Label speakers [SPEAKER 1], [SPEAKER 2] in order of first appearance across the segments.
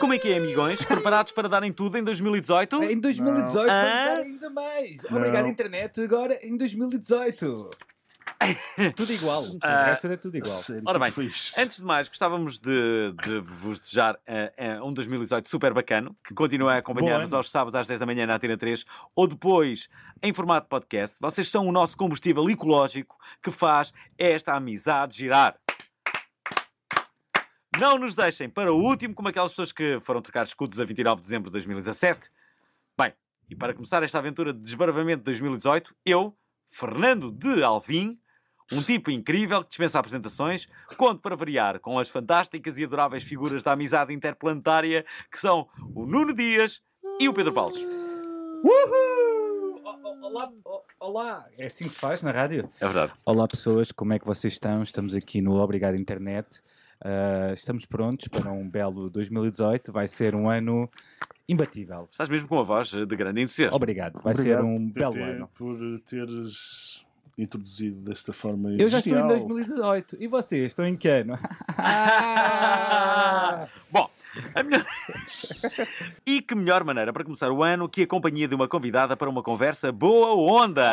[SPEAKER 1] Como é que é, amigões? Preparados para darem tudo em 2018?
[SPEAKER 2] Em 2018 vamos
[SPEAKER 1] Ah?
[SPEAKER 2] dar ainda mais.
[SPEAKER 3] Não.
[SPEAKER 2] Obrigado, internet. Agora em 2018.
[SPEAKER 3] Tudo igual. O
[SPEAKER 1] Ah,
[SPEAKER 3] resto é tudo igual.
[SPEAKER 1] Ora que bem, foi Antes de mais, gostávamos de, de vos desejar eh, eh, um 2018 super bacano, que continue a acompanhar-nos
[SPEAKER 3] Bom ano.
[SPEAKER 1] aos sábados às 10 da manhã na Atena 3 ou depois em formato podcast. Vocês são o nosso combustível ecológico que faz esta amizade girar. Não nos deixem para o último, como aquelas pessoas que foram trocar escudos a 29 de dezembro de 2017. Bem, e para começar esta aventura de desbravamento de 2018, eu, Fernando de Alvim, um tipo incrível que dispensa apresentações, conto para variar com as fantásticas e adoráveis figuras da amizade interplanetária que são o Nuno Dias e o Pedro Paulos.
[SPEAKER 2] Uhul! O- o- Olá, o- olá! É assim que se faz na rádio?
[SPEAKER 1] É verdade.
[SPEAKER 2] Olá, pessoas, como é que vocês estão? Estamos aqui no Obrigado Internet. Ah, estamos prontos para um belo 2018. Vai ser um ano imbatível.
[SPEAKER 1] Estás mesmo com uma voz eh, de grande entusiasmo.
[SPEAKER 2] Obrigado, vai ser
[SPEAKER 3] Obrigado,
[SPEAKER 2] um
[SPEAKER 3] Pepe,
[SPEAKER 2] belo ano.
[SPEAKER 3] por teres introduzido desta forma.
[SPEAKER 2] Eu já estou em
[SPEAKER 3] genial.
[SPEAKER 2] 2018 e vocês estão em que ano? Ah!
[SPEAKER 1] Bom, a melhor... e que melhor maneira para começar o ano que a companhia de uma convidada para uma conversa boa onda!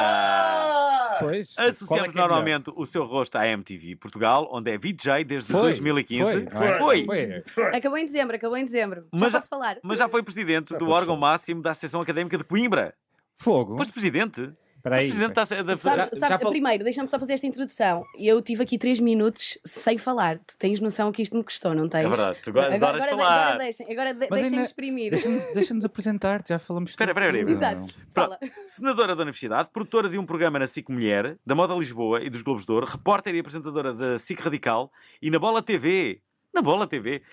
[SPEAKER 2] pois.
[SPEAKER 3] Qual é
[SPEAKER 1] Associamos
[SPEAKER 3] que é
[SPEAKER 1] normalmente o seu rosto à MTV Portugal, onde é VJ desde
[SPEAKER 2] Foi,
[SPEAKER 1] 2015.
[SPEAKER 2] Foi, não é?
[SPEAKER 1] Foi.
[SPEAKER 2] Foi.
[SPEAKER 4] Acabou em dezembro, acabou em dezembro.
[SPEAKER 1] Mas
[SPEAKER 4] já
[SPEAKER 1] já-
[SPEAKER 4] posso falar.
[SPEAKER 1] Mas já foi presidente
[SPEAKER 3] Já
[SPEAKER 1] do
[SPEAKER 3] passou.
[SPEAKER 1] órgão máximo da Associação Académica de Coimbra.
[SPEAKER 2] Fogo.
[SPEAKER 1] Foste presidente?
[SPEAKER 2] Espera aí.
[SPEAKER 1] presidente da, da
[SPEAKER 4] Sabes,
[SPEAKER 2] já-
[SPEAKER 4] sabes-
[SPEAKER 2] já fal-
[SPEAKER 4] Primeiro, deixa-me só fazer esta introdução. Eu tive aqui três minutos sem falar. Tu tens noção que isto me custou, não tens?
[SPEAKER 1] É verdade, tu
[SPEAKER 4] Agora,
[SPEAKER 1] adoras
[SPEAKER 4] agora, de-
[SPEAKER 1] falar.
[SPEAKER 4] agora deixem, agora de-
[SPEAKER 2] Mas
[SPEAKER 4] deixem-me
[SPEAKER 2] ainda-
[SPEAKER 4] exprimir.
[SPEAKER 2] Deixa-nos deixa-nos apresentar, já falamos
[SPEAKER 1] Espera,
[SPEAKER 2] tudo.
[SPEAKER 1] espera, espera.
[SPEAKER 2] Não,
[SPEAKER 4] Exato.
[SPEAKER 2] não.
[SPEAKER 4] Fala.
[SPEAKER 1] Senadora da Universidade, produtora de um programa na SIC Mulher, da Moda Lisboa e dos Globos de Ouro, repórter e apresentadora da SIC Radical e na Bola TV. Na Bola TV.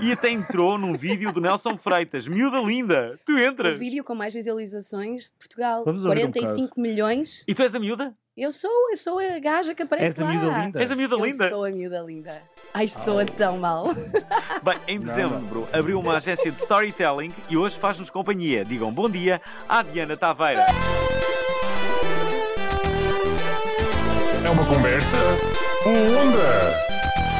[SPEAKER 1] E até entrou num vídeo do Nelson Freitas. Miúda linda, tu
[SPEAKER 4] O
[SPEAKER 1] entras.
[SPEAKER 4] vídeo com mais visualizações de Portugal.
[SPEAKER 3] Vamos ouvir um
[SPEAKER 4] 45 milhões.
[SPEAKER 1] E tu és a miúda?
[SPEAKER 4] Eu sou, eu sou a gaja que aparece
[SPEAKER 2] És a
[SPEAKER 4] lá.
[SPEAKER 2] miúda linda.
[SPEAKER 1] És a miúda
[SPEAKER 4] Eu
[SPEAKER 1] linda?
[SPEAKER 4] sou a miúda linda. Ai, sou tão mal.
[SPEAKER 1] Bem, em dezembro abriu uma agência de storytelling e hoje faz-nos companhia. Digam bom dia à Diana Taveira.
[SPEAKER 5] É uma conversa boa onda.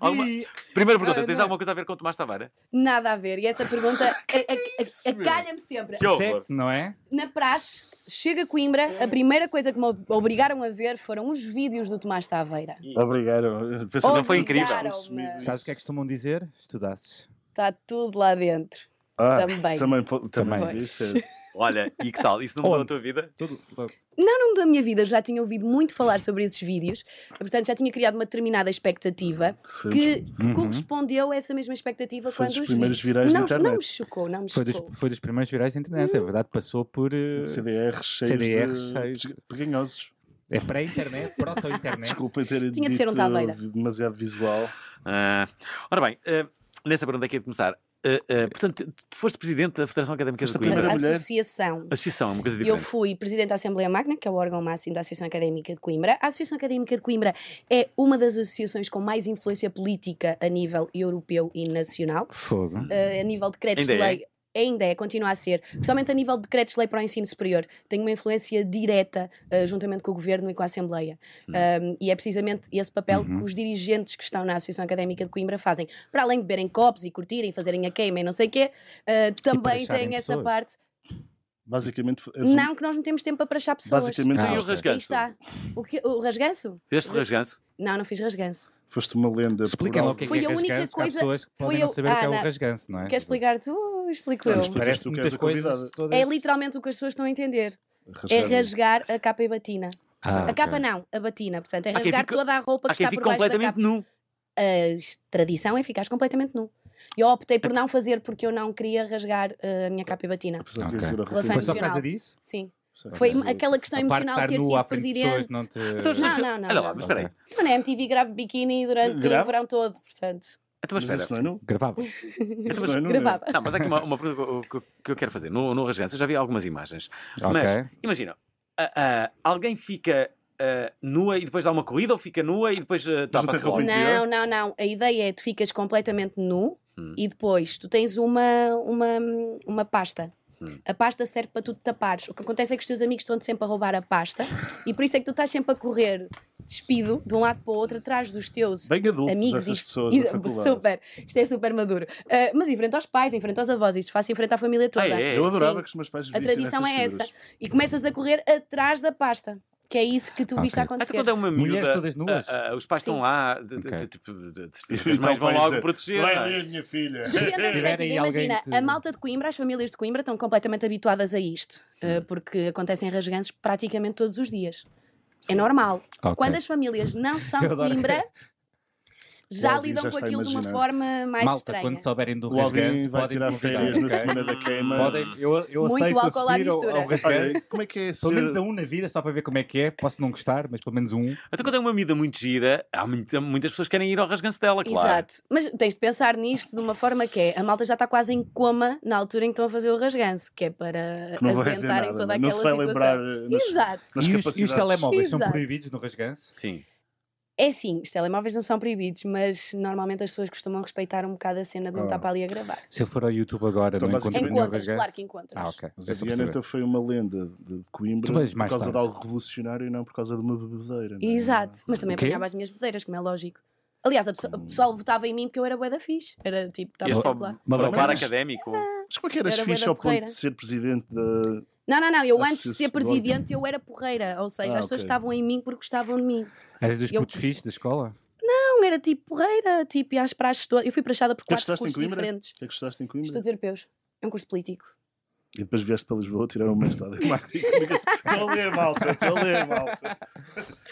[SPEAKER 1] Alguma-
[SPEAKER 2] E-
[SPEAKER 1] Primeira pergunta,
[SPEAKER 2] Ah,
[SPEAKER 1] tens
[SPEAKER 2] não.
[SPEAKER 1] alguma coisa a ver com o Tomás Taveira?
[SPEAKER 4] Nada a ver. E essa pergunta é, a-
[SPEAKER 2] é
[SPEAKER 4] a- a- acalha-me sempre.
[SPEAKER 1] Que horror.
[SPEAKER 2] Certo, não é?
[SPEAKER 4] na praxe, chega a Coimbra, a primeira coisa que me ob- obrigaram a ver foram os vídeos do Tomás Taveira.
[SPEAKER 3] Obrigado. Pensa,
[SPEAKER 1] não foi incrível.
[SPEAKER 4] Obrigaram-me.
[SPEAKER 2] Sabes o que é que costumam dizer? Estudasses.
[SPEAKER 4] Está Tá tudo lá dentro.
[SPEAKER 3] Ah,
[SPEAKER 4] Também.
[SPEAKER 3] Também, po- também.
[SPEAKER 2] Também.
[SPEAKER 3] isso é-
[SPEAKER 1] Olha, e que tal? Isso não mudou a
[SPEAKER 2] Onde?
[SPEAKER 1] tua vida?
[SPEAKER 2] Tudo louco.
[SPEAKER 4] Não, não da minha vida, já tinha ouvido muito falar sobre esses vídeos, portanto já tinha criado uma determinada expectativa
[SPEAKER 3] isso foi- um
[SPEAKER 4] que
[SPEAKER 2] Uhum.
[SPEAKER 4] correspondeu a essa mesma expectativa
[SPEAKER 3] Foi
[SPEAKER 4] quando
[SPEAKER 3] dos
[SPEAKER 4] os
[SPEAKER 3] primeiros
[SPEAKER 4] vi.
[SPEAKER 3] virais da
[SPEAKER 4] não,
[SPEAKER 3] internet.
[SPEAKER 4] não me chocou, não me
[SPEAKER 2] Foi dos,
[SPEAKER 4] chocou.
[SPEAKER 2] foi dos primeiros virais da internet, é verdade. Passou por. eh,
[SPEAKER 3] CDR cheios
[SPEAKER 2] CDR
[SPEAKER 3] de
[SPEAKER 2] cheios de- né?
[SPEAKER 3] pe- peganhosos.
[SPEAKER 2] É pré-internet, proto-internet.
[SPEAKER 3] Desculpem ter
[SPEAKER 4] Tinha
[SPEAKER 3] dito
[SPEAKER 4] de ser um Taveira.
[SPEAKER 3] vi- demasiado visual.
[SPEAKER 1] Ah, ora bem, ah, nessa pergunta aqui é de começar. Ah, ah, portanto, tu foste presidente da Federação Académica de
[SPEAKER 3] Foste a
[SPEAKER 1] Coimbra.
[SPEAKER 3] primeira
[SPEAKER 4] A
[SPEAKER 3] mulher.
[SPEAKER 4] Associação.
[SPEAKER 1] Associação é uma coisa
[SPEAKER 4] Eu
[SPEAKER 1] diferente.
[SPEAKER 4] fui presidente da Assembleia Magna, que é o órgão máximo da Associação Académica de Coimbra. A Associação Académica de Coimbra é uma das associações com mais influência política a nível europeu e nacional.
[SPEAKER 2] Fogo.
[SPEAKER 4] Uh, a nível de decretos
[SPEAKER 1] Ainda
[SPEAKER 4] de
[SPEAKER 1] é?
[SPEAKER 4] lei. Ainda é, continua a ser. Principalmente a nível de decretos de lei para o ensino superior. Tem uma influência direta uh, juntamente com o governo e com a Assembleia. Um, e é precisamente esse papel que os dirigentes que estão na Associação Académica de Coimbra fazem. Para além de beberem copos e curtirem, fazerem a queima e não sei o quê, uh, também
[SPEAKER 2] acharem
[SPEAKER 4] têm essa
[SPEAKER 2] pessoas.
[SPEAKER 4] parte.
[SPEAKER 3] Basicamente, és um-
[SPEAKER 4] Não, que nós não temos tempo para prachar pessoas.
[SPEAKER 3] basicamente
[SPEAKER 2] Ah,
[SPEAKER 1] Então, E o
[SPEAKER 2] ok.
[SPEAKER 4] Aí
[SPEAKER 1] rasganço?
[SPEAKER 4] está. O, que, o rasganço?
[SPEAKER 1] Fizeste rasganço?
[SPEAKER 4] Não, não fiz rasganço.
[SPEAKER 3] foste uma lenda.
[SPEAKER 2] Explica lá o
[SPEAKER 3] por
[SPEAKER 2] que é,
[SPEAKER 4] Foi
[SPEAKER 2] que é
[SPEAKER 4] a única
[SPEAKER 2] rasganço, que
[SPEAKER 4] coisa-
[SPEAKER 2] Há pessoas que
[SPEAKER 4] foi
[SPEAKER 2] podem não
[SPEAKER 4] eu-
[SPEAKER 2] saber o que é
[SPEAKER 4] Ah,
[SPEAKER 2] um
[SPEAKER 4] não.
[SPEAKER 2] rasganço, não é?
[SPEAKER 4] Quer explicar tu ou explico
[SPEAKER 3] Não,
[SPEAKER 4] eu?
[SPEAKER 3] explica.
[SPEAKER 2] Parece
[SPEAKER 3] Tu
[SPEAKER 2] muitas
[SPEAKER 3] queres a
[SPEAKER 2] coisas.
[SPEAKER 3] convidada.
[SPEAKER 2] todas-
[SPEAKER 4] É literalmente o que as pessoas estão a entender. é
[SPEAKER 3] Rasgar-
[SPEAKER 4] rasgar a capa e batina.
[SPEAKER 2] Ah,
[SPEAKER 4] A capa
[SPEAKER 2] ok.
[SPEAKER 4] não, a batina. Portanto, é
[SPEAKER 1] quem
[SPEAKER 4] rasgar
[SPEAKER 1] fica-
[SPEAKER 4] toda a roupa que
[SPEAKER 1] Há quem
[SPEAKER 4] está por
[SPEAKER 1] fique
[SPEAKER 4] baixo da
[SPEAKER 1] é completamente nu.
[SPEAKER 4] capa. A tradição é ficares completamente nu. E eu optei
[SPEAKER 2] Então
[SPEAKER 4] por não fazer porque eu não queria rasgar eh, a minha capa e batina.
[SPEAKER 3] Apesar de
[SPEAKER 2] Ok.
[SPEAKER 3] ser a
[SPEAKER 4] Relação
[SPEAKER 2] Foi
[SPEAKER 3] rapariga-
[SPEAKER 2] só por causa
[SPEAKER 4] emocional.
[SPEAKER 2] disso?
[SPEAKER 4] Sim.
[SPEAKER 3] Sim.
[SPEAKER 4] Foi
[SPEAKER 3] Mas,
[SPEAKER 4] aquela questão
[SPEAKER 2] A parte de
[SPEAKER 4] emocional de
[SPEAKER 2] estar
[SPEAKER 4] ter
[SPEAKER 2] nu à
[SPEAKER 4] sido
[SPEAKER 2] frente de pessoas
[SPEAKER 4] presidente.
[SPEAKER 2] não te...
[SPEAKER 1] Então, os
[SPEAKER 4] Não,
[SPEAKER 1] dois-
[SPEAKER 4] não, não,
[SPEAKER 1] Olha lá,
[SPEAKER 4] não. é,
[SPEAKER 1] mas espera aí.
[SPEAKER 4] Eu na MTV gravo biquíni durante
[SPEAKER 3] Grava?
[SPEAKER 4] o verão todo, portanto.
[SPEAKER 1] Então, mas espera.
[SPEAKER 3] mas isso não é nu?
[SPEAKER 2] Gravava.
[SPEAKER 3] Isso não é
[SPEAKER 2] né?
[SPEAKER 3] nu,
[SPEAKER 4] gravava.
[SPEAKER 1] Não, mas há aqui uma, uma pergunta que eu- que eu- que eu quero fazer. No, no Rasgança, eu já vi algumas imagens. Mas,
[SPEAKER 2] Ok.
[SPEAKER 1] imagina, ah, ah, alguém fica ah, nua e depois dá uma corrida ou fica nua e depois uh, tapa-se
[SPEAKER 3] tem roupa
[SPEAKER 1] logo?
[SPEAKER 3] interior.
[SPEAKER 4] Não, não, não. A ideia é tu ficas completamente nu
[SPEAKER 1] Hum.
[SPEAKER 4] e depois tu tens uma, uma, uma pasta.
[SPEAKER 1] Hum.
[SPEAKER 4] A pasta serve para tu te tapares. O que acontece é que os teus amigos estão-te sempre a roubar a pasta e por isso é que tu estás sempre a correr despido de um lado para o outro atrás dos teus
[SPEAKER 3] Bem adultos
[SPEAKER 4] amigos
[SPEAKER 3] essas
[SPEAKER 4] e-
[SPEAKER 3] pessoas
[SPEAKER 4] e-
[SPEAKER 3] da faculdade.
[SPEAKER 4] super, isto é super maduro. Ah, mas em frente aos pais, em frente aos avós, isto faz em frente à família toda.
[SPEAKER 1] Ah, é?
[SPEAKER 3] Eu adorava
[SPEAKER 4] Sim.
[SPEAKER 3] que os meus pais
[SPEAKER 4] A
[SPEAKER 3] vissem
[SPEAKER 4] tradição
[SPEAKER 3] essas
[SPEAKER 4] é essa.
[SPEAKER 3] figuras.
[SPEAKER 4] E começas a correr atrás da pasta, que é isso que tu viste
[SPEAKER 2] Ok.
[SPEAKER 1] Até
[SPEAKER 4] acontecer.
[SPEAKER 1] quando é uma
[SPEAKER 2] Mulheres
[SPEAKER 1] miúda,
[SPEAKER 2] todas nuas.
[SPEAKER 1] ah, ah, os pais estão
[SPEAKER 4] Sim.
[SPEAKER 1] lá, de, de,
[SPEAKER 2] Ok.
[SPEAKER 1] de- tipo, de- de-
[SPEAKER 3] E
[SPEAKER 1] os mães
[SPEAKER 3] o
[SPEAKER 1] vão
[SPEAKER 3] pai
[SPEAKER 1] logo
[SPEAKER 3] dizer,
[SPEAKER 1] proteger.
[SPEAKER 3] Vai
[SPEAKER 1] não é?
[SPEAKER 3] ali a minha filha.
[SPEAKER 4] Depende da
[SPEAKER 2] Se tiverem
[SPEAKER 4] perspectiva.
[SPEAKER 2] alguém
[SPEAKER 4] Imagina,
[SPEAKER 2] que-
[SPEAKER 4] a malta de Coimbra, as famílias de Coimbra estão completamente habituadas a isto, eh, porque acontecem rasganços praticamente todos os dias. É normal.
[SPEAKER 2] Ok.
[SPEAKER 4] Quando as famílias não são
[SPEAKER 2] Eu
[SPEAKER 4] de
[SPEAKER 2] adoro que-
[SPEAKER 4] Coimbra,
[SPEAKER 3] O
[SPEAKER 4] já
[SPEAKER 3] Alvin
[SPEAKER 4] lidam
[SPEAKER 3] já
[SPEAKER 4] com
[SPEAKER 3] está a
[SPEAKER 4] aquilo de uma
[SPEAKER 3] imaginar.
[SPEAKER 4] forma mais
[SPEAKER 2] Malta,
[SPEAKER 4] Ah, é estranha.
[SPEAKER 2] quando souberem do
[SPEAKER 3] O Alvin
[SPEAKER 2] rasganço,
[SPEAKER 3] vai
[SPEAKER 2] podem
[SPEAKER 3] tirar férias na semana da queima.
[SPEAKER 2] Podem, eu, eu
[SPEAKER 4] Muito
[SPEAKER 2] aceito
[SPEAKER 4] álcool à
[SPEAKER 2] assistir ao,
[SPEAKER 4] mistura.
[SPEAKER 2] ao rasganço.
[SPEAKER 3] Olha, como é que é
[SPEAKER 2] Pelo menos a
[SPEAKER 3] ser...
[SPEAKER 2] um na vida, só para ver como é que é. Posso não gostar, mas pelo menos um.
[SPEAKER 1] Até quando é uma miúda muito gira, há muita- muitas pessoas que querem ir ao rasganço dela, claro.
[SPEAKER 4] Exato. Mas tens de pensar nisto de uma forma que é: a malta já está quase em coma na altura em que estão a fazer o rasganço, que é para
[SPEAKER 3] que Não vai haver
[SPEAKER 4] aguentarem toda
[SPEAKER 3] nada. né? Não
[SPEAKER 4] aquela
[SPEAKER 3] se vai
[SPEAKER 4] situação.
[SPEAKER 3] lembrar eh, nas-
[SPEAKER 4] Exato.
[SPEAKER 3] nas
[SPEAKER 2] E os, e os
[SPEAKER 3] capacidades.
[SPEAKER 2] telemóveis são
[SPEAKER 4] Exato.
[SPEAKER 2] proibidos no rasganço?
[SPEAKER 1] Sim.
[SPEAKER 4] É sim, os telemóveis não são proibidos, mas normalmente as pessoas costumam respeitar um bocado a cena de não
[SPEAKER 3] Ah.
[SPEAKER 4] estar para ali a gravar.
[SPEAKER 2] Se eu for ao YouTube agora,
[SPEAKER 3] Então,
[SPEAKER 2] não encontro
[SPEAKER 3] basicamente-
[SPEAKER 2] nenhum
[SPEAKER 4] Encontras,
[SPEAKER 2] rasganço.
[SPEAKER 4] claro que encontras.
[SPEAKER 2] Ah, ok.
[SPEAKER 3] Mas
[SPEAKER 2] É
[SPEAKER 3] a
[SPEAKER 2] só para
[SPEAKER 3] Diana
[SPEAKER 2] saber.
[SPEAKER 3] então foi uma lenda de Coimbra
[SPEAKER 2] Tu
[SPEAKER 3] por
[SPEAKER 2] vês mais
[SPEAKER 3] causa de
[SPEAKER 2] tarde.
[SPEAKER 3] algo revolucionário e não por causa de uma bebedeira. não é?
[SPEAKER 4] Exato, mas também
[SPEAKER 2] O quê?
[SPEAKER 4] apanhava as minhas bedeiras, como é lógico. Aliás, a pessoa- o
[SPEAKER 3] Hum.
[SPEAKER 4] pessoal votava em mim porque eu era bué da fixe. Era tipo, estava
[SPEAKER 1] Este para,
[SPEAKER 4] sempre lá.
[SPEAKER 1] é para o
[SPEAKER 2] Mas-
[SPEAKER 1] bar académico.
[SPEAKER 4] Ah.
[SPEAKER 3] Mas como é que eras
[SPEAKER 4] Era bué
[SPEAKER 3] fixe
[SPEAKER 4] da
[SPEAKER 3] ao ponto
[SPEAKER 4] porreira.
[SPEAKER 3] de ser presidente da.
[SPEAKER 4] Não, não, não, eu
[SPEAKER 3] Acho
[SPEAKER 4] antes de ser
[SPEAKER 3] isso doido.
[SPEAKER 4] presidente eu era porreira. Ou seja,
[SPEAKER 3] Ah,
[SPEAKER 4] as pessoas
[SPEAKER 3] ok.
[SPEAKER 4] estavam em mim porque gostavam de mim.
[SPEAKER 2] Eras dos
[SPEAKER 4] Eu-
[SPEAKER 2] putos fixes da escola?
[SPEAKER 4] Não, era tipo porreira, tipo, ia às praxes todas. Eu fui praxada por quatro
[SPEAKER 3] estudaste em
[SPEAKER 4] cursos
[SPEAKER 3] Coimbra?
[SPEAKER 4] diferentes.
[SPEAKER 3] O que é que gostaste em Coimbra?
[SPEAKER 4] Estudos europeus. É um curso político.
[SPEAKER 3] E depois vieste para Lisboa tirar um mestrado em marketing é e comunicação. assim? Estou a ler, malta, estou a ler, malta.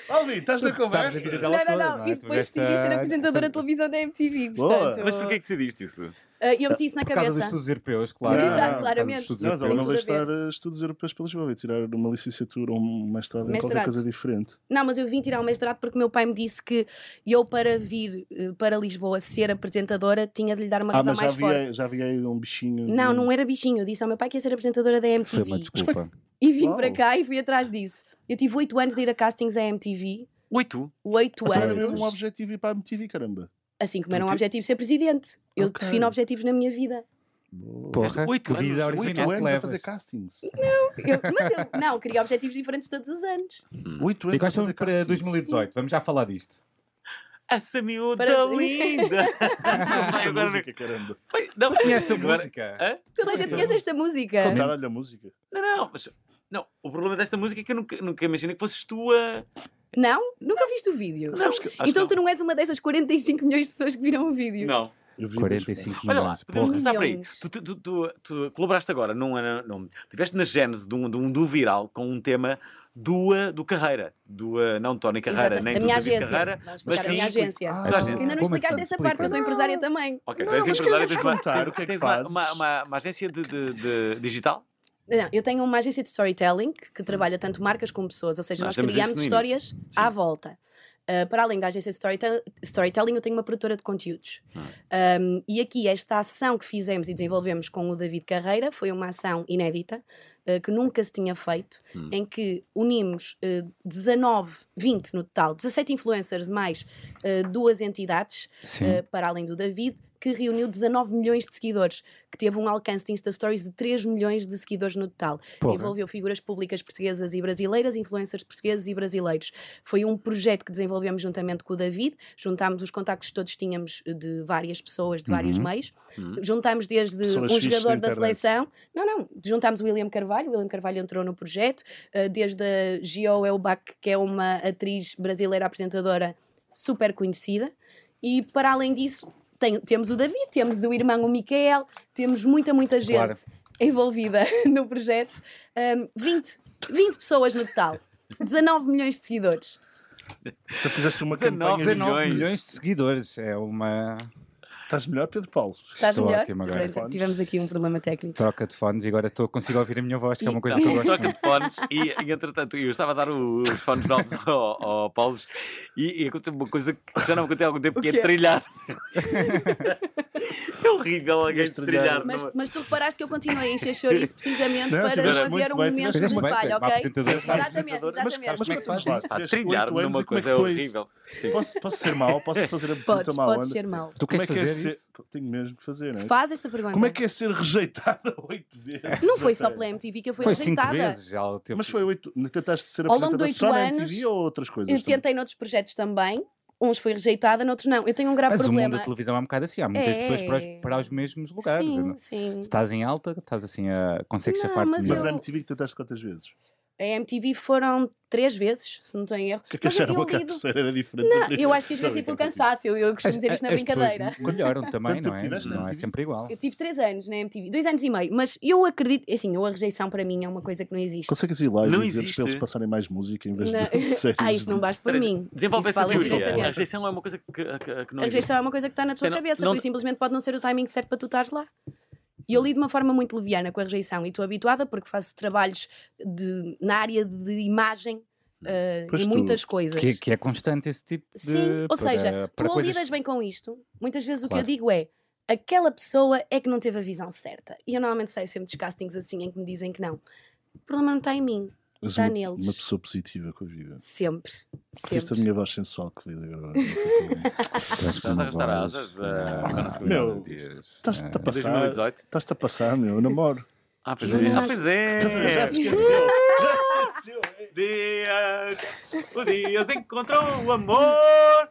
[SPEAKER 3] Alvin, estás na
[SPEAKER 2] Sabes a vida
[SPEAKER 3] conversa?
[SPEAKER 2] dela
[SPEAKER 4] Não, não,
[SPEAKER 2] toda,
[SPEAKER 4] não.
[SPEAKER 2] é?
[SPEAKER 4] E
[SPEAKER 2] Tu
[SPEAKER 4] depois
[SPEAKER 2] veste
[SPEAKER 4] decidi ser
[SPEAKER 2] a-
[SPEAKER 4] apresentadora de televisão da MTV.
[SPEAKER 3] Boa.
[SPEAKER 4] Portanto,
[SPEAKER 1] Mas porquê é que decidiste isso?
[SPEAKER 4] ah, eu meti isso na
[SPEAKER 2] Por causa dos
[SPEAKER 4] cabeça.
[SPEAKER 2] estudos europeus, claro.
[SPEAKER 3] Exato,
[SPEAKER 2] Por causa dos
[SPEAKER 4] claramente.
[SPEAKER 2] estudos
[SPEAKER 3] Ah, Não, mas ela
[SPEAKER 2] europeus.
[SPEAKER 3] não
[SPEAKER 4] Tudo
[SPEAKER 3] vai
[SPEAKER 4] a ver.
[SPEAKER 3] estar a estudos europeus para Lisboa e tirar uma licenciatura ou um mestrado em qualquer
[SPEAKER 4] Mestrado.
[SPEAKER 3] coisa diferente.
[SPEAKER 4] Não, mas eu vim tirar o mestrado porque meu pai me disse que eu, para vir eh, para Lisboa ser apresentadora, tinha de lhe dar uma
[SPEAKER 3] ah,
[SPEAKER 4] razão
[SPEAKER 3] mas já
[SPEAKER 4] mais
[SPEAKER 3] havia,
[SPEAKER 4] forte.
[SPEAKER 3] já havia aí um bichinho.
[SPEAKER 4] Não,
[SPEAKER 3] de-
[SPEAKER 4] não era bichinho. Eu disse ao meu pai que ia ser apresentadora da
[SPEAKER 2] Foi uma
[SPEAKER 4] MTV.
[SPEAKER 2] desculpa.
[SPEAKER 4] E vim
[SPEAKER 3] Uau.
[SPEAKER 4] para cá e fui atrás disso. Eu tive oito anos a ir a castings à MTV.
[SPEAKER 1] Oito.
[SPEAKER 4] oito
[SPEAKER 3] Então era
[SPEAKER 4] anos.
[SPEAKER 3] mesmo um objetivo ir para a MTV, caramba.
[SPEAKER 4] Assim como era um
[SPEAKER 3] Tu ti-
[SPEAKER 4] objetivo ser presidente. Eu
[SPEAKER 3] Ok.
[SPEAKER 4] defino objetivos na minha vida.
[SPEAKER 2] Porra,
[SPEAKER 1] Oito
[SPEAKER 2] que vida
[SPEAKER 1] anos, oito
[SPEAKER 3] Oito
[SPEAKER 2] original que
[SPEAKER 3] anos a
[SPEAKER 2] levas.
[SPEAKER 3] é fazer castings.
[SPEAKER 4] Eu- mas eu, não, queria objetivos diferentes todos os anos.
[SPEAKER 2] E
[SPEAKER 3] Oito anos a
[SPEAKER 2] quais são
[SPEAKER 3] fazer
[SPEAKER 2] para
[SPEAKER 3] castings.
[SPEAKER 2] 2018? Vamos já falar disto.
[SPEAKER 1] Essa miúda
[SPEAKER 4] Para-
[SPEAKER 1] linda!
[SPEAKER 3] Esta
[SPEAKER 1] Agora-
[SPEAKER 3] música, caramba.
[SPEAKER 1] Oi, não,
[SPEAKER 2] Conhece a
[SPEAKER 1] agora-
[SPEAKER 2] música?
[SPEAKER 4] Toda a gente
[SPEAKER 3] Sim.
[SPEAKER 4] conhece esta música.
[SPEAKER 3] Contaram-lhe a música.
[SPEAKER 1] Não, não, mas. Não, o problema desta música é que eu nunca, nunca imaginei que fosses tua.
[SPEAKER 4] Não? Nunca viste o vídeo.
[SPEAKER 3] Sabes que- acho
[SPEAKER 4] então
[SPEAKER 3] que
[SPEAKER 4] tu não és uma dessas 45 milhões de pessoas que viram o vídeo.
[SPEAKER 1] Não.
[SPEAKER 3] eu vi, mas-
[SPEAKER 2] 45
[SPEAKER 1] Olha lá, podemos
[SPEAKER 2] milhões. Porra.
[SPEAKER 1] começar por aí.
[SPEAKER 4] Milhões.
[SPEAKER 1] Tu, tu- tu- tu- tu colaboraste agora, num, num, estiveste na gênese de um, de um- do viral com um tema do, uh, do Carreira. Do, uh, não de Tony Carreira,
[SPEAKER 4] Exato,
[SPEAKER 1] nem
[SPEAKER 4] da
[SPEAKER 1] do
[SPEAKER 4] minha
[SPEAKER 1] David
[SPEAKER 4] agência.
[SPEAKER 1] Carreira.
[SPEAKER 4] Vamos
[SPEAKER 1] Mas
[SPEAKER 4] explicar a
[SPEAKER 1] sim,
[SPEAKER 4] minha agência.
[SPEAKER 3] Ah,
[SPEAKER 1] Toda a gente.
[SPEAKER 4] Ainda não
[SPEAKER 2] Como
[SPEAKER 4] explicaste
[SPEAKER 2] assim?
[SPEAKER 4] essa parte, eu sou
[SPEAKER 2] Explica.
[SPEAKER 4] empresária também.
[SPEAKER 1] Ok,
[SPEAKER 3] Não,
[SPEAKER 1] tu és
[SPEAKER 3] mas
[SPEAKER 1] empresária,
[SPEAKER 3] queres
[SPEAKER 1] tens uma,
[SPEAKER 3] contar
[SPEAKER 1] tens,
[SPEAKER 3] o que é que
[SPEAKER 1] tens uma,
[SPEAKER 3] fazes?
[SPEAKER 1] uma, uma- uma agência de, de- de- digital?
[SPEAKER 4] Não, eu tenho uma agência de storytelling que trabalha tanto marcas como pessoas, ou seja,
[SPEAKER 1] Hum. Nós
[SPEAKER 4] nós,
[SPEAKER 1] temos isso
[SPEAKER 4] criamos
[SPEAKER 1] no
[SPEAKER 4] histórias à volta. Uh, para além da agência de storytel- storytelling, eu tenho uma produtora de conteúdos.
[SPEAKER 1] Ah.
[SPEAKER 4] Um, e aqui, esta ação que fizemos e desenvolvemos com o David Carreira foi uma ação inédita, uh, que nunca se tinha feito,
[SPEAKER 1] Hum.
[SPEAKER 4] em que unimos uh, 19, 20 no total, 17 influencers mais uh, duas entidades,
[SPEAKER 2] Sim.
[SPEAKER 4] eh, para além do David, que reuniu 19 milhões de seguidores, que teve um alcance de Insta Stories de 3 milhões de seguidores no total.
[SPEAKER 2] Porra.
[SPEAKER 4] Envolveu figuras públicas portuguesas e brasileiras, influencers portugueses e brasileiros. Foi um projeto que desenvolvemos juntamente com o David, juntámos os contactos que todos tínhamos de várias pessoas, de vários
[SPEAKER 2] Uhum.
[SPEAKER 4] meios,
[SPEAKER 1] Uhum.
[SPEAKER 4] juntámos desde
[SPEAKER 3] Pessoas
[SPEAKER 4] um
[SPEAKER 3] fixes da
[SPEAKER 4] jogador da,
[SPEAKER 3] internet.
[SPEAKER 4] seleção, não, não, juntámos o William Carvalho, o William Carvalho entrou no projeto, eh, desde a Gio Elbach, que é uma atriz brasileira apresentadora super conhecida, e para além disso, tem- temos o David, temos o irmão o Micael, temos muita, muita gente
[SPEAKER 2] Claro.
[SPEAKER 4] envolvida no projeto. Um, 20 20 pessoas no total. 19 milhões de seguidores.
[SPEAKER 3] Já fizeste uma
[SPEAKER 1] 19
[SPEAKER 3] campanha. de-
[SPEAKER 2] 19
[SPEAKER 1] milhões.
[SPEAKER 2] milhões de seguidores. É uma
[SPEAKER 3] Estás melhor, Pedro Paulo?
[SPEAKER 4] Estás
[SPEAKER 2] Estou
[SPEAKER 4] melhor?
[SPEAKER 2] ótimo agora.
[SPEAKER 4] Pronto,
[SPEAKER 3] Fones.
[SPEAKER 4] Tivemos aqui um problema técnico.
[SPEAKER 2] troca de fones e agora estou, consigo ouvir a minha voz, que é uma coisa que eu
[SPEAKER 1] Não,
[SPEAKER 2] gosto
[SPEAKER 1] Troca
[SPEAKER 2] muito.
[SPEAKER 1] de fones e, e, entretanto, eu estava a dar o- os fones novos ao, ao Paulo e, e aconteceu uma coisa que já não aconteceu há algum tempo,
[SPEAKER 4] O
[SPEAKER 1] que é
[SPEAKER 4] quê?
[SPEAKER 1] trilhar. é horrível alguém
[SPEAKER 3] Mas
[SPEAKER 1] se trilhar.
[SPEAKER 4] Mas,
[SPEAKER 1] numa-
[SPEAKER 4] mas tu reparaste que eu continuei a encher chouriço precisamente
[SPEAKER 3] é. Não,
[SPEAKER 4] para
[SPEAKER 3] tiveste
[SPEAKER 4] não haver
[SPEAKER 3] muito
[SPEAKER 4] um
[SPEAKER 3] bem,
[SPEAKER 4] momento
[SPEAKER 3] tiveste
[SPEAKER 4] de
[SPEAKER 2] muito bem,
[SPEAKER 4] falha,
[SPEAKER 2] tens uma
[SPEAKER 4] ok?
[SPEAKER 2] apresentadora, tens uma
[SPEAKER 4] Exatamente,
[SPEAKER 1] apresentadora.
[SPEAKER 3] Mas
[SPEAKER 4] exatamente.
[SPEAKER 3] sabes como é que se faz
[SPEAKER 2] Exatamente.
[SPEAKER 3] isto?
[SPEAKER 1] Pá,
[SPEAKER 3] Fizeste
[SPEAKER 1] trilhar
[SPEAKER 3] oito anos
[SPEAKER 1] numa
[SPEAKER 3] e como é que
[SPEAKER 1] coisa é
[SPEAKER 3] foi isso?
[SPEAKER 1] horrível. Sim.
[SPEAKER 3] Posso, posso ser mau? Posso fazer a pergunta
[SPEAKER 4] Podes,
[SPEAKER 3] mau?
[SPEAKER 4] podes
[SPEAKER 3] Ana?
[SPEAKER 4] ser mau.
[SPEAKER 2] Tu
[SPEAKER 3] Como
[SPEAKER 2] queres
[SPEAKER 3] é que é
[SPEAKER 2] fazer
[SPEAKER 3] ser...
[SPEAKER 2] isso?
[SPEAKER 3] Tenho mesmo que fazer, não é?
[SPEAKER 4] Faz essa pergunta.
[SPEAKER 3] Como é que é ser rejeitada oito vezes?
[SPEAKER 4] Não foi só pela MTV que eu fui
[SPEAKER 2] Foi cinco
[SPEAKER 4] rejeitada.
[SPEAKER 2] vezes. Já teve...
[SPEAKER 3] Mas foi oito. Tentaste ser
[SPEAKER 4] Ao
[SPEAKER 3] apresentadora
[SPEAKER 4] longo de oito
[SPEAKER 3] só na
[SPEAKER 4] anos,
[SPEAKER 3] MTV ou outras coisas?
[SPEAKER 4] Eu
[SPEAKER 3] também?
[SPEAKER 4] tentei noutros projetos também. Uns fui rejeitada, noutros não. Eu tenho um grave
[SPEAKER 2] Mas o mundo
[SPEAKER 4] problema.
[SPEAKER 2] da televisão é um bocado assim. Há muitas
[SPEAKER 4] É.
[SPEAKER 2] pessoas para os, para os mesmos lugares.
[SPEAKER 4] Sim,
[SPEAKER 2] não- é?
[SPEAKER 4] sim.
[SPEAKER 2] Se estás em alta, estás assim a... consegues
[SPEAKER 4] Não,
[SPEAKER 2] safar-te
[SPEAKER 4] mas
[SPEAKER 2] melhor.
[SPEAKER 3] Mas
[SPEAKER 4] eu-
[SPEAKER 3] a MTV que tentaste quantas vezes?
[SPEAKER 4] A MTV foram três vezes, se não estou em erro.
[SPEAKER 3] O que é que
[SPEAKER 4] Mas eu
[SPEAKER 3] acharam que a
[SPEAKER 4] lido-
[SPEAKER 3] terceira era diferente? da
[SPEAKER 4] Não,
[SPEAKER 3] primeira?
[SPEAKER 4] eu acho que às
[SPEAKER 3] Estou a
[SPEAKER 4] vezes é pelo
[SPEAKER 3] brincar contigo.
[SPEAKER 4] cansaço. Eu, eu costumo
[SPEAKER 2] As-
[SPEAKER 4] dizer isto na
[SPEAKER 2] as pessoas
[SPEAKER 4] brincadeira.
[SPEAKER 2] Melhoram também,
[SPEAKER 3] Quanto
[SPEAKER 2] não é?
[SPEAKER 3] tiveste na
[SPEAKER 2] Não é
[SPEAKER 3] TV?
[SPEAKER 2] sempre igual.
[SPEAKER 4] Eu tive três anos na MTV, dois anos e meio, mas eu acredito, assim, eu a rejeição para mim é uma coisa que não existe.
[SPEAKER 3] Consegues ir lá e
[SPEAKER 1] Não
[SPEAKER 3] dizer
[SPEAKER 1] existe.
[SPEAKER 3] para eles passarem mais música em vez de,
[SPEAKER 4] Na-
[SPEAKER 3] de séries?
[SPEAKER 4] ah, isso não
[SPEAKER 3] de-
[SPEAKER 4] basta por
[SPEAKER 1] Espera,
[SPEAKER 4] mim.
[SPEAKER 1] Desenvolve
[SPEAKER 4] Isso
[SPEAKER 1] essa
[SPEAKER 4] fala-se
[SPEAKER 1] teoria. A
[SPEAKER 4] diretamente.
[SPEAKER 1] rejeição é uma coisa que, que- que não
[SPEAKER 4] A
[SPEAKER 1] existe.
[SPEAKER 4] rejeição é uma coisa que está na tua
[SPEAKER 1] Não-
[SPEAKER 4] cabeça,
[SPEAKER 1] não-
[SPEAKER 4] por isso simplesmente pode não ser o timing certo para tu estares lá. E eu lido de uma forma muito leviana com a rejeição e estou habituada porque faço trabalhos de- na área de imagem
[SPEAKER 1] Hum.
[SPEAKER 4] eh,
[SPEAKER 3] Pois
[SPEAKER 4] e
[SPEAKER 3] tu-
[SPEAKER 4] muitas coisas.
[SPEAKER 2] Que, que é constante esse tipo de.
[SPEAKER 4] Sim, ou
[SPEAKER 2] para-
[SPEAKER 4] seja,
[SPEAKER 2] para
[SPEAKER 4] tu ou
[SPEAKER 2] coisas-
[SPEAKER 4] lidas bem com isto, muitas vezes o
[SPEAKER 2] Claro.
[SPEAKER 4] que eu digo é aquela pessoa é que não teve a visão certa. E eu normalmente saio sempre dos castings assim em que me dizem que não. O problema não está em mim,
[SPEAKER 3] Mas
[SPEAKER 4] está
[SPEAKER 3] uma,
[SPEAKER 4] neles.
[SPEAKER 3] uma pessoa positiva com a vida.
[SPEAKER 4] sempre.
[SPEAKER 3] Esta
[SPEAKER 4] sempre.
[SPEAKER 3] minha voz sensual que lido agora. não sei como.
[SPEAKER 1] Estás a arrastar a asa
[SPEAKER 2] eh,
[SPEAKER 1] da- da nossa
[SPEAKER 2] é?
[SPEAKER 3] Meu,
[SPEAKER 2] Ah,
[SPEAKER 3] Estás-te a
[SPEAKER 1] Em
[SPEAKER 3] passar.
[SPEAKER 1] 2018.
[SPEAKER 3] Estás-te a passar, meu. Eu namoro.
[SPEAKER 1] Ah, pois
[SPEAKER 4] Não,
[SPEAKER 1] é.
[SPEAKER 4] não.
[SPEAKER 1] Ah, pois
[SPEAKER 3] Estás a ver? Já se
[SPEAKER 1] é.
[SPEAKER 3] esqueceu. Já se esqueceu.
[SPEAKER 1] Dias, o Dias encontrou o amor.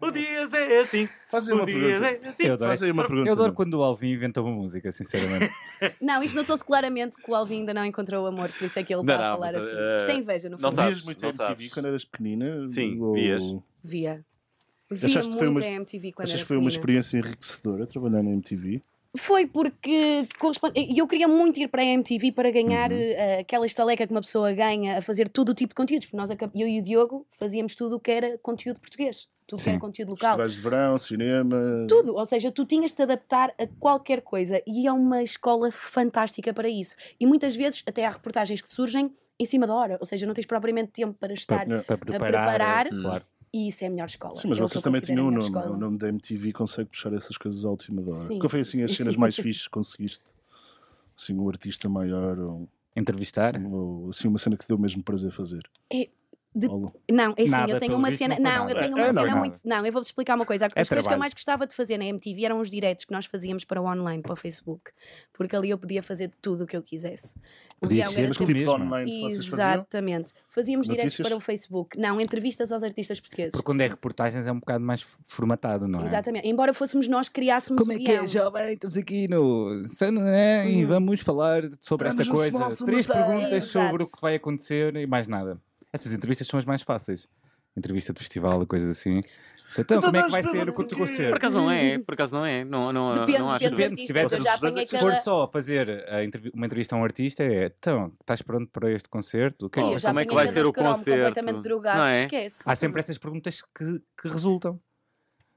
[SPEAKER 1] O Dias é assim.
[SPEAKER 3] Fazem
[SPEAKER 1] O
[SPEAKER 3] uma
[SPEAKER 1] Dias
[SPEAKER 3] pergunta.
[SPEAKER 1] é assim.
[SPEAKER 2] Eu adoro,
[SPEAKER 3] Fazem uma pergunta.
[SPEAKER 2] né? eu adoro quando o Alvin inventa uma música, sinceramente.
[SPEAKER 4] Não, isto notou-se claramente que o Alvin ainda não encontrou o amor, por isso é que ele
[SPEAKER 1] Não,
[SPEAKER 4] está a
[SPEAKER 1] não,
[SPEAKER 4] falar
[SPEAKER 1] mas,
[SPEAKER 4] assim.
[SPEAKER 1] eh,
[SPEAKER 4] Isto é inveja, no
[SPEAKER 1] não
[SPEAKER 4] fundo.
[SPEAKER 1] sabe.
[SPEAKER 3] Vias
[SPEAKER 1] sabes,
[SPEAKER 3] muito
[SPEAKER 1] não
[SPEAKER 3] a MTV
[SPEAKER 1] sabes.
[SPEAKER 3] quando eras pequenina?
[SPEAKER 1] Sim,
[SPEAKER 3] Ou-
[SPEAKER 1] vias.
[SPEAKER 4] Via. Via
[SPEAKER 3] Achaste que
[SPEAKER 4] muito
[SPEAKER 3] foi
[SPEAKER 4] a
[SPEAKER 3] uma-
[SPEAKER 4] MTV quando
[SPEAKER 3] Achas
[SPEAKER 4] era
[SPEAKER 3] que foi uma
[SPEAKER 4] pequenina.
[SPEAKER 3] experiência enriquecedora trabalhar na MTV?
[SPEAKER 4] Foi porque corresponde... e eu queria muito ir para a MTV para ganhar
[SPEAKER 3] Uhum.
[SPEAKER 4] eh, aquela estaleca que uma pessoa ganha a fazer todo o tipo de conteúdos, porque nós, acab- eu e o Diogo, fazíamos tudo o que era conteúdo português, tudo o que
[SPEAKER 2] Sim.
[SPEAKER 4] era conteúdo local.
[SPEAKER 3] Festivais de verão, cinema.
[SPEAKER 4] Tudo, ou seja, tu tinhas de te adaptar a qualquer coisa e é uma escola fantástica para isso. E muitas vezes até há reportagens que surgem em cima da hora, ou seja, não tens propriamente tempo para estar.
[SPEAKER 3] É.
[SPEAKER 2] para
[SPEAKER 4] preparar.
[SPEAKER 2] preparar. eh, claro.
[SPEAKER 4] E isso é a melhor escola.
[SPEAKER 3] Sim, mas
[SPEAKER 4] É o que
[SPEAKER 3] vocês
[SPEAKER 4] eu
[SPEAKER 3] também
[SPEAKER 4] considero
[SPEAKER 3] tinham um
[SPEAKER 4] a melhor
[SPEAKER 3] nome.
[SPEAKER 4] escola.
[SPEAKER 3] não é? O nome da MTV consegue puxar essas coisas à última hora.
[SPEAKER 4] Sim,
[SPEAKER 3] Qual foi assim as
[SPEAKER 4] sim.
[SPEAKER 3] cenas mais fixes que conseguiste? Assim, um artista maior ou,
[SPEAKER 2] Hum. Entrevistar.
[SPEAKER 3] ou, assim, uma cena que deu mesmo prazer fazer.
[SPEAKER 4] É, de-
[SPEAKER 3] Ao longo-
[SPEAKER 4] Não, é assim,
[SPEAKER 2] Nada,
[SPEAKER 4] eu tenho
[SPEAKER 2] pelo
[SPEAKER 4] uma
[SPEAKER 2] visto,
[SPEAKER 4] cena.
[SPEAKER 2] não foi
[SPEAKER 4] Não, eu
[SPEAKER 2] nada.
[SPEAKER 4] tenho
[SPEAKER 3] É,
[SPEAKER 4] uma
[SPEAKER 3] não,
[SPEAKER 4] cena
[SPEAKER 2] nada.
[SPEAKER 4] muito. Não, eu vou-vos explicar uma coisa. As coisas que eu
[SPEAKER 2] trabalho.
[SPEAKER 4] mais gostava de fazer na MTV eram os diretos que nós fazíamos para o online, para o Facebook, porque ali eu podia fazer tudo o que eu quisesse. O
[SPEAKER 2] Podias
[SPEAKER 4] Diogo
[SPEAKER 2] ser
[SPEAKER 4] era
[SPEAKER 2] tu
[SPEAKER 3] Mas que tipo
[SPEAKER 4] sempre-
[SPEAKER 3] de
[SPEAKER 2] mesmo.
[SPEAKER 3] online que vocês faziam?
[SPEAKER 4] Exatamente. Fazíamos diretos
[SPEAKER 3] Notícias?
[SPEAKER 4] para o Facebook. Não, entrevistas aos artistas portugueses.
[SPEAKER 2] Porque quando é reportagens é um bocado mais f- formatado, não é?
[SPEAKER 4] Exatamente. um Embora fôssemos nós que criássemos
[SPEAKER 2] Como
[SPEAKER 4] o
[SPEAKER 2] é que
[SPEAKER 4] guião.
[SPEAKER 2] é, jovem? Estamos aqui no Sanné e
[SPEAKER 4] Uhum.
[SPEAKER 2] vamos falar sobre
[SPEAKER 3] Damos
[SPEAKER 2] esta
[SPEAKER 3] um small
[SPEAKER 2] coisa. Três
[SPEAKER 3] formatado.
[SPEAKER 2] perguntas
[SPEAKER 4] Exato.
[SPEAKER 2] sobre o que vai acontecer e mais nada. Essas entrevistas são as mais fáceis. Entrevista de festival e coisas assim. Então,
[SPEAKER 3] Então
[SPEAKER 2] como é que
[SPEAKER 3] nós
[SPEAKER 2] vai
[SPEAKER 3] estamos
[SPEAKER 2] ser o curto
[SPEAKER 3] aqui.
[SPEAKER 1] Por
[SPEAKER 2] concerto?
[SPEAKER 1] acaso não é, por acaso não é. Não, não,
[SPEAKER 4] Depende,
[SPEAKER 1] não acho.
[SPEAKER 4] depende,
[SPEAKER 2] Depende, se
[SPEAKER 4] de
[SPEAKER 2] tivesse-
[SPEAKER 4] artistas. Eu já apanhei
[SPEAKER 2] Se
[SPEAKER 4] cada...
[SPEAKER 2] for só fazer eh, a intervi- uma entrevista a um artista, é então, estás pronto para este concerto? O que é
[SPEAKER 1] Oh,
[SPEAKER 4] Ih,
[SPEAKER 2] que
[SPEAKER 4] eu
[SPEAKER 1] mas
[SPEAKER 4] já
[SPEAKER 1] como é que
[SPEAKER 4] apanhei
[SPEAKER 1] vai
[SPEAKER 4] cada
[SPEAKER 1] ser o
[SPEAKER 4] cromo
[SPEAKER 1] concerto?
[SPEAKER 4] completamente drogado,
[SPEAKER 1] Não é?
[SPEAKER 4] esquece.
[SPEAKER 2] Há sempre essas perguntas que, que resultam.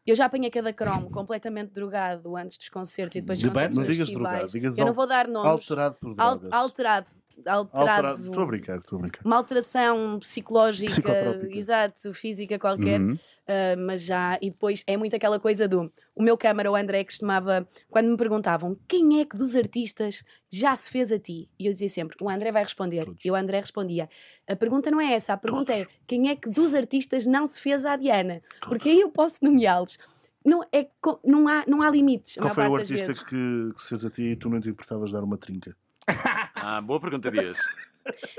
[SPEAKER 4] Eu já apanhei cada cromo completamente drogado antes dos concertos e depois
[SPEAKER 2] De
[SPEAKER 4] dos
[SPEAKER 2] banda?
[SPEAKER 4] concertos
[SPEAKER 3] Não digas
[SPEAKER 4] festivais.
[SPEAKER 3] drogado, digas
[SPEAKER 4] Eu não
[SPEAKER 3] al-
[SPEAKER 4] vou dar nomes.
[SPEAKER 3] Alterado por
[SPEAKER 4] Al-
[SPEAKER 3] drogas.
[SPEAKER 4] alterado. Alterado.
[SPEAKER 3] Alterado. Estou a brincar, estou a brincar.
[SPEAKER 4] Uma alteração psicológica,
[SPEAKER 3] Psicotrópica.
[SPEAKER 4] exato, física qualquer,
[SPEAKER 2] Uhum.
[SPEAKER 4] ah, mas já. E depois é muito aquela coisa do. O meu câmara, o André, costumava. Quando me perguntavam quem é que dos artistas já se fez a ti? E eu dizia sempre: o André vai responder.
[SPEAKER 3] Todos.
[SPEAKER 4] E o André respondia: a pergunta não é essa, a pergunta é quem é que dos artistas não se fez à Diana? Porque aí eu posso nomeá-los. Não, é, co- não, há, não há limites. a
[SPEAKER 3] Qual
[SPEAKER 4] maior
[SPEAKER 3] foi o
[SPEAKER 4] parte das
[SPEAKER 3] artista
[SPEAKER 4] vezes.
[SPEAKER 3] que, que se fez a ti e tu não te importavas dar uma trinca?
[SPEAKER 1] Ah, boa pergunta, Dias.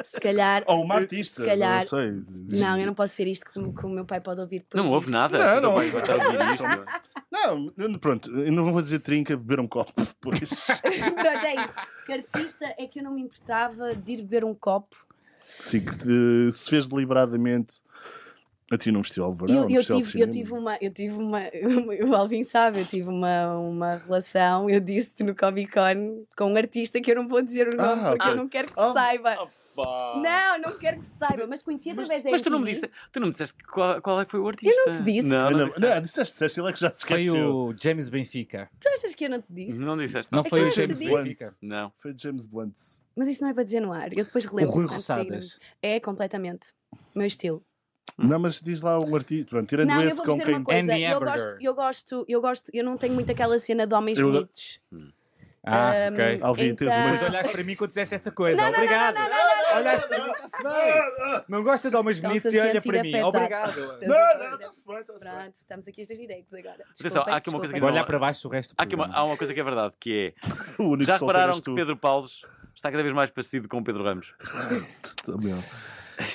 [SPEAKER 4] Se calhar.
[SPEAKER 3] Ou uma artista,
[SPEAKER 4] Se calhar.
[SPEAKER 3] não sei.
[SPEAKER 4] Não, eu não posso ser isto que, o- que o meu pai pode ouvir depois.
[SPEAKER 1] Não houve
[SPEAKER 4] isto.
[SPEAKER 1] nada.
[SPEAKER 3] Não,
[SPEAKER 1] Não,
[SPEAKER 3] não
[SPEAKER 1] não, vai estar a ouvir isto.
[SPEAKER 3] Não, eu- pronto, eu não vou dizer trinca, beber um copo depois.
[SPEAKER 4] Pronto, é isso. Que artista é que eu não me importava de ir beber um copo?
[SPEAKER 3] Sim, que te- se fez eh, deliberadamente Eu estive num festival de
[SPEAKER 4] E
[SPEAKER 3] verão.
[SPEAKER 4] eu,
[SPEAKER 3] num
[SPEAKER 4] eu
[SPEAKER 3] festival de
[SPEAKER 4] tive, eu
[SPEAKER 3] cinema.
[SPEAKER 4] tive um uma, eu tive uma, o Alvin sabe, eu tive uma, uma relação, eu disse-te no Comic Con com um artista que eu não vou dizer o nome
[SPEAKER 3] Ah,
[SPEAKER 4] porque eu
[SPEAKER 3] ok.
[SPEAKER 4] não quero que
[SPEAKER 3] Ah,
[SPEAKER 4] saiba.
[SPEAKER 1] Opa.
[SPEAKER 4] Não, não quero que saiba, mas conheci
[SPEAKER 1] Mas,
[SPEAKER 4] através da
[SPEAKER 1] mas tu, não me
[SPEAKER 4] MTV.
[SPEAKER 1] disseste, tu não me disseste qual, qual é que foi o artista.
[SPEAKER 4] não te disse.
[SPEAKER 1] Não, não,
[SPEAKER 3] Não,
[SPEAKER 1] disseste.
[SPEAKER 3] não, disseste, disseste, ele é que já se
[SPEAKER 2] Foi
[SPEAKER 3] esqueceu.
[SPEAKER 2] o James Benfica.
[SPEAKER 4] Tu achas que eu não te disse?
[SPEAKER 1] Não disseste.
[SPEAKER 2] Não
[SPEAKER 1] Não.
[SPEAKER 2] foi o
[SPEAKER 4] Aqueles É que
[SPEAKER 2] James
[SPEAKER 4] disse.
[SPEAKER 2] Benfica.
[SPEAKER 1] não.
[SPEAKER 3] Foi James Blunt.
[SPEAKER 4] Mas isso não é para dizer no ar, eu depois
[SPEAKER 2] O
[SPEAKER 4] relembro.
[SPEAKER 2] Rui Roçadas.
[SPEAKER 4] É, completamente. Meu estilo.
[SPEAKER 3] Não, mas diz lá o artista. Pronto, tirando
[SPEAKER 4] não, eu
[SPEAKER 3] esse
[SPEAKER 4] vou
[SPEAKER 3] com
[SPEAKER 4] dizer
[SPEAKER 3] quem.
[SPEAKER 4] uma coisa.
[SPEAKER 2] Andy
[SPEAKER 4] Eu
[SPEAKER 2] Amberger.
[SPEAKER 4] gosto, eu gosto, eu gosto, eu não tenho muito aquela cena de homens
[SPEAKER 3] Eu-
[SPEAKER 4] bonitos. então,
[SPEAKER 2] Ah,
[SPEAKER 4] Um,
[SPEAKER 2] ok.
[SPEAKER 3] Alvin, tens uma-
[SPEAKER 2] Mas olhaste para mim quando disseste essa coisa.
[SPEAKER 4] Não, não, não,
[SPEAKER 2] Obrigado.
[SPEAKER 4] não, não, não, não, não.
[SPEAKER 2] Olhaste para mim, está-se bem. Não gosta de homens
[SPEAKER 4] Estão-se
[SPEAKER 2] bonitos
[SPEAKER 4] a
[SPEAKER 2] e olha
[SPEAKER 4] sentir
[SPEAKER 2] para mim.
[SPEAKER 4] afetados.
[SPEAKER 2] Obrigado.
[SPEAKER 4] Estão-se a sentir
[SPEAKER 3] está-se bem, está-se bem.
[SPEAKER 4] Pronto, estamos aqui os dois directs agora.
[SPEAKER 1] Atenção, há aqui uma coisa que
[SPEAKER 2] Vou
[SPEAKER 1] não-
[SPEAKER 2] olhar para baixo o resto do
[SPEAKER 1] Há, aqui uma,
[SPEAKER 2] programa.
[SPEAKER 1] há uma coisa que é verdade, que é...
[SPEAKER 3] O único
[SPEAKER 1] Já
[SPEAKER 3] que solta
[SPEAKER 1] repararam
[SPEAKER 3] eras
[SPEAKER 1] que
[SPEAKER 3] tu.
[SPEAKER 1] Pedro Paulos está cada vez mais parecido com o Pedro Ramos?
[SPEAKER 3] Também. é um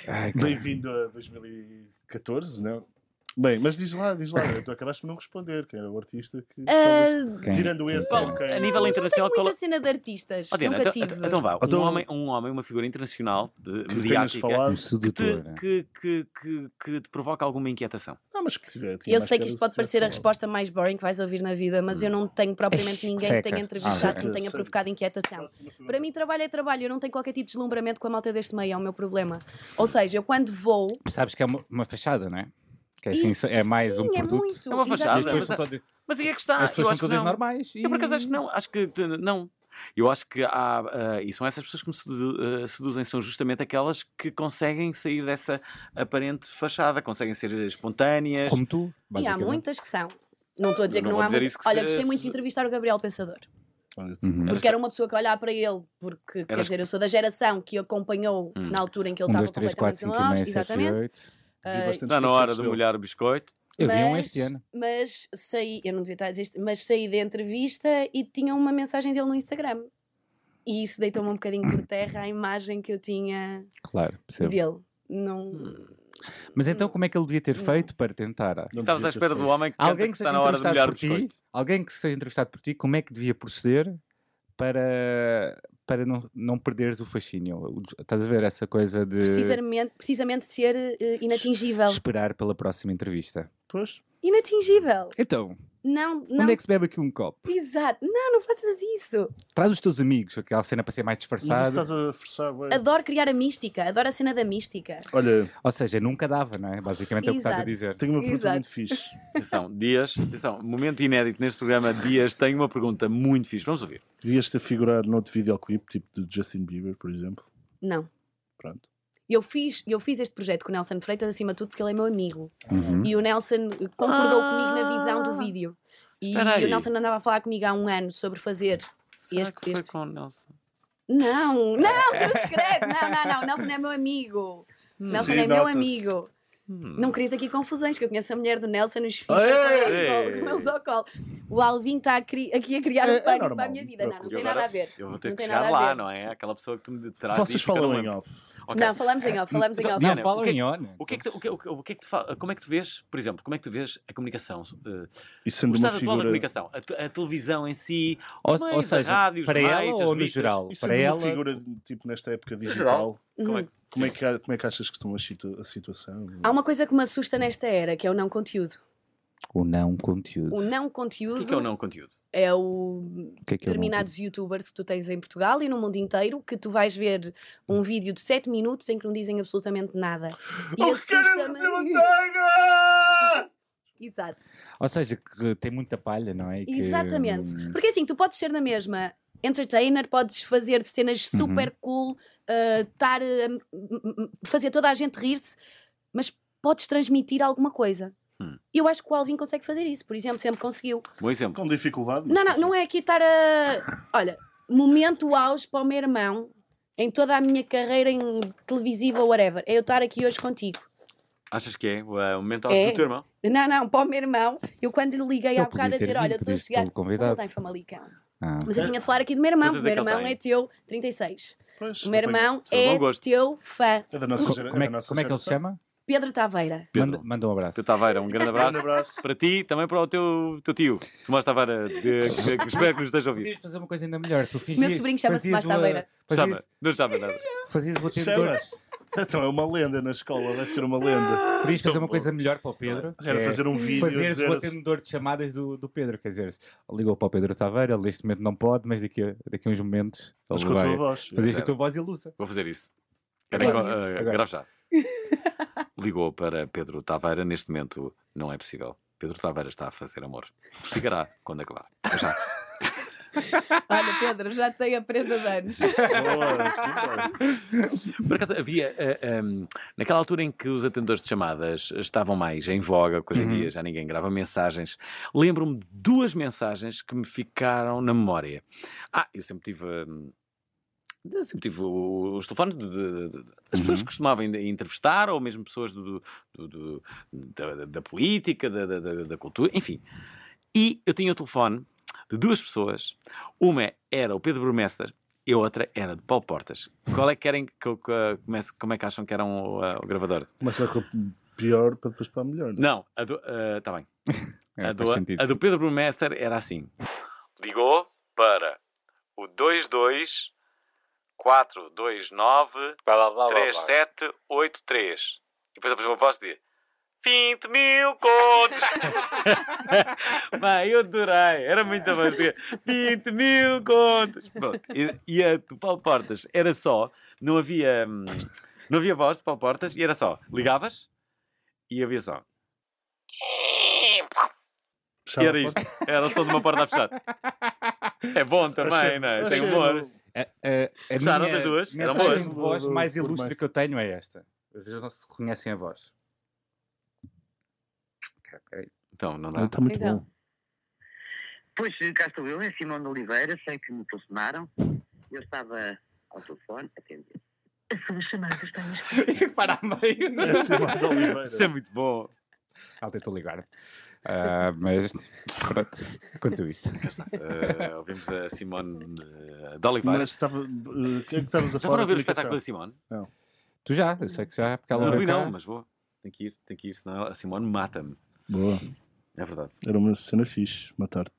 [SPEAKER 2] Ai, cara.
[SPEAKER 3] Bem-vindo a 2014, não? Bem, mas diz lá, diz lá, tu acabaste por não responder, que era o artista que. talvez-
[SPEAKER 4] Ah,
[SPEAKER 2] Quem-
[SPEAKER 3] Tirando esse,
[SPEAKER 2] quem-
[SPEAKER 1] Paulo,
[SPEAKER 3] ok.
[SPEAKER 1] a nível internacional... qual-
[SPEAKER 4] muita cena de artistas.
[SPEAKER 1] Oh, Diana,
[SPEAKER 4] Nunca
[SPEAKER 1] então,
[SPEAKER 4] tive.
[SPEAKER 1] então vá, um
[SPEAKER 3] Então-
[SPEAKER 1] homem, um homem, uma figura internacional, de,
[SPEAKER 3] que tenhas
[SPEAKER 1] mediática,
[SPEAKER 2] Um
[SPEAKER 3] falado.
[SPEAKER 1] que te,
[SPEAKER 2] sedutor. né?
[SPEAKER 1] que, que, que, que te provoca alguma inquietação.
[SPEAKER 3] Não, mas que tiver. tinha
[SPEAKER 4] eu
[SPEAKER 3] mais
[SPEAKER 4] sei que
[SPEAKER 3] cara
[SPEAKER 4] isto
[SPEAKER 3] se
[SPEAKER 4] pode
[SPEAKER 3] tivesse
[SPEAKER 4] parecer a
[SPEAKER 3] falado.
[SPEAKER 4] resposta mais boring que vais ouvir na vida, mas eu não tenho propriamente ninguém que
[SPEAKER 2] seca.
[SPEAKER 4] tenha
[SPEAKER 2] Ah,
[SPEAKER 4] entrevistado que me
[SPEAKER 3] ok.
[SPEAKER 4] tenha
[SPEAKER 3] Seca.
[SPEAKER 4] provocado inquietação. Para mim, trabalho é trabalho. Eu não tenho qualquer tipo de deslumbramento com a malta deste meio, é o meu problema. Ou seja, eu quando vou.
[SPEAKER 2] Sabes que é uma, uma fachada, não é? Que é, assim, só- é mais
[SPEAKER 4] Sim,
[SPEAKER 2] um
[SPEAKER 4] é
[SPEAKER 2] produto.
[SPEAKER 4] muito.
[SPEAKER 1] É uma
[SPEAKER 2] E
[SPEAKER 1] fachada,
[SPEAKER 2] As
[SPEAKER 4] exatamente.
[SPEAKER 2] pessoas
[SPEAKER 1] mas
[SPEAKER 2] são
[SPEAKER 1] há-
[SPEAKER 2] todas,
[SPEAKER 1] Mas aí é que está,
[SPEAKER 2] as pessoas
[SPEAKER 1] eu
[SPEAKER 2] são
[SPEAKER 1] acho que
[SPEAKER 2] todas
[SPEAKER 1] não.
[SPEAKER 2] normais. E...
[SPEAKER 1] Eu por acaso acho que não, acho que eh, não. Eu acho que há. ah, e são essas pessoas que me sedu- eh, seduzem, são justamente aquelas que conseguem sair dessa aparente fachada, conseguem ser espontâneas.
[SPEAKER 2] Como tu,
[SPEAKER 4] E há
[SPEAKER 2] basicamente.
[SPEAKER 4] muitas que são. Não estou a dizer
[SPEAKER 1] Eu não
[SPEAKER 4] que não
[SPEAKER 1] vou
[SPEAKER 4] há
[SPEAKER 1] dizer
[SPEAKER 4] muitas.
[SPEAKER 1] isso que
[SPEAKER 4] Olha,
[SPEAKER 1] se-
[SPEAKER 4] gostei muito de
[SPEAKER 1] se-
[SPEAKER 4] entrevistar o Gabriel Pensador.
[SPEAKER 2] Uhum.
[SPEAKER 4] Porque era uma pessoa que olhava para ele, porque, quer
[SPEAKER 1] Eras-
[SPEAKER 4] dizer, eu sou da geração que acompanhou
[SPEAKER 1] Hum.
[SPEAKER 4] na altura em que ele
[SPEAKER 2] Um,
[SPEAKER 4] estava
[SPEAKER 2] dois, três, quatro, cinco, e meia,
[SPEAKER 4] completamente
[SPEAKER 2] sete, e
[SPEAKER 4] exatamente.
[SPEAKER 2] oito.
[SPEAKER 4] Ah,
[SPEAKER 1] Está na hora de molhar o biscoito.
[SPEAKER 2] Eu vi um este ano.
[SPEAKER 4] Mas saí, eu não devia estar a dizer isto, mas saí da entrevista e tinha uma mensagem dele no Instagram. E isso deitou-me um bocadinho por terra a imagem que eu tinha
[SPEAKER 2] Claro, percebo.
[SPEAKER 4] dele. Não,
[SPEAKER 2] Mas então como é que ele devia ter
[SPEAKER 4] Não.
[SPEAKER 2] feito para tentar?
[SPEAKER 1] Estavas à espera do homem que, canta
[SPEAKER 2] Alguém que
[SPEAKER 1] que
[SPEAKER 2] seja
[SPEAKER 1] está na hora de molhar
[SPEAKER 2] entrevistado
[SPEAKER 1] o
[SPEAKER 2] por ti,
[SPEAKER 1] biscoito.
[SPEAKER 2] alguém que seja entrevistado por ti, como é que devia proceder para, para não, não perderes o fascínio? O- Estás a ver essa coisa de
[SPEAKER 4] precisamente, precisamente ser eh, inatingível.
[SPEAKER 2] esperar pela próxima entrevista?
[SPEAKER 3] Pois,
[SPEAKER 4] Inatingível!
[SPEAKER 2] Então,
[SPEAKER 4] Não, não.
[SPEAKER 2] onde é que se bebe aqui um copo?
[SPEAKER 4] Exato, não, não faças isso.
[SPEAKER 2] Traz os teus amigos, aquela cena para ser mais
[SPEAKER 3] mas
[SPEAKER 2] disfarçado.
[SPEAKER 3] isso estás a forçar, bem.
[SPEAKER 4] Adoro criar a mística, adoro a cena da mística.
[SPEAKER 3] Olha,
[SPEAKER 2] Ou seja, nunca dava, não é? Basicamente é o que estás a
[SPEAKER 4] Exato.
[SPEAKER 2] dizer.
[SPEAKER 3] tenho uma pergunta
[SPEAKER 4] Exato.
[SPEAKER 3] muito fixe.
[SPEAKER 1] Atenção, Dias, atenção, momento inédito neste programa. Dias tem uma pergunta muito fixe. Vamos ouvir.
[SPEAKER 3] Devias ter figurar noutro videoclipe, tipo do Justin Bieber, por exemplo.
[SPEAKER 4] Não.
[SPEAKER 3] Pronto.
[SPEAKER 4] Eu fiz, eu fiz este projeto com o Nelson Freitas, acima de tudo, porque ele é meu amigo.
[SPEAKER 3] Hum.
[SPEAKER 2] Uhum.
[SPEAKER 4] E o Nelson concordou comigo na visão
[SPEAKER 1] Ah.
[SPEAKER 4] do vídeo. E
[SPEAKER 1] Espera aí.
[SPEAKER 4] o Nelson andava a falar comigo há um ano sobre fazer.
[SPEAKER 1] Será
[SPEAKER 4] Este-
[SPEAKER 1] que foi
[SPEAKER 4] este-
[SPEAKER 1] com o Nelson?
[SPEAKER 4] Não, não, que não escreve. Não, não, não. o Nelson é meu amigo. O Nelson é meu
[SPEAKER 3] Nota-se.
[SPEAKER 4] amigo.
[SPEAKER 1] Hum.
[SPEAKER 4] Não queres aqui confusões, que eu conheço a mulher do Nelson, os filhos,
[SPEAKER 3] Ei!
[SPEAKER 4] com- com eles ao colo. O Alvin está a cri- aqui a criar
[SPEAKER 3] É-
[SPEAKER 4] um
[SPEAKER 3] é
[SPEAKER 4] pânico
[SPEAKER 3] normal,
[SPEAKER 4] para a minha vida. Não, não
[SPEAKER 3] não
[SPEAKER 1] te
[SPEAKER 4] tem nada a ver.
[SPEAKER 1] Eu vou ter
[SPEAKER 4] Não
[SPEAKER 1] que
[SPEAKER 4] tem
[SPEAKER 1] chegar
[SPEAKER 4] nada a
[SPEAKER 1] lá,
[SPEAKER 4] ver.
[SPEAKER 1] não é? Aquela pessoa que tu me traz
[SPEAKER 3] Vocês
[SPEAKER 1] disto, que eu não
[SPEAKER 3] falam em
[SPEAKER 1] lembro.
[SPEAKER 3] off.
[SPEAKER 1] Ok.
[SPEAKER 4] Não, falamos
[SPEAKER 3] É,
[SPEAKER 4] em off, falamos em
[SPEAKER 1] Então,
[SPEAKER 4] off.
[SPEAKER 1] Diana,
[SPEAKER 2] Não,
[SPEAKER 1] o
[SPEAKER 2] fala
[SPEAKER 1] que é-
[SPEAKER 2] em ONU.
[SPEAKER 1] O que é que tu, o que, o que- o que é que te fala, como é que tu vês, por exemplo, como é que tu vês a comunicação? eh,
[SPEAKER 3] E
[SPEAKER 1] o
[SPEAKER 3] sendo
[SPEAKER 1] estado
[SPEAKER 3] uma
[SPEAKER 1] atual da
[SPEAKER 3] figura.
[SPEAKER 1] comunicação, a, te- a televisão em si,
[SPEAKER 2] Ou,
[SPEAKER 1] os meios,
[SPEAKER 2] ou seja,
[SPEAKER 1] a rádio, os
[SPEAKER 2] para
[SPEAKER 1] jornais,
[SPEAKER 2] ela
[SPEAKER 1] as é
[SPEAKER 2] ou no
[SPEAKER 1] revistas.
[SPEAKER 2] geral?
[SPEAKER 3] E
[SPEAKER 2] Para
[SPEAKER 3] sendo
[SPEAKER 2] ela,
[SPEAKER 3] uma figura, tipo, nesta época
[SPEAKER 1] geral.
[SPEAKER 3] digital,
[SPEAKER 4] Uhum.
[SPEAKER 1] Como é que-
[SPEAKER 3] como é, que, como é que achas que estão a, situ- a situação?
[SPEAKER 4] Há um- uma coisa que me assusta nesta era, que é o não conteúdo.
[SPEAKER 2] o não
[SPEAKER 4] O
[SPEAKER 2] conteúdo.
[SPEAKER 4] não
[SPEAKER 1] o
[SPEAKER 4] conteúdo
[SPEAKER 1] que é que é o não conteúdo?
[SPEAKER 4] é o
[SPEAKER 2] O que é que é o não
[SPEAKER 4] determinados youtubers que tu tens em Portugal e no mundo inteiro que tu vais ver um vídeo de 7 minutos em que não dizem absolutamente nada. E
[SPEAKER 1] Oh,
[SPEAKER 4] assusta-me. Exato.
[SPEAKER 2] conteúdo? Ou seja, que tem muita palha, não é? E que,
[SPEAKER 4] Exatamente.
[SPEAKER 2] hum,
[SPEAKER 4] Porque assim, tu podes ser na mesma entertainer, podes fazer cenas
[SPEAKER 2] Uhum.
[SPEAKER 4] super cool, ah, estar a m- m- fazer toda a gente rir-se, mas podes transmitir alguma coisa.
[SPEAKER 1] Hum.
[SPEAKER 4] Eu acho que o Alvin consegue fazer isso, por exemplo, sempre conseguiu.
[SPEAKER 1] Bom exemplo.
[SPEAKER 3] Com dificuldade? mas
[SPEAKER 4] Não, não,
[SPEAKER 3] assim,
[SPEAKER 4] não é aqui estar a. Olha, momento auge para o meu irmão em toda a minha carreira em televisiva ou whatever. É eu estar aqui hoje contigo.
[SPEAKER 1] Achas que é o eh, o momento auge
[SPEAKER 4] É.
[SPEAKER 1] do teu irmão?
[SPEAKER 4] Não, não, para o meu irmão, eu quando lhe liguei há
[SPEAKER 2] Ele
[SPEAKER 4] bocado
[SPEAKER 2] podia ter
[SPEAKER 4] a dizer:
[SPEAKER 2] vindo,
[SPEAKER 4] Olha, eu estou a
[SPEAKER 2] podias
[SPEAKER 4] chegar.
[SPEAKER 2] tê-lo
[SPEAKER 4] Mas ele
[SPEAKER 2] convidado.
[SPEAKER 4] está em Famalicão.
[SPEAKER 2] Ah,
[SPEAKER 4] Mas eu tinha de falar aqui do meu irmão.
[SPEAKER 1] Quantas
[SPEAKER 4] O
[SPEAKER 1] é
[SPEAKER 4] meu
[SPEAKER 1] que ele
[SPEAKER 4] irmão
[SPEAKER 1] tem?
[SPEAKER 4] é teu, 36.
[SPEAKER 3] pois,
[SPEAKER 4] O é- meu
[SPEAKER 3] não
[SPEAKER 4] irmão
[SPEAKER 1] Sou de um bom
[SPEAKER 4] é
[SPEAKER 1] gosto.
[SPEAKER 4] teu fã.
[SPEAKER 3] tenho- É da nossa
[SPEAKER 2] Co-
[SPEAKER 3] gera-
[SPEAKER 2] como, é,
[SPEAKER 3] da nossa
[SPEAKER 2] como é que ele se
[SPEAKER 3] geração.
[SPEAKER 2] chama?
[SPEAKER 4] Pedro Taveira.
[SPEAKER 2] Manda,
[SPEAKER 1] Pedro.
[SPEAKER 2] manda um abraço.
[SPEAKER 1] Pedro Taveira, um grande abraço.
[SPEAKER 3] Um abraço.
[SPEAKER 1] Para ti, também para o teu, teu tio, Tomás Taveira, de, que- que espero que nos esteja a ouvir.
[SPEAKER 2] Podias fazer uma coisa ainda melhor. Tu fingias,
[SPEAKER 4] sobrinho chama-se
[SPEAKER 2] fazias
[SPEAKER 4] Tomás
[SPEAKER 2] uma-
[SPEAKER 4] Taveira.
[SPEAKER 2] fazias-
[SPEAKER 1] Chama, não chama nada.
[SPEAKER 2] Fazias o atendedor.
[SPEAKER 3] Chamas? Então é uma lenda na escola, vai ser uma lenda.
[SPEAKER 2] Podias fazer
[SPEAKER 3] Então,
[SPEAKER 2] uma
[SPEAKER 3] bom.
[SPEAKER 2] coisa melhor para o Pedro. que
[SPEAKER 3] Era
[SPEAKER 2] é
[SPEAKER 3] fazer um vídeo.
[SPEAKER 2] Fazeres
[SPEAKER 3] dizer
[SPEAKER 2] o atendedor de chamadas do, do Pedro. Quer dizer, ligou para o Pedro Taveira, ele neste momento não pode, mas daqui a, daqui a uns momentos
[SPEAKER 3] Mas
[SPEAKER 2] ele
[SPEAKER 3] com a tua
[SPEAKER 2] vai
[SPEAKER 3] voz.
[SPEAKER 2] fazer
[SPEAKER 3] Exato.
[SPEAKER 2] que a tua voz ilusa.
[SPEAKER 1] Vou fazer isso. Querem
[SPEAKER 4] Agora
[SPEAKER 1] co-
[SPEAKER 4] isso.
[SPEAKER 1] ah,
[SPEAKER 2] Agora.
[SPEAKER 1] grave já. Ligou para Pedro Taveira, neste momento não é possível. Pedro Taveira está a fazer amor. Ficará quando acabar. Até Já.
[SPEAKER 4] Olha, Pedro, já tenho a prenda de anos.
[SPEAKER 3] Boa, muito bem.
[SPEAKER 1] Por acaso, havia. ah, ahm, naquela altura em que os atendedores de chamadas estavam mais em voga, que hoje em
[SPEAKER 2] Uhum.
[SPEAKER 1] dia já ninguém grava mensagens, lembro-me de duas mensagens que me ficaram na memória. Ah, eu sempre tive. ahm, eu sempre tive o- os telefones de, de- de- de- as pessoas que costumavam in- entrevistar, ou mesmo pessoas do, do- do- da, da- da política, da, da- da- da cultura, enfim. E eu tinha o telefone de duas pessoas. Uma era o Pedro Burmester e a outra era de Paulo Portas. Qual é que querem que eu que- comece? Como é que acham que era um, uh, o gravador?
[SPEAKER 3] Começa com a pior para depois para a melhor.
[SPEAKER 1] Não, a do. Está bem.
[SPEAKER 2] É,
[SPEAKER 1] a,
[SPEAKER 2] faz
[SPEAKER 1] do,
[SPEAKER 2] sentido.
[SPEAKER 1] a do Pedro Brumester era assim: ligou para o 22 429
[SPEAKER 6] Blá, blá, blá, blá, blá.
[SPEAKER 1] 3783. E depois a pessoa voz dizia: 20 mil contos! Bem, eu adorei, era muito bom. dizia, 20 mil contos! Pronto, e, e a do Paulo Portas era só, não havia, hum, não havia voz de Paulo Portas, e era só, ligavas e havia só.
[SPEAKER 3] Chá,
[SPEAKER 1] era isto, era só de uma porta a fechar. É bom também, não é? Tem
[SPEAKER 3] Achei-
[SPEAKER 1] humor.
[SPEAKER 2] A, a, a
[SPEAKER 1] Gostaram
[SPEAKER 2] minha
[SPEAKER 1] das duas? Eram
[SPEAKER 2] mensagem
[SPEAKER 3] boas?
[SPEAKER 2] de voz
[SPEAKER 3] Do- do-
[SPEAKER 2] mais
[SPEAKER 3] do
[SPEAKER 2] ilustre
[SPEAKER 3] Burmester.
[SPEAKER 2] que eu tenho é esta. Às vezes não se reconhecem a voz. Cara, peraí.
[SPEAKER 1] Então, não
[SPEAKER 3] Ah,
[SPEAKER 1] dá.
[SPEAKER 3] Está muito
[SPEAKER 4] Então.
[SPEAKER 3] bom.
[SPEAKER 7] Pois, cá estou eu, é Simone Oliveira, sei que me telefonaram. Eu estava ao telefone, atendi. A sua chamada está em espera.
[SPEAKER 2] Para a meio.
[SPEAKER 3] É Simão de Oliveira.
[SPEAKER 1] Isso é muito bom.
[SPEAKER 2] Ela tentou ligar. Ah, mas pronto, aconteceu isto.
[SPEAKER 1] Eh, ouvimos a Simone eh, de Oliveira.
[SPEAKER 3] Mas estava. eh, O que é que estavas a
[SPEAKER 1] Já
[SPEAKER 3] falar?
[SPEAKER 1] foram
[SPEAKER 3] da
[SPEAKER 1] ver o espetáculo
[SPEAKER 3] comunicação?
[SPEAKER 1] da Simone?
[SPEAKER 2] Tu já, eu sei que já, porque ela
[SPEAKER 1] Não
[SPEAKER 2] veio
[SPEAKER 1] fui,
[SPEAKER 2] cá.
[SPEAKER 1] não, mas vou. Tem que ir, tem que ir, senão a Simone mata-me.
[SPEAKER 3] Boa.
[SPEAKER 1] É verdade.
[SPEAKER 3] Era uma cena fixe, matar-te.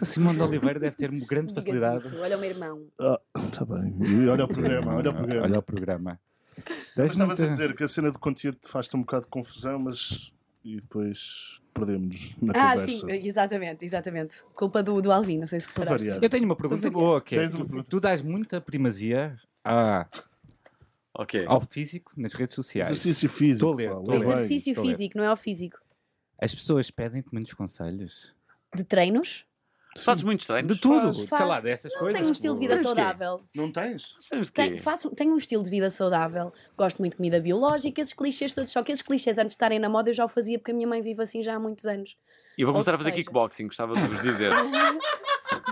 [SPEAKER 2] A Simone de Oliveira deve ter uma grande
[SPEAKER 4] Diga-se assim.
[SPEAKER 2] facilidade.
[SPEAKER 4] isso, Olha o meu irmão.
[SPEAKER 3] Ah, está bem. E Olha o programa, olha o programa.
[SPEAKER 2] Olha o programa.
[SPEAKER 3] Mas
[SPEAKER 2] Deixa-me
[SPEAKER 3] estavas a
[SPEAKER 2] te-
[SPEAKER 3] dizer que a cena do conteúdo faz-te um bocado de confusão, mas. E depois perdemos na
[SPEAKER 4] Ah,
[SPEAKER 3] conversa.
[SPEAKER 4] sim, exatamente, exatamente. Culpa do, do Alvin, não sei se
[SPEAKER 3] Para
[SPEAKER 4] reparaste.
[SPEAKER 3] variar.
[SPEAKER 2] Eu tenho uma pergunta boa, que é,
[SPEAKER 3] Tens uma
[SPEAKER 2] tu,
[SPEAKER 3] pergunta?
[SPEAKER 2] tu dás muita primazia à-
[SPEAKER 1] Ok.
[SPEAKER 2] ao físico nas redes sociais.
[SPEAKER 3] Exercício físico.
[SPEAKER 2] Estou a ler,
[SPEAKER 3] pá,
[SPEAKER 2] estou
[SPEAKER 4] O
[SPEAKER 2] a
[SPEAKER 3] lê
[SPEAKER 2] ler.
[SPEAKER 3] bem.
[SPEAKER 4] exercício
[SPEAKER 2] estou a ler.
[SPEAKER 4] físico, não é o físico.
[SPEAKER 2] As pessoas pedem-te muitos conselhos.
[SPEAKER 4] De treinos?
[SPEAKER 1] Fazes muitos treinos?
[SPEAKER 2] De tudo,
[SPEAKER 4] Faço,
[SPEAKER 2] sei lá,
[SPEAKER 4] faço.
[SPEAKER 2] dessas
[SPEAKER 4] Não
[SPEAKER 2] coisas.
[SPEAKER 4] tenho um estilo de vida
[SPEAKER 1] Tens é. quê?
[SPEAKER 4] saudável.
[SPEAKER 3] Não tens?
[SPEAKER 1] Sabes o quê?
[SPEAKER 4] Tenho, faço, tenho um estilo de vida saudável. Gosto muito de comida biológica, esses clichês todos. Só que esses clichês, antes de estarem na moda, eu já o fazia porque a minha mãe vive assim já há muitos anos.
[SPEAKER 1] Eu vou
[SPEAKER 4] Ou
[SPEAKER 1] começar a fazer
[SPEAKER 4] seja-
[SPEAKER 1] kickboxing, gostava de vos dizer.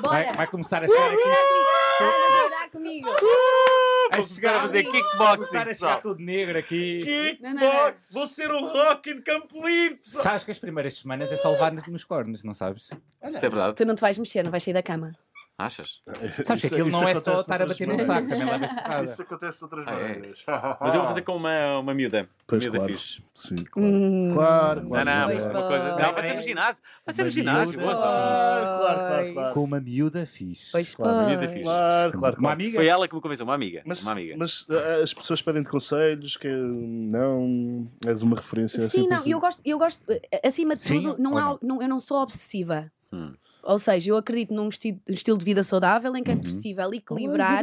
[SPEAKER 2] Vai,
[SPEAKER 4] Bora!
[SPEAKER 2] vai começar a chegar aqui.
[SPEAKER 4] Ana, vai lá comigo!
[SPEAKER 1] Vou começar a fazer kickboxing,
[SPEAKER 2] Começar a chegar
[SPEAKER 1] pessoal.
[SPEAKER 2] todo negro aqui.
[SPEAKER 4] Não, não, não.
[SPEAKER 1] Kickbox! Vou ser o Rocky de Campo Limpo! pessoal.
[SPEAKER 2] Sabes que as primeiras semanas é só levar nos cornos, não sabes?
[SPEAKER 1] Isso é verdade.
[SPEAKER 4] Tu não te vais mexer, não vais sair da cama.
[SPEAKER 1] Achas?
[SPEAKER 2] Sabes que
[SPEAKER 3] Isso-
[SPEAKER 2] aquilo
[SPEAKER 3] isso
[SPEAKER 2] não é
[SPEAKER 3] acontece
[SPEAKER 2] só estar a bater num
[SPEAKER 3] noutras
[SPEAKER 2] saco,
[SPEAKER 3] maneiras.
[SPEAKER 2] também levas porrada.
[SPEAKER 3] Isso acontece de outras
[SPEAKER 1] Ah, é?
[SPEAKER 3] maneiras.
[SPEAKER 1] Mas eu vou fazer com uma, uma miúda. Uma
[SPEAKER 3] Pois,
[SPEAKER 1] miúda
[SPEAKER 3] claro.
[SPEAKER 1] fixe.
[SPEAKER 3] Sim, claro.
[SPEAKER 4] Hum.
[SPEAKER 3] Claro,
[SPEAKER 1] Não,
[SPEAKER 3] claro.
[SPEAKER 1] não,
[SPEAKER 4] Pois
[SPEAKER 1] mas é uma coisa. Não, vai ser no
[SPEAKER 4] pois.
[SPEAKER 1] ginásio. Vai ser no
[SPEAKER 3] Mas
[SPEAKER 1] ginásio.
[SPEAKER 3] miúda-
[SPEAKER 1] ouça.
[SPEAKER 3] Ah, claro, claro, claro.
[SPEAKER 2] Com uma miúda fixe.
[SPEAKER 4] Pois,
[SPEAKER 3] Claro, é
[SPEAKER 1] miúda
[SPEAKER 4] pois.
[SPEAKER 1] fixe.
[SPEAKER 3] Claro, claro.
[SPEAKER 2] Uma
[SPEAKER 3] claro.
[SPEAKER 2] amiga?
[SPEAKER 1] Foi ela que me convenceu, uma amiga.
[SPEAKER 3] Mas,
[SPEAKER 1] uma amiga.
[SPEAKER 3] mas ah, as pessoas pedem-te conselhos que hum, não és uma referência
[SPEAKER 4] Sim,
[SPEAKER 3] assim,
[SPEAKER 4] não,
[SPEAKER 3] assim.
[SPEAKER 4] eu gosto, eu gosto, eh, acima de
[SPEAKER 2] Sim
[SPEAKER 4] tudo, não
[SPEAKER 2] ou
[SPEAKER 4] há,
[SPEAKER 2] não?
[SPEAKER 4] não- eu não sou obsessiva.
[SPEAKER 1] Hum.
[SPEAKER 4] Ou seja, eu acredito num esti- estilo de vida saudável em que é
[SPEAKER 3] Uhum.
[SPEAKER 4] possível equilibrar.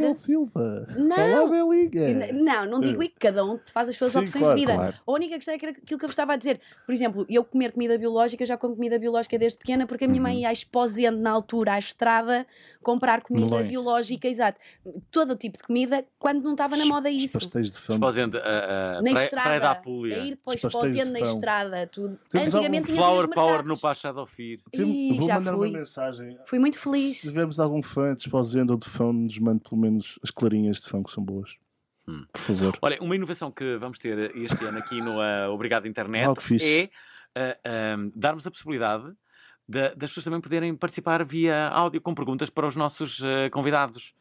[SPEAKER 3] Olá, Isabel Silva. Olá,
[SPEAKER 4] Não, n-
[SPEAKER 3] Belinha.
[SPEAKER 4] não, não digo
[SPEAKER 3] Eh.
[SPEAKER 4] isso, cada um faz as suas
[SPEAKER 3] Sim,
[SPEAKER 4] opções
[SPEAKER 3] claro,
[SPEAKER 4] de vida.
[SPEAKER 2] claro.
[SPEAKER 4] A única questão é que era aquilo que eu vos estava a dizer. Por exemplo, eu comer comida biológica, eu já como comida biológica desde pequena, porque a minha
[SPEAKER 2] Uhum.
[SPEAKER 4] mãe ia à Exposende na altura, à estrada, comprar comida
[SPEAKER 2] Melões.
[SPEAKER 4] biológica, exato. Todo o tipo de comida, quando não estava na moda
[SPEAKER 3] Os
[SPEAKER 4] isso.
[SPEAKER 3] pastéis de fama.
[SPEAKER 1] Exposente a, a
[SPEAKER 4] Na
[SPEAKER 1] praia,
[SPEAKER 4] estrada,
[SPEAKER 1] praia da
[SPEAKER 4] a
[SPEAKER 1] Apulia.
[SPEAKER 4] ir para
[SPEAKER 3] Os pastéis
[SPEAKER 4] Exposende na
[SPEAKER 3] de fão.
[SPEAKER 4] estrada, tudo.
[SPEAKER 3] Temos
[SPEAKER 4] Antigamente
[SPEAKER 3] algum
[SPEAKER 4] tinha
[SPEAKER 1] Flower Power no Pachá do Fir.
[SPEAKER 4] Ih,
[SPEAKER 3] Vou
[SPEAKER 4] já
[SPEAKER 3] mandar
[SPEAKER 4] fui.
[SPEAKER 3] uma mensagem.
[SPEAKER 4] Fui muito feliz.
[SPEAKER 3] Se tivermos algum fã de Esposenda ou de fã, nos mande pelo menos as clarinhas de fã que são boas.
[SPEAKER 1] Hum.
[SPEAKER 3] Por favor.
[SPEAKER 1] Olha, uma inovação que vamos ter este ano aqui no ah, Obrigado Internet
[SPEAKER 3] Ah, que fixe.
[SPEAKER 1] é ah, ah, darmos a possibilidade da- das pessoas também poderem participar via áudio com perguntas para os nossos ah, convidados.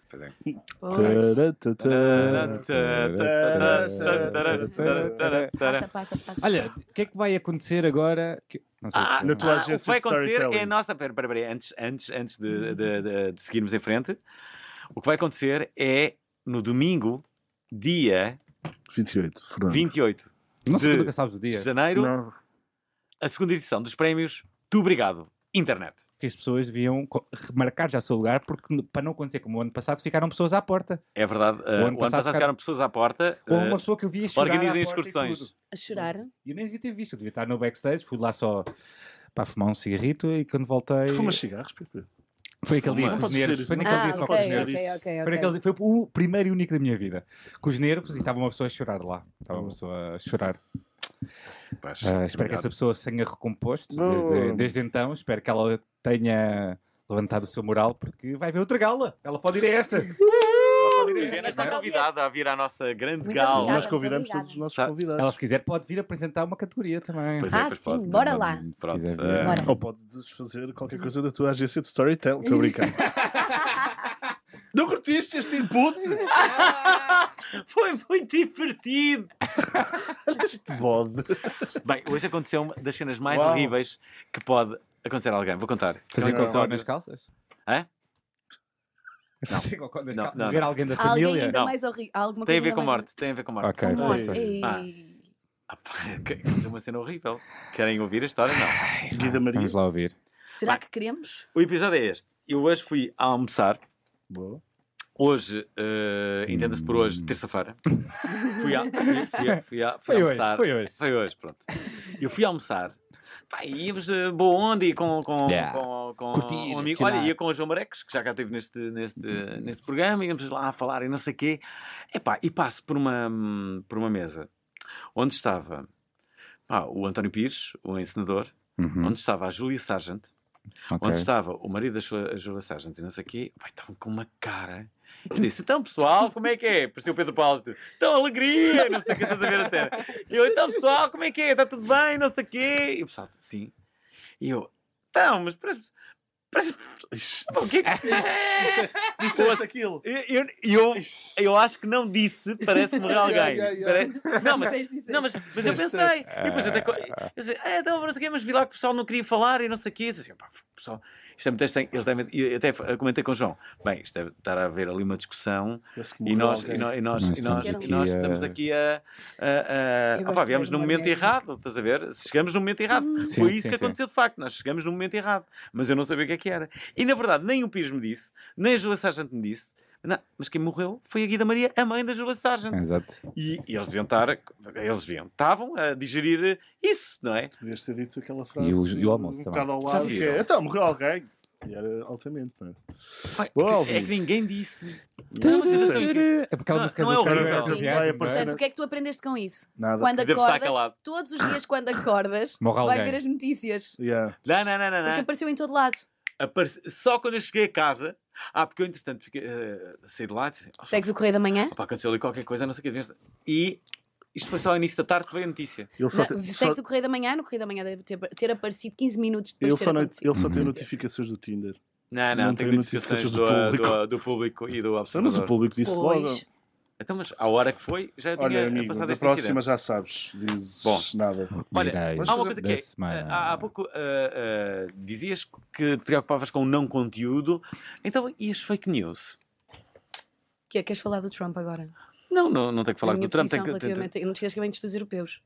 [SPEAKER 3] Taratata.
[SPEAKER 4] Passa, passa, passa.
[SPEAKER 2] Olha,
[SPEAKER 4] passa.
[SPEAKER 2] o que é que vai acontecer agora? que- Não sei
[SPEAKER 1] Ah,
[SPEAKER 2] se-
[SPEAKER 3] Na tua
[SPEAKER 1] ah,
[SPEAKER 3] agência
[SPEAKER 1] o que vai
[SPEAKER 3] de
[SPEAKER 1] acontecer é a
[SPEAKER 3] storytelling.
[SPEAKER 1] nossa. Pera, pera, pera, antes, antes, antes
[SPEAKER 2] Hum.
[SPEAKER 1] de, de- de- de seguirmos em frente, o que vai acontecer é no domingo, dia
[SPEAKER 3] 28, Fernando.
[SPEAKER 1] 28
[SPEAKER 2] Não sei
[SPEAKER 1] De-
[SPEAKER 2] nunca sabes o
[SPEAKER 1] de
[SPEAKER 2] dia.
[SPEAKER 1] janeiro,
[SPEAKER 3] Não.
[SPEAKER 1] a segunda edição dos prémios. Tu obrigado, internet.
[SPEAKER 2] Que as pessoas deviam co- remarcar já o seu lugar, porque n- para não acontecer como o ano passado, ficaram pessoas à porta.
[SPEAKER 1] É verdade, uh, o ano passado
[SPEAKER 2] ficaram-
[SPEAKER 1] ficaram pessoas à porta.
[SPEAKER 2] Ou
[SPEAKER 1] uh,
[SPEAKER 2] uma pessoa que eu via chorar. à
[SPEAKER 1] organizem
[SPEAKER 2] porta e
[SPEAKER 1] excursões.
[SPEAKER 2] tudo.
[SPEAKER 4] A chorar.
[SPEAKER 2] E eu nem devia ter visto, eu devia estar no backstage, fui lá só para fumar um cigarrito e quando voltei.
[SPEAKER 3] Fumas cigarros, Pepe?
[SPEAKER 2] Foi aquele dia
[SPEAKER 1] Fuma.
[SPEAKER 2] com os
[SPEAKER 3] Não pode
[SPEAKER 2] nervos.
[SPEAKER 3] ser.
[SPEAKER 2] Foi naquele
[SPEAKER 3] Não
[SPEAKER 4] Ah,
[SPEAKER 2] dia
[SPEAKER 3] pode
[SPEAKER 4] ok,
[SPEAKER 2] só com
[SPEAKER 3] ser.
[SPEAKER 2] os
[SPEAKER 3] Não
[SPEAKER 4] ok,
[SPEAKER 2] nervos.
[SPEAKER 3] dizer isso.
[SPEAKER 4] ok,
[SPEAKER 2] Foi,
[SPEAKER 4] ok.
[SPEAKER 2] naquele- foi o primeiro e único da minha vida. Com os nervos e estava uma pessoa a chorar lá. Estava uma pessoa a chorar.
[SPEAKER 1] pois,
[SPEAKER 2] Ah, espero que
[SPEAKER 1] obrigado.
[SPEAKER 2] essa pessoa se tenha recomposto
[SPEAKER 3] Não.
[SPEAKER 2] desde, desde então. Espero que ela tenha levantado o seu moral, porque vai ver outra gala. Ela pode ir a esta. Ela pode ir a
[SPEAKER 1] Helena
[SPEAKER 2] esta.
[SPEAKER 1] está
[SPEAKER 2] não é?
[SPEAKER 1] convidada a vir à nossa grande
[SPEAKER 4] Muito
[SPEAKER 1] gala.
[SPEAKER 4] obrigada.
[SPEAKER 3] Nós convidamos
[SPEAKER 4] obrigada.
[SPEAKER 3] todos os nossos
[SPEAKER 1] Tá.
[SPEAKER 3] convidados.
[SPEAKER 2] Ela, se quiser, pode vir apresentar uma categoria também.
[SPEAKER 1] Pois
[SPEAKER 4] Ah,
[SPEAKER 1] pois
[SPEAKER 4] sim, bora
[SPEAKER 1] Pronto,
[SPEAKER 4] lá.
[SPEAKER 1] Pronto,
[SPEAKER 2] Se quiser
[SPEAKER 1] eh,
[SPEAKER 2] vir. Bora.
[SPEAKER 3] Ou podes fazer qualquer coisa da tua agência de storytelling. Estou a brincar. Não curtiste este input?
[SPEAKER 1] Foi muito divertido.
[SPEAKER 3] este
[SPEAKER 2] É
[SPEAKER 3] bode.
[SPEAKER 1] Bem, hoje aconteceu uma das cenas mais
[SPEAKER 3] Uau.
[SPEAKER 1] horríveis que pode acontecer a alguém. Vou contar.
[SPEAKER 2] Fazer
[SPEAKER 3] Não, não,
[SPEAKER 2] cocó
[SPEAKER 1] não.
[SPEAKER 2] nas calças?
[SPEAKER 1] Hã?
[SPEAKER 2] Fazer cocó nas
[SPEAKER 1] Não,
[SPEAKER 2] calças?
[SPEAKER 1] não,
[SPEAKER 2] Ver
[SPEAKER 1] não.
[SPEAKER 2] alguém da
[SPEAKER 4] Há Alguém
[SPEAKER 2] família?
[SPEAKER 4] ainda
[SPEAKER 1] Não.
[SPEAKER 4] mais horrível. Alguma
[SPEAKER 1] Tem a
[SPEAKER 4] coisa
[SPEAKER 1] ver
[SPEAKER 4] ainda
[SPEAKER 1] com
[SPEAKER 4] mais
[SPEAKER 1] morte. Tem a ver com morte.
[SPEAKER 2] Ok,
[SPEAKER 4] horrível. Com
[SPEAKER 2] força.
[SPEAKER 4] morte.
[SPEAKER 1] Ah.
[SPEAKER 4] Ei.
[SPEAKER 1] Ah, pá, que- Aconteceu uma cena horrível. Querem ouvir a história? Não.
[SPEAKER 3] Guida Maria.
[SPEAKER 2] Vamos lá ouvir.
[SPEAKER 4] Será
[SPEAKER 1] Vai.
[SPEAKER 4] que queremos?
[SPEAKER 1] O episódio é este. Eu hoje fui a almoçar.
[SPEAKER 3] Boa.
[SPEAKER 1] Hoje, eh, entenda-se por hoje, terça-feira. fui, a- fui, fui, a- fui, a- fui
[SPEAKER 2] Foi hoje,
[SPEAKER 1] almoçar.
[SPEAKER 2] foi hoje.
[SPEAKER 1] Foi hoje, pronto. Eu fui almoçar. Pá, e íamos eh, boa onda e com, com,
[SPEAKER 2] Yeah.
[SPEAKER 1] com, com
[SPEAKER 2] Curtir,
[SPEAKER 1] um amigo.
[SPEAKER 2] chilar.
[SPEAKER 1] Olha, ia com o João Marecos, que já cá esteve neste, neste, neste programa, íamos lá a falar e não sei o quê. Epá, e passo por uma, hum, por uma mesa onde estava pá, o António Pires, o encenador,
[SPEAKER 2] Uhum,
[SPEAKER 1] onde estava a Júlia Sargent,
[SPEAKER 2] ok.
[SPEAKER 1] onde estava o marido da Ju- a Júlia Sargent e não sei o quê. Pá, estavam com uma cara. Eu disse, então pessoal, como é que é? Parecia o Pedro Paulo, tipo, então alegria, não sei o que, estás a ver até. E eu, então pessoal, como é que é? Está tudo bem, não sei o quê. E o pessoal, sim. E eu, então, mas parece. parece o que é que.
[SPEAKER 3] Disseste aquilo.
[SPEAKER 1] Eu, eu, eu, eu acho que não disse, parece-me alguém.
[SPEAKER 3] Ai, ai, ai.
[SPEAKER 1] Pare- Não, mas não, mas, mas eu
[SPEAKER 3] Disseste.
[SPEAKER 1] pensei. E depois até. co- Eu disse, ah, então, não sei o quê, mas vi lá que o pessoal não queria falar e não sei o quê. Eu disse, assim, pá, pessoal, isto é muito estranho. Eles devem, e eu até f- comentei com o João. Bem, isto deve estar a haver ali uma discussão e nós, e nós, e nós,
[SPEAKER 2] Nós
[SPEAKER 1] e nós,
[SPEAKER 4] estamos
[SPEAKER 1] e nós
[SPEAKER 2] aqui a-
[SPEAKER 1] estamos aqui a. a, a
[SPEAKER 4] Eu
[SPEAKER 1] ah, pá,
[SPEAKER 4] gosto
[SPEAKER 1] viemos
[SPEAKER 4] bem de
[SPEAKER 1] no
[SPEAKER 4] uma
[SPEAKER 1] momento
[SPEAKER 4] merda.
[SPEAKER 1] errado, estás a ver? Chegamos no momento errado.
[SPEAKER 2] Hum. Sim,
[SPEAKER 1] Foi isso
[SPEAKER 2] sim,
[SPEAKER 1] que
[SPEAKER 2] sim.
[SPEAKER 1] aconteceu de facto. Nós chegamos no momento errado. Mas eu não sabia o que é que era. E na verdade, nem o Pires me disse, nem a Júlia Sargent me disse. Não, mas quem morreu foi a Guida Maria, a mãe da Júlia Sargent.
[SPEAKER 2] Exato.
[SPEAKER 1] E, e eles deviam estar, eles deviam, estavam a digerir isso, não é?
[SPEAKER 3] Podias ter dito aquela frase.
[SPEAKER 2] E o- e o almoço
[SPEAKER 3] um
[SPEAKER 2] também.
[SPEAKER 3] bocado ao
[SPEAKER 1] Já
[SPEAKER 3] lado, que
[SPEAKER 1] viram?
[SPEAKER 3] é, Então, morreu alguém. E era altamente, não é?
[SPEAKER 1] Pai,
[SPEAKER 3] Bom,
[SPEAKER 1] é que- é
[SPEAKER 3] Alvin.
[SPEAKER 1] que ninguém disse.
[SPEAKER 2] Então,
[SPEAKER 3] Não, mas isso é-
[SPEAKER 2] É porque ela
[SPEAKER 1] Não,
[SPEAKER 2] música
[SPEAKER 1] não é
[SPEAKER 2] do Ferro
[SPEAKER 1] horrível.
[SPEAKER 2] Carlos
[SPEAKER 1] Vai
[SPEAKER 2] Viagem, não é?
[SPEAKER 3] aparecer-
[SPEAKER 4] Portanto, o que é que tu aprendeste com isso?
[SPEAKER 3] Nada.
[SPEAKER 4] Quando
[SPEAKER 1] Deve estar
[SPEAKER 4] acordas,
[SPEAKER 1] calado.
[SPEAKER 4] todos os dias quando acordas,
[SPEAKER 2] Morre
[SPEAKER 4] vai
[SPEAKER 2] alguém.
[SPEAKER 4] ver as notícias.
[SPEAKER 3] Yeah.
[SPEAKER 1] Não, não, não, é? não.
[SPEAKER 4] Porque
[SPEAKER 1] não.
[SPEAKER 4] apareceu em todo lado.
[SPEAKER 1] Aparece- Só quando eu cheguei a casa. Ah, porque eu, entretanto, fiquei, eh, saí de lá e disse: "Oh,
[SPEAKER 4] Segues o correio da manhã?
[SPEAKER 1] pá, aconteceu ali qualquer coisa, não sei o que. devias-" E isto foi só ao início da tarde que veio a notícia.
[SPEAKER 3] Ele só,
[SPEAKER 4] Não, é
[SPEAKER 3] te- só-
[SPEAKER 4] Segues o correio da manhã, no correio da manhã deve ter, ter aparecido 15 minutos depois
[SPEAKER 3] ele
[SPEAKER 4] de ter
[SPEAKER 3] só, não-
[SPEAKER 4] acontecido.
[SPEAKER 3] ele só tem
[SPEAKER 4] Certeza.
[SPEAKER 3] notificações do Tinder.
[SPEAKER 1] Não, não,
[SPEAKER 3] Não
[SPEAKER 1] tenho
[SPEAKER 3] tem
[SPEAKER 1] notificações
[SPEAKER 3] notificações
[SPEAKER 1] do,
[SPEAKER 3] do
[SPEAKER 1] ah, do,
[SPEAKER 3] público.
[SPEAKER 1] ah, do público e do
[SPEAKER 3] Só, Mas o
[SPEAKER 1] observador.
[SPEAKER 3] público disse logo.
[SPEAKER 4] Pois.
[SPEAKER 1] Então, mas à hora que foi, já tinha
[SPEAKER 3] Olha, amigo,
[SPEAKER 1] passado
[SPEAKER 3] da
[SPEAKER 1] este
[SPEAKER 3] próxima
[SPEAKER 1] incidente.
[SPEAKER 3] já sabes. Dizes
[SPEAKER 1] Bom.
[SPEAKER 3] nada.
[SPEAKER 1] Olha,
[SPEAKER 2] Mirais
[SPEAKER 1] Há uma coisa que
[SPEAKER 2] da
[SPEAKER 1] é,
[SPEAKER 2] semana.
[SPEAKER 1] ah, há, há pouco ah, ah, dizias que te preocupavas com o não conteúdo, então e as fake news?
[SPEAKER 4] Que é, queres falar do Trump agora?
[SPEAKER 1] Não, não, não tenho que
[SPEAKER 4] A
[SPEAKER 1] falar
[SPEAKER 4] minha
[SPEAKER 1] do Trump.
[SPEAKER 4] posição
[SPEAKER 1] Tenho que, tenho-
[SPEAKER 4] relativamente- Eu não te esqueço que vem dos europeus.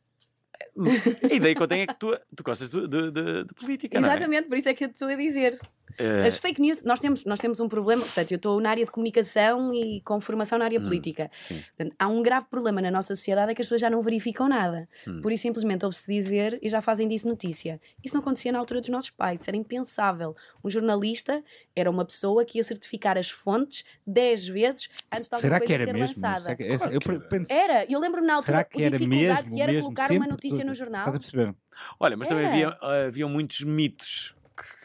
[SPEAKER 1] A ideia que eu tenho é que tu, tu gostas de, de- de- de política, não
[SPEAKER 4] Exatamente, por isso é que eu te estou a dizer.
[SPEAKER 1] é?
[SPEAKER 4] As fake news, nós temos, nós temos um problema, portanto, eu estou na área de comunicação e com formação na área
[SPEAKER 1] Hum.
[SPEAKER 4] política.
[SPEAKER 1] Sim.
[SPEAKER 4] Portanto, há um grave problema na nossa sociedade é que as pessoas já não verificam nada.
[SPEAKER 1] Hum.
[SPEAKER 4] Por isso simplesmente ouve-se dizer e já fazem disso notícia. Isso não acontecia na altura dos nossos pais, isso era impensável. Um jornalista era uma pessoa que ia certificar as fontes 10 vezes antes de alguma
[SPEAKER 2] Será
[SPEAKER 4] coisa
[SPEAKER 2] que era
[SPEAKER 4] ser
[SPEAKER 2] mesmo?
[SPEAKER 4] lançada.
[SPEAKER 2] Será que- é. eu-
[SPEAKER 3] Claro
[SPEAKER 2] eu
[SPEAKER 3] que era.
[SPEAKER 2] penso-
[SPEAKER 4] Era, eu lembro-me na altura
[SPEAKER 2] Será que
[SPEAKER 4] a
[SPEAKER 2] era
[SPEAKER 4] dificuldade
[SPEAKER 2] mesmo,
[SPEAKER 4] que era
[SPEAKER 2] mesmo,
[SPEAKER 4] colocar uma
[SPEAKER 2] sempre
[SPEAKER 4] notícia
[SPEAKER 2] tudo?
[SPEAKER 4] no jornal.
[SPEAKER 2] Estás a perceber?
[SPEAKER 1] Olha, mas também
[SPEAKER 4] Era.
[SPEAKER 1] havia, ah, haviam muitos mitos.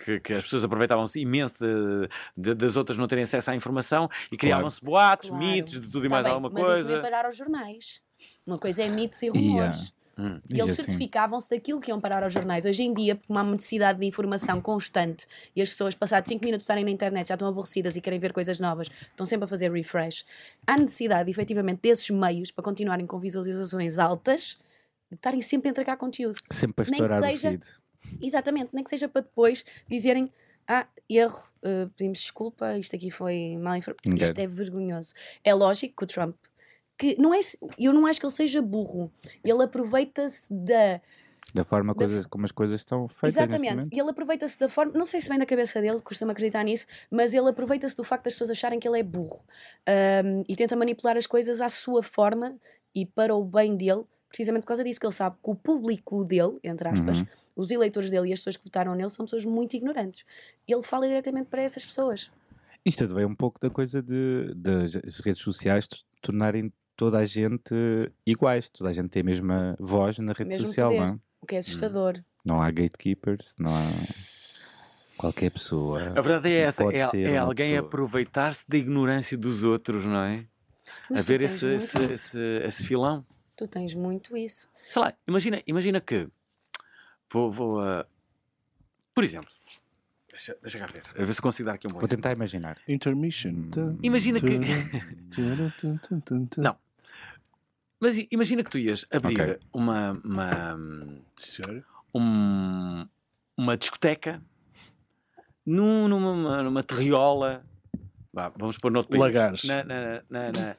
[SPEAKER 1] Que, que as pessoas aproveitavam-se imenso de- de- das outras não terem acesso à informação e criavam-se boatos,
[SPEAKER 4] Claro.
[SPEAKER 1] mitos, de tudo e
[SPEAKER 4] Tá
[SPEAKER 1] mais
[SPEAKER 4] bem,
[SPEAKER 1] alguma
[SPEAKER 4] Mas isso devia
[SPEAKER 1] coisa.
[SPEAKER 4] parar aos jornais. Uma coisa é mitos e rumores.
[SPEAKER 1] Hum.
[SPEAKER 4] E eles
[SPEAKER 2] assim,
[SPEAKER 4] certificavam-se daquilo que iam parar aos jornais. Hoje em dia, porque há uma necessidade de informação constante e as pessoas, passados 5 minutos de estarem na internet, já estão aborrecidas e querem ver coisas novas, estão sempre a fazer refresh. Há necessidade, efetivamente, desses meios para continuarem com visualizações altas. De estarem sempre a entregar conteúdo.
[SPEAKER 2] Sempre a
[SPEAKER 4] Nem que
[SPEAKER 2] estourar o
[SPEAKER 4] seja-
[SPEAKER 2] feed.
[SPEAKER 4] Exatamente, nem que seja para depois dizerem: Ah, erro, eh, pedimos desculpa, isto aqui foi mal informado.
[SPEAKER 2] Engano.
[SPEAKER 4] Isto é vergonhoso. É lógico que o Trump que não é, eu não acho que ele seja burro. Ele aproveita-se da.
[SPEAKER 2] Da forma
[SPEAKER 4] Da
[SPEAKER 2] coisas- como as coisas estão feitas. neste
[SPEAKER 4] Exatamente.
[SPEAKER 2] momento.
[SPEAKER 4] E ele aproveita-se da forma, não sei se vem da cabeça dele, costumo acreditar nisso, mas ele aproveita-se do facto das pessoas acharem que ele é burro Ahm, e tenta manipular as coisas à sua forma e para o bem dele, precisamente por causa disso, porque ele sabe que o público dele, entre aspas,
[SPEAKER 2] Uhum.
[SPEAKER 4] os eleitores dele e as pessoas que votaram nele são pessoas muito ignorantes. Ele fala diretamente para essas pessoas.
[SPEAKER 2] Isto advém um pouco da coisa de, das as redes sociais t- tornarem toda a gente iguais, toda a gente tem a mesma voz na rede
[SPEAKER 4] Mesmo
[SPEAKER 2] social,
[SPEAKER 4] poder.
[SPEAKER 2] não é?
[SPEAKER 4] O que é assustador.
[SPEAKER 2] Não há gatekeepers, não há qualquer pessoa.
[SPEAKER 1] A verdade é essa,
[SPEAKER 2] Pode
[SPEAKER 1] é,
[SPEAKER 2] ser
[SPEAKER 1] é
[SPEAKER 2] uma
[SPEAKER 1] alguém
[SPEAKER 2] pessoa.
[SPEAKER 1] aproveitar-se da ignorância dos outros, não é?
[SPEAKER 4] Mas
[SPEAKER 1] a
[SPEAKER 4] tu
[SPEAKER 1] ver
[SPEAKER 4] tens
[SPEAKER 1] esse,
[SPEAKER 4] muito
[SPEAKER 1] esse,
[SPEAKER 4] isso.
[SPEAKER 1] esse, esse filão.
[SPEAKER 4] Tu tens muito isso.
[SPEAKER 1] Sei lá, imagina, imagina que vou, vou a. Por exemplo, deixa, deixa cá ver, a ver se consigo dar aqui um bom
[SPEAKER 2] Vou
[SPEAKER 1] exemplo.
[SPEAKER 2] tentar imaginar.
[SPEAKER 3] Intermission.
[SPEAKER 2] Hum,
[SPEAKER 1] Imagina que. Não.
[SPEAKER 3] Não.
[SPEAKER 1] Mas i- imagina que tu ias abrir
[SPEAKER 2] Ok.
[SPEAKER 1] uma, uma,
[SPEAKER 3] Senhora?
[SPEAKER 1] um- uma discoteca num- numa, numa terriola. Vá, vamos pôr noutro país.
[SPEAKER 3] Lagares.
[SPEAKER 1] Na- na- na- na-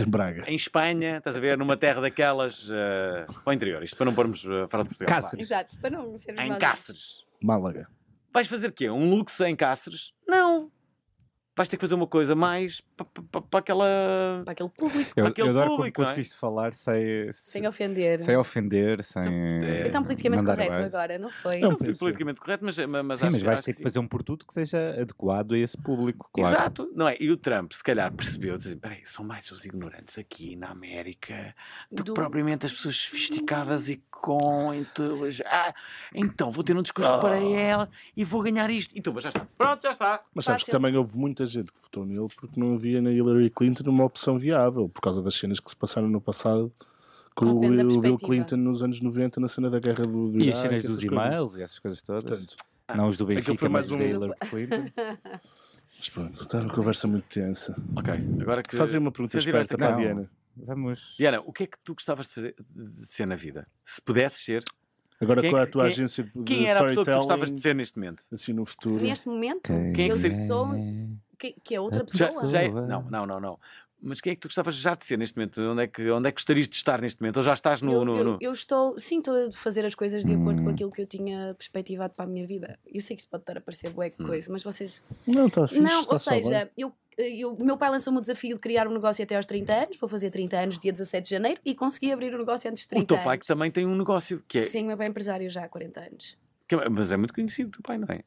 [SPEAKER 3] Em Braga.
[SPEAKER 1] em Espanha, estás a ver, numa terra daquelas. eh, para o interior, isto para não pormos a falar de Portugal. vá.
[SPEAKER 2] Cáceres.
[SPEAKER 4] Exato, para não ser
[SPEAKER 1] Em Cáceres.
[SPEAKER 3] Málaga.
[SPEAKER 1] Vais fazer quê? Um luxo em Cáceres? Não. Vais ter que fazer uma coisa mais pa- pa- pa- para aquela.
[SPEAKER 4] Para aquele público,
[SPEAKER 2] Eu,
[SPEAKER 1] Aquele
[SPEAKER 2] eu adoro como
[SPEAKER 1] público, não é?
[SPEAKER 2] conseguiste falar sem,
[SPEAKER 4] sem ofender.
[SPEAKER 2] sem ofender, sem.
[SPEAKER 1] é
[SPEAKER 4] Foi tão politicamente
[SPEAKER 2] mandar um
[SPEAKER 4] correto
[SPEAKER 2] abaixo.
[SPEAKER 4] agora, não foi?
[SPEAKER 3] Não,
[SPEAKER 1] Não fui
[SPEAKER 3] penso.
[SPEAKER 1] politicamente correto, mas, eh, mas
[SPEAKER 2] É Sim,
[SPEAKER 1] acho
[SPEAKER 2] mas
[SPEAKER 1] que-
[SPEAKER 2] vais
[SPEAKER 1] acho
[SPEAKER 2] ter
[SPEAKER 1] que
[SPEAKER 2] que
[SPEAKER 1] sim.
[SPEAKER 2] fazer um produto que seja adequado a esse público, claro.
[SPEAKER 1] Exato, não é? E o Trump, se calhar, percebeu, disse, peraí, são mais os ignorantes aqui na América do,
[SPEAKER 4] Do-
[SPEAKER 1] que propriamente as pessoas sofisticadas e com inteligência. Ah, então vou ter um discurso para ela e vou ganhar isto. E tu, mas já está. Pronto, já está.
[SPEAKER 3] Mas sabes que
[SPEAKER 4] Fácil.
[SPEAKER 3] também houve muita gente que votou nele porque não havia na Hillary Clinton uma opção viável, por causa das cenas que se passaram no passado com o,
[SPEAKER 4] Depende da
[SPEAKER 3] o Bill
[SPEAKER 4] perspectiva.
[SPEAKER 3] Clinton nos anos 90, na cena da guerra do, do
[SPEAKER 2] E as
[SPEAKER 3] Iraque,
[SPEAKER 2] cenas
[SPEAKER 3] essas
[SPEAKER 2] dos
[SPEAKER 3] coisas.
[SPEAKER 2] e-mails e essas coisas todas.
[SPEAKER 3] Portanto,
[SPEAKER 2] não os do
[SPEAKER 3] aquilo
[SPEAKER 2] Benfica,
[SPEAKER 3] foi
[SPEAKER 2] mas
[SPEAKER 3] mais
[SPEAKER 2] os da
[SPEAKER 3] um-
[SPEAKER 2] Hillary Clinton.
[SPEAKER 3] mas pronto, está uma conversa muito tensa.
[SPEAKER 1] Ok, agora que.
[SPEAKER 3] Fazer uma pergunta
[SPEAKER 1] se tiver
[SPEAKER 3] esperta
[SPEAKER 1] esta-
[SPEAKER 3] para
[SPEAKER 2] Não.
[SPEAKER 3] a Diana.
[SPEAKER 2] Vamos.
[SPEAKER 1] Diana, o que é que tu gostavas de, fazer, de ser na vida? Se pudesses ser,
[SPEAKER 3] Agora
[SPEAKER 1] Quem é
[SPEAKER 3] com a
[SPEAKER 1] que-
[SPEAKER 3] tua
[SPEAKER 1] quem-
[SPEAKER 3] agência de, de
[SPEAKER 1] quem era a pessoa que tu gostavas de
[SPEAKER 3] storytelling,
[SPEAKER 1] ser neste momento?
[SPEAKER 3] assim no futuro.
[SPEAKER 4] Neste momento,
[SPEAKER 1] Quem é
[SPEAKER 4] eu
[SPEAKER 1] que seria?
[SPEAKER 4] sou que, que é outra
[SPEAKER 1] Já,
[SPEAKER 4] pessoa.
[SPEAKER 1] já é-
[SPEAKER 2] Pessoa.
[SPEAKER 1] Não, não, não, não. Mas quem é que tu gostavas já de ser neste momento? Onde é que, onde é que gostarias de estar neste momento? Ou já estás no.
[SPEAKER 4] eu,
[SPEAKER 1] no-
[SPEAKER 4] eu-
[SPEAKER 1] no-
[SPEAKER 4] eu estou, sim, estou a fazer as coisas de acordo com
[SPEAKER 2] Hum.
[SPEAKER 4] aquilo que eu tinha perspectivado para a minha vida. Eu sei que isso pode estar a parecer bué que
[SPEAKER 1] Hum.
[SPEAKER 4] coisa, mas vocês.
[SPEAKER 3] Não, está fixe,
[SPEAKER 4] não,
[SPEAKER 3] está
[SPEAKER 4] ou
[SPEAKER 3] só bem.
[SPEAKER 4] seja, eu, eu, o meu pai lançou-me o desafio de criar um negócio até aos 30 anos, vou fazer 30 anos dia 17 de janeiro e consegui abrir o negócio antes de
[SPEAKER 1] O
[SPEAKER 4] 30
[SPEAKER 1] teu
[SPEAKER 4] anos.
[SPEAKER 1] pai que também tem um negócio, que é,
[SPEAKER 4] Sim, meu pai é empresário já há 40 anos.
[SPEAKER 1] que é- Mas é muito conhecido o teu pai, não é?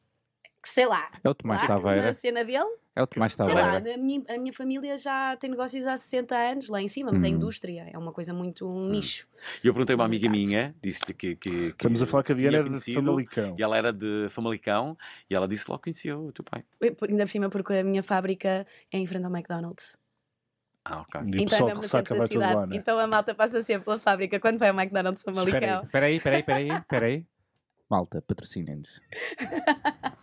[SPEAKER 4] Que sei lá,
[SPEAKER 2] É o Tomás
[SPEAKER 4] lá, na
[SPEAKER 2] Taveira.
[SPEAKER 4] cena dele.
[SPEAKER 2] É o Tomás
[SPEAKER 4] Sei lá, a
[SPEAKER 2] Taveira.
[SPEAKER 4] minha, a minha família já tem negócios há 60 anos lá em cima, mas é
[SPEAKER 2] Uhum.
[SPEAKER 4] indústria, é uma coisa muito
[SPEAKER 1] Hum.
[SPEAKER 4] um nicho.
[SPEAKER 1] E eu perguntei a uma amiga
[SPEAKER 4] Obrigado.
[SPEAKER 1] minha, disse-lhe que, que- que-
[SPEAKER 3] Estamos a falar que a
[SPEAKER 1] tinha
[SPEAKER 3] Diana é de
[SPEAKER 1] conhecido, Então
[SPEAKER 3] Famalicão.
[SPEAKER 1] E ela era de Famalicão e ela disse logo que conhecia o teu pai.
[SPEAKER 4] Eu, por- Ainda por cima, porque a minha fábrica é em frente ao McDonald's.
[SPEAKER 1] Ah, ok.
[SPEAKER 3] E o pessoal
[SPEAKER 4] então é
[SPEAKER 3] de
[SPEAKER 4] mesmo no centro
[SPEAKER 3] ressaca
[SPEAKER 4] da
[SPEAKER 3] vai tudo lá,
[SPEAKER 4] cidade.
[SPEAKER 3] né?
[SPEAKER 4] Então a malta passa sempre pela fábrica quando vai ao McDonald's ou Malicão.
[SPEAKER 2] Espera aí, espera aí, espera aí, espera aí. Malta, patrocinem-nos.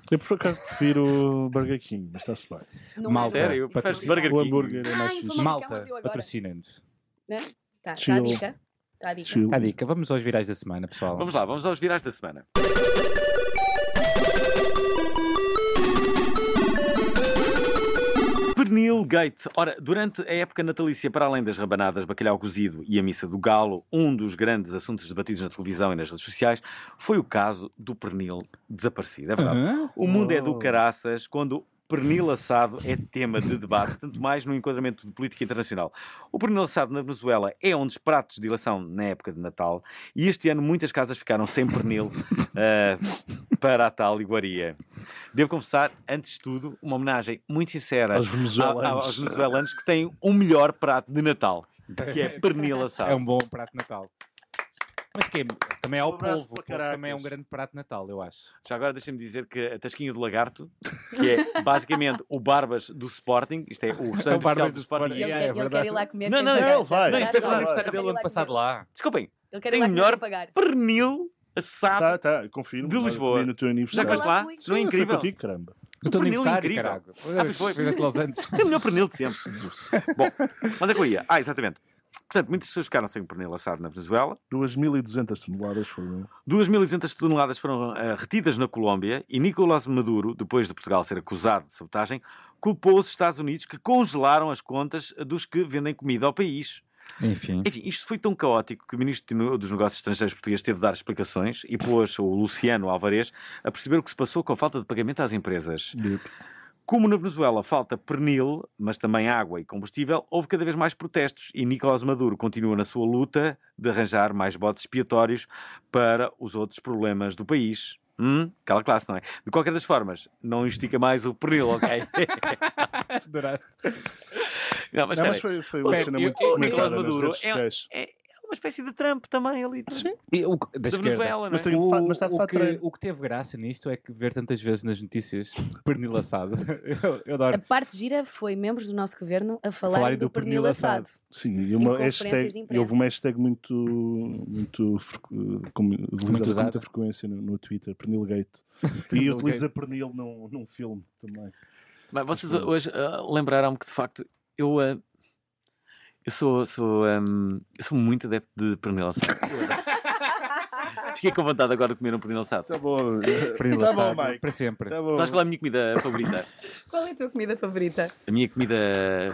[SPEAKER 3] Eu por acaso prefiro Burger King, mas está-se bem.
[SPEAKER 4] Não
[SPEAKER 2] Malta,
[SPEAKER 4] é-
[SPEAKER 1] Sério, eu prefiro
[SPEAKER 2] patrocínio.
[SPEAKER 1] Burger
[SPEAKER 3] O
[SPEAKER 1] King.
[SPEAKER 3] hambúrguer é mais
[SPEAKER 4] Ai,
[SPEAKER 3] fixe.
[SPEAKER 4] Famalicão
[SPEAKER 2] Malta,
[SPEAKER 4] abriu agora.
[SPEAKER 2] patrocinem-nos.
[SPEAKER 4] Tá, tá a
[SPEAKER 3] Chill.
[SPEAKER 4] dica. Tá a dica.
[SPEAKER 3] Chill.
[SPEAKER 2] Tá a dica, vamos aos virais da semana, pessoal.
[SPEAKER 1] Vamos lá, vamos aos virais da semana. Pernil Gate. Ora, durante a época natalícia, para além das rabanadas, bacalhau cozido e a missa do galo, um dos grandes assuntos debatidos na televisão e nas redes sociais foi o caso do pernil desaparecido. É verdade.
[SPEAKER 2] Hã?
[SPEAKER 1] O mundo é do
[SPEAKER 3] Oh.
[SPEAKER 1] caraças quando pernil assado é tema de debate, tanto mais no enquadramento de política internacional. O pernil assado na Venezuela é um dos pratos de ilação na época de Natal e este ano muitas casas ficaram sem pernil ah, para a tal iguaria. Devo confessar, antes de tudo, uma homenagem muito sincera a- a- Ah,
[SPEAKER 3] Aos
[SPEAKER 1] aos
[SPEAKER 3] venezuelanos.
[SPEAKER 1] venezuelanos que têm o melhor prato de Natal, que é pernil assado.
[SPEAKER 2] É um bom prato de Natal. Mas que é- também é
[SPEAKER 3] Um
[SPEAKER 2] o
[SPEAKER 3] abraço
[SPEAKER 2] polvo.
[SPEAKER 3] para
[SPEAKER 2] o polvo também é um
[SPEAKER 3] Caracas.
[SPEAKER 2] grande prato de Natal, eu acho.
[SPEAKER 1] Já agora deixa-me dizer que a Tasquinha do Lagarto, que é basicamente o Barbas do Sporting, isto é o restaurante
[SPEAKER 2] Barbas
[SPEAKER 1] oficial do
[SPEAKER 2] do
[SPEAKER 1] Sporting.
[SPEAKER 4] E ele,
[SPEAKER 2] É,
[SPEAKER 4] quer-
[SPEAKER 2] é
[SPEAKER 4] ele quer
[SPEAKER 2] verdade.
[SPEAKER 4] ir lá comer.
[SPEAKER 1] Não,
[SPEAKER 4] sem
[SPEAKER 1] não,
[SPEAKER 4] pagar,
[SPEAKER 3] não,
[SPEAKER 4] já
[SPEAKER 3] vai.
[SPEAKER 4] pagaram,
[SPEAKER 1] Não, isto é
[SPEAKER 4] já
[SPEAKER 1] o
[SPEAKER 4] pagaram.
[SPEAKER 1] aniversário
[SPEAKER 4] Ele quer ir
[SPEAKER 2] dele ano
[SPEAKER 4] lá
[SPEAKER 2] passado
[SPEAKER 4] comer.
[SPEAKER 2] lá.
[SPEAKER 1] Desculpem,
[SPEAKER 4] Ele quer ir
[SPEAKER 1] Tem
[SPEAKER 4] lá
[SPEAKER 1] o
[SPEAKER 4] comer
[SPEAKER 1] melhor
[SPEAKER 4] sem pagar.
[SPEAKER 1] pernil assado.
[SPEAKER 3] Tá, tá, confirmo.
[SPEAKER 1] De
[SPEAKER 3] Olha,
[SPEAKER 1] Lisboa.
[SPEAKER 3] comi No teu
[SPEAKER 1] Já
[SPEAKER 3] aniversário.
[SPEAKER 1] foste lá?
[SPEAKER 4] Sim,
[SPEAKER 1] Não é
[SPEAKER 3] Sim, eu Tá, fui
[SPEAKER 1] incrível?
[SPEAKER 3] contigo, caramba.
[SPEAKER 2] O teu
[SPEAKER 1] pernil
[SPEAKER 2] aniversário,
[SPEAKER 1] incrível.
[SPEAKER 2] caralho.
[SPEAKER 1] pois foi.
[SPEAKER 2] Fizeste lá os anos.
[SPEAKER 1] É o melhor pernil de sempre. Bom, onde é que eu ia? Ah, exatamente. Portanto, muitas pessoas ficaram sem o pernil assado na Venezuela.
[SPEAKER 3] 2.200 toneladas um. foram.
[SPEAKER 1] 2.200 toneladas foram ah, retidas na Colômbia e Nicolás Maduro, depois de Portugal ser acusado de sabotagem, culpou os Estados Unidos que congelaram as contas dos que vendem comida ao país.
[SPEAKER 2] Enfim.
[SPEAKER 1] Enfim, isto foi tão caótico que o Ministro dos Negócios Estrangeiros português teve de dar explicações e pôs o Luciano Alvarez a perceber o que se passou com a falta de pagamento às empresas. Como na Venezuela falta pernil, mas também água e combustível, houve cada vez mais protestos e Nicolás Maduro continua na sua luta de arranjar mais botes expiatórios para os outros problemas do país. Hum, aquela classe, não é? De qualquer das formas, não estica mais o pernil, ok?
[SPEAKER 2] Adoraste.
[SPEAKER 1] não, mas,
[SPEAKER 3] Não,
[SPEAKER 1] espera
[SPEAKER 3] mas
[SPEAKER 1] aí.
[SPEAKER 3] foi, foi uma
[SPEAKER 1] Pera,
[SPEAKER 3] cena
[SPEAKER 1] eu-
[SPEAKER 3] muito
[SPEAKER 1] eu-
[SPEAKER 3] comentada
[SPEAKER 1] Nicolás
[SPEAKER 3] nas
[SPEAKER 1] Maduro
[SPEAKER 3] redes
[SPEAKER 1] é-
[SPEAKER 3] sociais.
[SPEAKER 1] É uma espécie de Trump também ali. de-
[SPEAKER 2] E o que- da
[SPEAKER 1] Da
[SPEAKER 2] esquerda.
[SPEAKER 1] Venezuela, não
[SPEAKER 3] Mas
[SPEAKER 1] é?
[SPEAKER 3] tem-
[SPEAKER 2] O,
[SPEAKER 3] fa- mas está de
[SPEAKER 2] o
[SPEAKER 3] fato
[SPEAKER 2] que,
[SPEAKER 3] treino.
[SPEAKER 2] o que teve graça nisto é que ver tantas vezes nas notícias pernil assado. Eu, eu
[SPEAKER 4] A
[SPEAKER 2] adoro.
[SPEAKER 4] parte gira foi membros do nosso governo a falar
[SPEAKER 2] Falarem
[SPEAKER 4] do,
[SPEAKER 2] do
[SPEAKER 4] pernil,
[SPEAKER 2] pernil
[SPEAKER 4] assado.
[SPEAKER 3] Sim, e uma
[SPEAKER 4] conferências de
[SPEAKER 3] hashtag,
[SPEAKER 4] imprensa.
[SPEAKER 3] e houve uma hashtag muito, muito, frequ- como, utilizada com
[SPEAKER 2] usada.
[SPEAKER 3] muita frequência no, no Twitter, Pernilgate. e
[SPEAKER 2] Pernilgate.
[SPEAKER 3] utiliza Pernil num, num filme também.
[SPEAKER 1] Mas vocês
[SPEAKER 3] Mas, uh,
[SPEAKER 1] hoje ah, lembraram-me que de facto eu, ah, eu sou, sou, ahm, eu sou muito adepto de pernil assado. Fiquei com vontade agora de comer um pernil assado.
[SPEAKER 3] Tá bom,
[SPEAKER 2] Pernil
[SPEAKER 3] tá bom,
[SPEAKER 2] assado
[SPEAKER 3] Mike.
[SPEAKER 2] para sempre.
[SPEAKER 3] Tá bom.
[SPEAKER 1] Sabes qual é a minha comida favorita?
[SPEAKER 4] Qual é a tua comida favorita?
[SPEAKER 1] A minha comida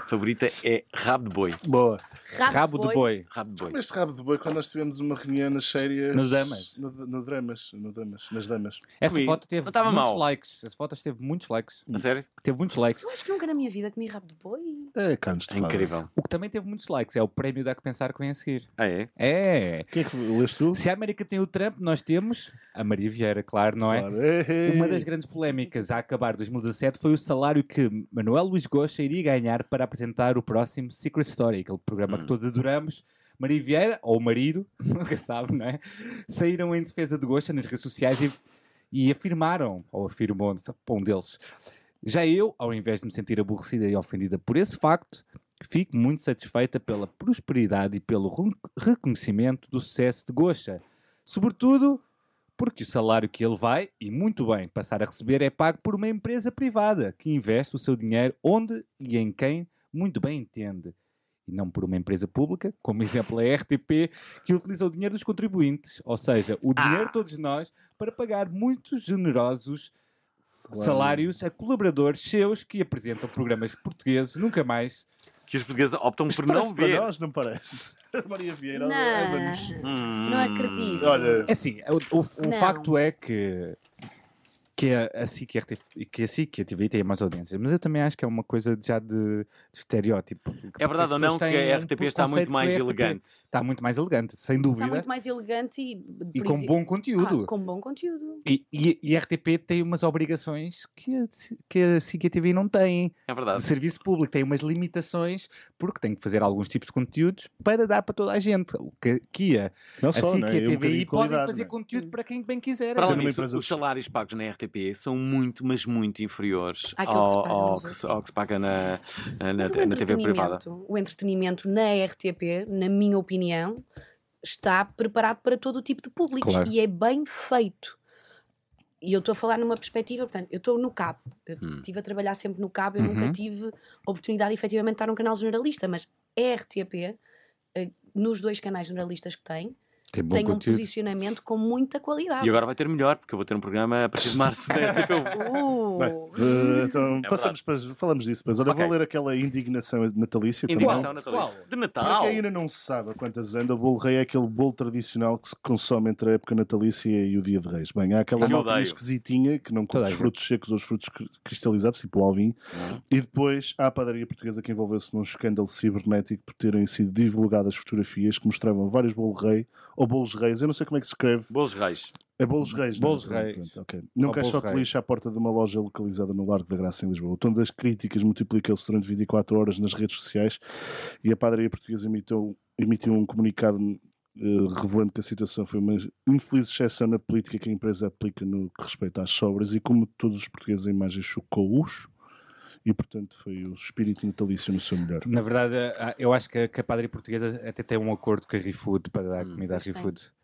[SPEAKER 1] favorita é rabo de boi.
[SPEAKER 3] Boa.
[SPEAKER 2] Rabo de boi.
[SPEAKER 1] Rabo de boi.
[SPEAKER 3] Mas este rabo de boi, quando nós tivemos uma reunião nas séries...
[SPEAKER 2] Nos Damas.
[SPEAKER 3] No, no Dramas, no Damas, nas Damas.
[SPEAKER 2] Essa
[SPEAKER 1] Comi.
[SPEAKER 2] foto teve
[SPEAKER 1] Não estava
[SPEAKER 2] muitos
[SPEAKER 1] mal.
[SPEAKER 2] likes. Essa foto teve muitos likes.
[SPEAKER 1] A sério?
[SPEAKER 2] Teve muitos likes.
[SPEAKER 4] Eu acho que nunca na minha vida comi rabo de boi.
[SPEAKER 3] É, cantos
[SPEAKER 1] É
[SPEAKER 3] de fada.
[SPEAKER 1] incrível.
[SPEAKER 2] O que também teve muitos likes é o prémio da que pensar que vem a seguir.
[SPEAKER 1] Ah, é?
[SPEAKER 2] É.
[SPEAKER 3] Quem é que leste tu?
[SPEAKER 2] Se a América tem o Trump, nós temos a Maria Vieira, claro, não é?
[SPEAKER 3] Claro. Ei, ei.
[SPEAKER 2] Uma das grandes polémicas a acabar 2017 foi o salário que Manuel Luís Gosta iria ganhar para apresentar o próximo Secret Story, aquele programa
[SPEAKER 1] Hum.
[SPEAKER 2] que todos adoramos. Maria Vieira, ou o marido, nunca sabe, não é? Saíram em defesa de Gosta nas redes sociais e, e afirmaram, ou afirmou, não sei, para um deles. Já eu, ao invés de me sentir aborrecida e ofendida por esse facto, fico muito satisfeita pela prosperidade e pelo ron- reconhecimento do sucesso de Gosta. Sobretudo porque o salário que ele vai, e muito bem, passar a receber é pago por uma empresa privada que investe o seu dinheiro onde e em quem muito bem entende. E não por uma empresa pública, como exemplo a RTP, que utiliza o dinheiro dos contribuintes, ou seja, o dinheiro de todos nós, para pagar muitos generosos salários a colaboradores seus que apresentam programas portugueses, nunca mais.
[SPEAKER 1] Que os portugueses optam
[SPEAKER 3] Isto
[SPEAKER 1] por
[SPEAKER 3] parece
[SPEAKER 1] não
[SPEAKER 3] para
[SPEAKER 1] ver.
[SPEAKER 3] nós, não parece? Maria Vieira,
[SPEAKER 4] Não.
[SPEAKER 3] leva-nos.
[SPEAKER 1] Hum.
[SPEAKER 4] Não acredito.
[SPEAKER 3] Olha,
[SPEAKER 2] É assim, o, o- o
[SPEAKER 4] Não.
[SPEAKER 2] facto é que, que a, a SIC e a RTP que a SIC e a TVI têm mais audiências, mas eu também acho que é uma coisa já de, de estereótipo.
[SPEAKER 1] É verdade ou não que
[SPEAKER 2] um
[SPEAKER 1] a RTP está muito mais elegante?
[SPEAKER 2] Está muito mais elegante, sem
[SPEAKER 4] Está
[SPEAKER 2] dúvida,
[SPEAKER 4] muito mais elegante e,
[SPEAKER 2] e com bom conteúdo.
[SPEAKER 4] Ah, com bom conteúdo.
[SPEAKER 2] E, e- e a RTP tem umas obrigações que a, que a SIC e a TVI não têm.
[SPEAKER 1] É
[SPEAKER 2] O
[SPEAKER 1] verdade.
[SPEAKER 2] serviço público tem umas limitações porque tem que fazer alguns tipos de conteúdos para dar para toda a gente. O que, Assim que a,
[SPEAKER 3] não
[SPEAKER 2] a SIC e a
[SPEAKER 3] é? um bocadinho
[SPEAKER 2] TVI
[SPEAKER 3] de
[SPEAKER 2] podem
[SPEAKER 3] qualidade,
[SPEAKER 2] fazer
[SPEAKER 3] não é?
[SPEAKER 2] conteúdo para quem bem quiser.
[SPEAKER 1] Para
[SPEAKER 3] Ser
[SPEAKER 1] além
[SPEAKER 3] uma
[SPEAKER 1] disso,
[SPEAKER 3] empresa
[SPEAKER 1] os
[SPEAKER 3] de-
[SPEAKER 1] salários pagos na RTP são muito, mas muito inferiores
[SPEAKER 4] Àquilo que se
[SPEAKER 1] ao-
[SPEAKER 4] paga
[SPEAKER 1] ao
[SPEAKER 4] nos
[SPEAKER 1] que se-
[SPEAKER 4] outros.
[SPEAKER 1] ao que se paga na, na- na-
[SPEAKER 4] Mas o
[SPEAKER 1] na TV privada.
[SPEAKER 4] entretenimento, o entretenimento na RTP, na minha opinião, está preparado para todo o tipo de públicos
[SPEAKER 2] Claro.
[SPEAKER 4] e é bem feito. E eu estou a falar numa perspectiva, portanto, eu estou no cabo. Eu
[SPEAKER 1] Hum.
[SPEAKER 4] estive a trabalhar sempre no cabo, eu
[SPEAKER 2] Uhum.
[SPEAKER 4] nunca tive oportunidade efetivamente de estar num canal jornalista, mas a RTP, eh, nos dois canais jornalistas que tem,
[SPEAKER 2] É
[SPEAKER 4] tem um posicionamento com muita qualidade.
[SPEAKER 1] E agora vai ter melhor, porque eu vou ter um programa a partir de março. Né? Tipo, eu-
[SPEAKER 4] Uh!
[SPEAKER 3] Bem, eh, então
[SPEAKER 1] É
[SPEAKER 3] passamos para, falamos disso depois. Olha,
[SPEAKER 1] Ok.
[SPEAKER 3] vou ler aquela indignação natalícia
[SPEAKER 1] Indignação
[SPEAKER 3] também.
[SPEAKER 1] natalícia.
[SPEAKER 2] Qual? é
[SPEAKER 1] De
[SPEAKER 3] Para
[SPEAKER 1] Natal.
[SPEAKER 3] quem ainda não sabe a quantas anda, o bolo rei é aquele bolo tradicional que se consome entre a época natalícia e o dia de reis. Bem, há aquela
[SPEAKER 1] Eu
[SPEAKER 3] malta
[SPEAKER 1] odeio.
[SPEAKER 3] esquisitinha que não
[SPEAKER 2] Toda a
[SPEAKER 3] come os
[SPEAKER 2] gente.
[SPEAKER 3] frutos secos ou os frutos cri- cristalizados, tipo o alvin.
[SPEAKER 1] Uhum.
[SPEAKER 3] E depois há a padaria portuguesa que envolveu-se num escândalo cibernético por terem sido divulgadas fotografias que mostravam vários bolo rei ou bolos reis. Eu não sei como é que se escreve.
[SPEAKER 1] Bolos Reis.
[SPEAKER 3] É bolos reis.
[SPEAKER 2] Bolos
[SPEAKER 3] não é?
[SPEAKER 2] Reis.
[SPEAKER 3] Pronto, ok. Não
[SPEAKER 2] Ou
[SPEAKER 3] caixa
[SPEAKER 2] Bolos
[SPEAKER 3] de
[SPEAKER 2] Reis.
[SPEAKER 3] lixo à porta de uma loja localizada no Largo da Graça, em Lisboa. O tom das críticas multiplicou-se durante 24 horas nas redes sociais e a padaria portuguesa emitiu, emitiu um comunicado eh, revelando que a situação foi uma infeliz exceção na política que a empresa aplica no que respeita às sobras e como todos os portugueses a imagem chocou-os e, portanto, foi o espírito natalício no seu melhor.
[SPEAKER 2] Na verdade, a- a- eu acho que a, que a padaria portuguesa até tem um acordo com a ReFood para dar
[SPEAKER 1] Hum,
[SPEAKER 2] comida à
[SPEAKER 4] pois tem.
[SPEAKER 2] ReFood.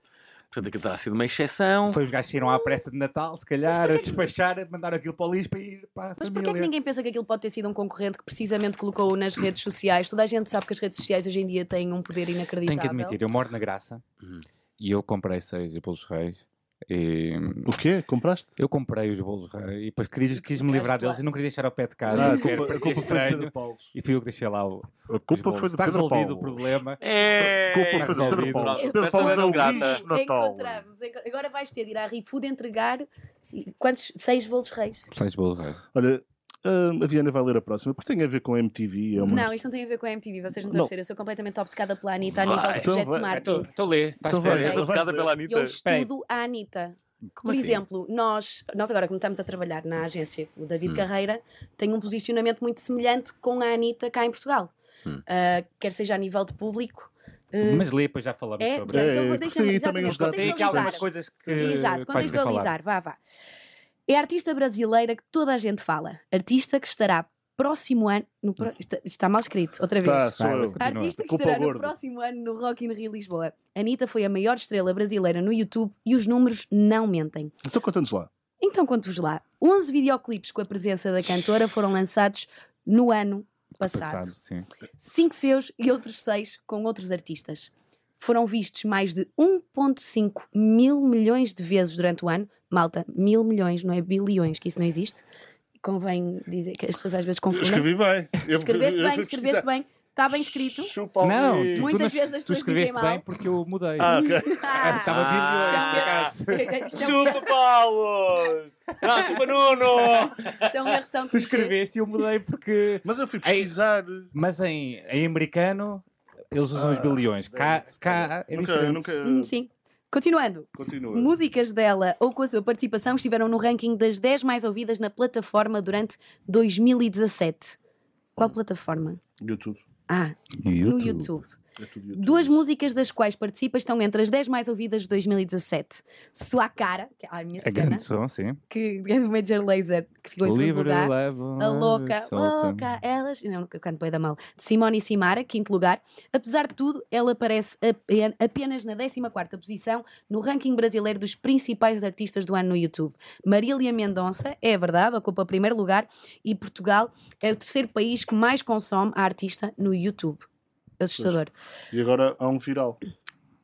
[SPEAKER 1] Portanto, aquilo terá sido uma exceção.
[SPEAKER 2] Foi os gajos que saíram à pressa de Natal, se calhar, a despachar, mandaram aquilo para o lixo para ir para a
[SPEAKER 4] Mas porquê
[SPEAKER 2] família.
[SPEAKER 4] é que ninguém pensa que aquilo pode ter sido um concorrente que precisamente colocou nas redes sociais? Toda a gente sabe que as redes sociais hoje em dia têm um poder inacreditável.
[SPEAKER 2] Hum. Tenho que admitir, eu moro na Graça
[SPEAKER 1] Uhum.
[SPEAKER 2] e eu comprei seis bolos reis E
[SPEAKER 3] O quê? Compraste?
[SPEAKER 2] eu comprei os bolos eh, e depois quis, quis me
[SPEAKER 4] Compraste
[SPEAKER 2] livrar deles
[SPEAKER 4] lá.
[SPEAKER 2] e não queria deixar ao pé de
[SPEAKER 3] Ah,
[SPEAKER 2] casa.
[SPEAKER 3] a
[SPEAKER 2] porque era-
[SPEAKER 3] culpa, a
[SPEAKER 2] parecia
[SPEAKER 3] culpa foi de
[SPEAKER 2] estranho.
[SPEAKER 3] Pedro Paulo.
[SPEAKER 2] E fui eu que deixei lá o.
[SPEAKER 3] A culpa foi de
[SPEAKER 2] Está
[SPEAKER 3] Pedro
[SPEAKER 2] resolvido
[SPEAKER 3] Paulo.
[SPEAKER 2] o problema.
[SPEAKER 1] É.
[SPEAKER 3] Culpa foi de
[SPEAKER 2] resolvido.
[SPEAKER 3] Pedro Paulo.
[SPEAKER 1] Pronto,
[SPEAKER 3] Pedro
[SPEAKER 1] peça
[SPEAKER 3] Paulo
[SPEAKER 1] não
[SPEAKER 3] é um
[SPEAKER 1] grata.
[SPEAKER 3] bicho Natal.
[SPEAKER 4] Encontramos. enco- Agora vais ter de ir à ReFood entregar e- quantos? Seis bolos reis.
[SPEAKER 2] Seis bolos reis.
[SPEAKER 3] Olha, hum, a Diana vai ler a próxima, porque tem a ver com MTV. É uma...
[SPEAKER 4] Não, isto não tem a ver com a MTV, vocês não estão
[SPEAKER 3] Não.
[SPEAKER 4] a perceber. Eu sou completamente obcecada pela Anitta a
[SPEAKER 1] Vai.
[SPEAKER 4] nível de projeto
[SPEAKER 3] Então vai.
[SPEAKER 4] de marketing.
[SPEAKER 2] Estou a ler, está
[SPEAKER 3] Então
[SPEAKER 2] sério.
[SPEAKER 3] vai.
[SPEAKER 1] Essa buscada
[SPEAKER 3] Vais
[SPEAKER 1] pela
[SPEAKER 4] Eu
[SPEAKER 1] Anitta. assim?
[SPEAKER 4] estudo a Anitta. Por exemplo, nós, nós agora como estamos a trabalhar na agência, o
[SPEAKER 3] Hum.
[SPEAKER 4] David Carreira tem um posicionamento muito semelhante com a Anitta cá em Portugal.
[SPEAKER 1] Hum.
[SPEAKER 4] Ah, quer seja a nível de público. ah,
[SPEAKER 2] Mas lê, pois já falamos
[SPEAKER 4] é,
[SPEAKER 2] sobre.
[SPEAKER 3] É,
[SPEAKER 4] então vou
[SPEAKER 3] é,
[SPEAKER 4] deixar-me
[SPEAKER 3] sim, também os
[SPEAKER 4] exatamente,
[SPEAKER 3] dados.
[SPEAKER 2] Tem aqui
[SPEAKER 4] contextualizar.
[SPEAKER 2] algumas coisas que.
[SPEAKER 4] Exato,
[SPEAKER 2] vais querer falar.
[SPEAKER 4] contextualizar, vá, vá. É a artista brasileira que toda a gente fala. Artista que estará próximo ano. No pro- está, está mal escrito, outra vez.
[SPEAKER 3] Tá, sou
[SPEAKER 2] Vai,
[SPEAKER 3] eu.
[SPEAKER 2] vai. Continua.
[SPEAKER 4] Artista que
[SPEAKER 3] Culpa
[SPEAKER 4] estará
[SPEAKER 3] ao
[SPEAKER 4] no
[SPEAKER 3] gordo.
[SPEAKER 4] próximo ano no Rock in Rio Lisboa. Anitta foi a maior estrela brasileira no YouTube e os números não mentem.
[SPEAKER 3] Então conta-nos lá.
[SPEAKER 4] Então conto-vos lá. 11 videoclipes com a presença da cantora foram lançados no ano
[SPEAKER 3] Tá
[SPEAKER 4] passado.
[SPEAKER 2] sim.
[SPEAKER 4] Cinco seus e outros seis com outros artistas. Foram vistos mais de 1,5 mil milhões de vezes durante o ano. Malta, mil milhões, não é bilhões, que isso não existe. Convém dizer que as pessoas às vezes confundem.
[SPEAKER 3] bem. Eu-
[SPEAKER 4] Escreveste
[SPEAKER 3] eu- eu
[SPEAKER 4] bem,
[SPEAKER 3] fui
[SPEAKER 4] escreveste bem, está bem escrito.
[SPEAKER 3] pesquisar. Chupa o
[SPEAKER 2] Não,
[SPEAKER 3] bico.
[SPEAKER 2] tu,
[SPEAKER 4] Muitas
[SPEAKER 2] mas
[SPEAKER 4] vezes as
[SPEAKER 2] tu
[SPEAKER 4] pessoas
[SPEAKER 2] escreveste
[SPEAKER 4] dizem mal.
[SPEAKER 2] bem porque eu mudei.
[SPEAKER 3] Ah, ok.
[SPEAKER 2] Ah,
[SPEAKER 1] Tá
[SPEAKER 2] Estava
[SPEAKER 4] Ah,
[SPEAKER 2] ah, bíblio.
[SPEAKER 4] Isto é um erro-
[SPEAKER 1] Chupa, Paulo! Não, chupa, Nuno!
[SPEAKER 4] isto é um erro tão
[SPEAKER 2] Tu
[SPEAKER 4] clichê.
[SPEAKER 2] escreveste e eu mudei porque.
[SPEAKER 3] Mas eu fui
[SPEAKER 2] Ei.
[SPEAKER 3] pesquisar.
[SPEAKER 2] Mas em, em americano eles usam os
[SPEAKER 3] Ah,
[SPEAKER 2] bilhões. Cá,
[SPEAKER 3] damn it.
[SPEAKER 2] cá é
[SPEAKER 3] nunca,
[SPEAKER 2] diferente.
[SPEAKER 3] nunca.
[SPEAKER 4] Hum, Sim. Continuando,
[SPEAKER 3] Continua.
[SPEAKER 4] músicas dela ou com a sua participação estiveram no ranking das 10 mais ouvidas na plataforma durante 2017. Qual plataforma?
[SPEAKER 3] YouTube.
[SPEAKER 4] Ah, no YouTube.
[SPEAKER 3] É tudo YouTube.
[SPEAKER 4] Duas músicas das quais participa estão entre as 10 mais ouvidas de 2017. Sua cara, que ah, a minha
[SPEAKER 2] É
[SPEAKER 4] cena,
[SPEAKER 2] grande som, sim.
[SPEAKER 4] que é do Major Laser, que ficou em segundo lugar.
[SPEAKER 2] leva.
[SPEAKER 4] A louca, louca, elas. Não, eu canto bem da mal. De Simone e Simara, quinto lugar. Apesar de tudo, ela aparece apen- apenas na 14 posição no ranking brasileiro dos principais artistas do ano no YouTube. Marília Mendonça, é verdade, ocupa o primeiro lugar e Portugal é o terceiro país que mais consome a artista no YouTube. Assustador.
[SPEAKER 3] E agora há um viral.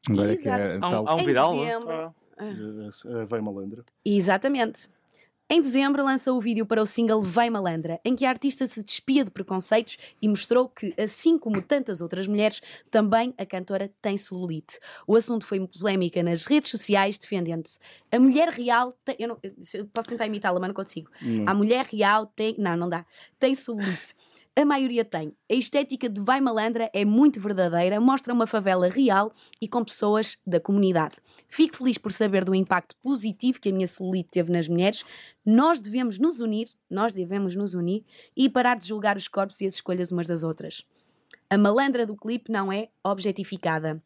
[SPEAKER 2] Agora é que é
[SPEAKER 4] Exato.
[SPEAKER 1] Há um-
[SPEAKER 2] tal.
[SPEAKER 1] há um- viral,
[SPEAKER 4] em
[SPEAKER 1] não é?
[SPEAKER 4] dezembro.
[SPEAKER 3] Eh, eh, Vai malandra.
[SPEAKER 4] Exatamente. Em dezembro lançou o vídeo para o single Vai Malandra, em que a artista se despia de preconceitos e mostrou que, assim como tantas outras mulheres, também a cantora tem celulite. O assunto foi polémica nas redes sociais, defendendo-se. A mulher real tem. Eu, não- eu posso tentar imitá-la, mas não consigo.
[SPEAKER 3] Hum.
[SPEAKER 4] A mulher real tem. Não, não dá. Tem celulite. A maioria tem. A estética de Vai Malandra é muito verdadeira, mostra uma favela real e com pessoas da comunidade. Fico feliz por saber do impacto positivo que a minha celulite teve nas mulheres. Nós devemos nos unir, nós devemos nos unir e parar de julgar os corpos e as escolhas umas das outras. A malandra do clipe não é objetificada.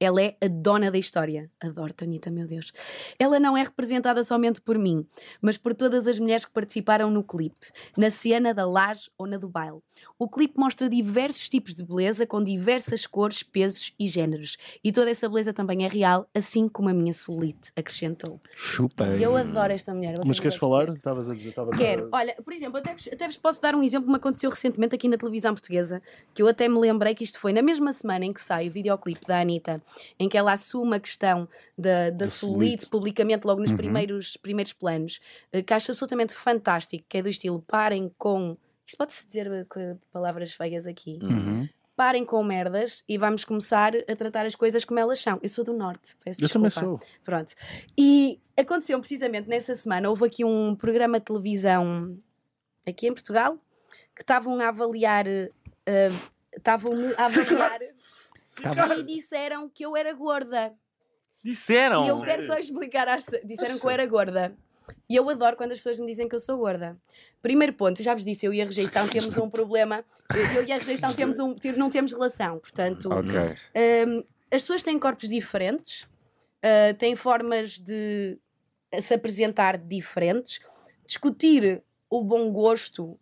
[SPEAKER 4] Ela é a dona da história. Adoro-te, Anitta, meu Deus. Ela não é representada somente por mim, mas por todas as mulheres que participaram no clipe, na cena da laje ou na do baile. O clipe mostra diversos tipos de beleza com diversas cores, pesos e géneros. E toda essa beleza também é real, assim como a minha solite, acrescentou.
[SPEAKER 2] Chupa.
[SPEAKER 4] E eu adoro esta mulher. vocês
[SPEAKER 3] Mas
[SPEAKER 4] não
[SPEAKER 3] queres
[SPEAKER 4] vão
[SPEAKER 3] falar?
[SPEAKER 4] perceber.
[SPEAKER 3] Estavas a dizer. estavas a-
[SPEAKER 4] Quero. Olha, por exemplo, até vos, até vos posso dar um exemplo que me aconteceu recentemente aqui na televisão portuguesa, que eu até me lembrei que isto foi na mesma semana em que sai o videoclipe da Anitta, em que ela assume a questão da, da
[SPEAKER 3] Da
[SPEAKER 4] solite
[SPEAKER 3] celulite.
[SPEAKER 4] publicamente logo nos
[SPEAKER 2] Uhum.
[SPEAKER 4] primeiros, primeiros planos, eh, que acho absolutamente fantástico, que é do estilo parem com. Isto pode-se dizer eh, com palavras feias aqui.
[SPEAKER 1] Hum.
[SPEAKER 2] Uhum.
[SPEAKER 4] Parem com merdas e vamos começar a tratar as coisas como elas são. Eu sou do Norte, peço
[SPEAKER 3] Eu também
[SPEAKER 4] desculpa.
[SPEAKER 3] sou.
[SPEAKER 4] Pronto. E aconteceu precisamente nessa semana, houve aqui um programa de televisão aqui em Portugal que estavam a avaliar. eh, estavam a avaliar e disseram que eu era gorda.
[SPEAKER 1] Disseram!
[SPEAKER 4] e eu quero só explicar às Disseram que eu era gorda. E eu adoro quando as pessoas me dizem que eu sou gorda. Primeiro ponto, eu já vos disse, eu e a rejeição temos um problema. Eu- Eu e a rejeição temos um, não temos relação, portanto,
[SPEAKER 2] Ok.
[SPEAKER 4] Hum, as pessoas têm corpos diferentes, uh, têm formas de se apresentar diferentes. Discutir o bom gosto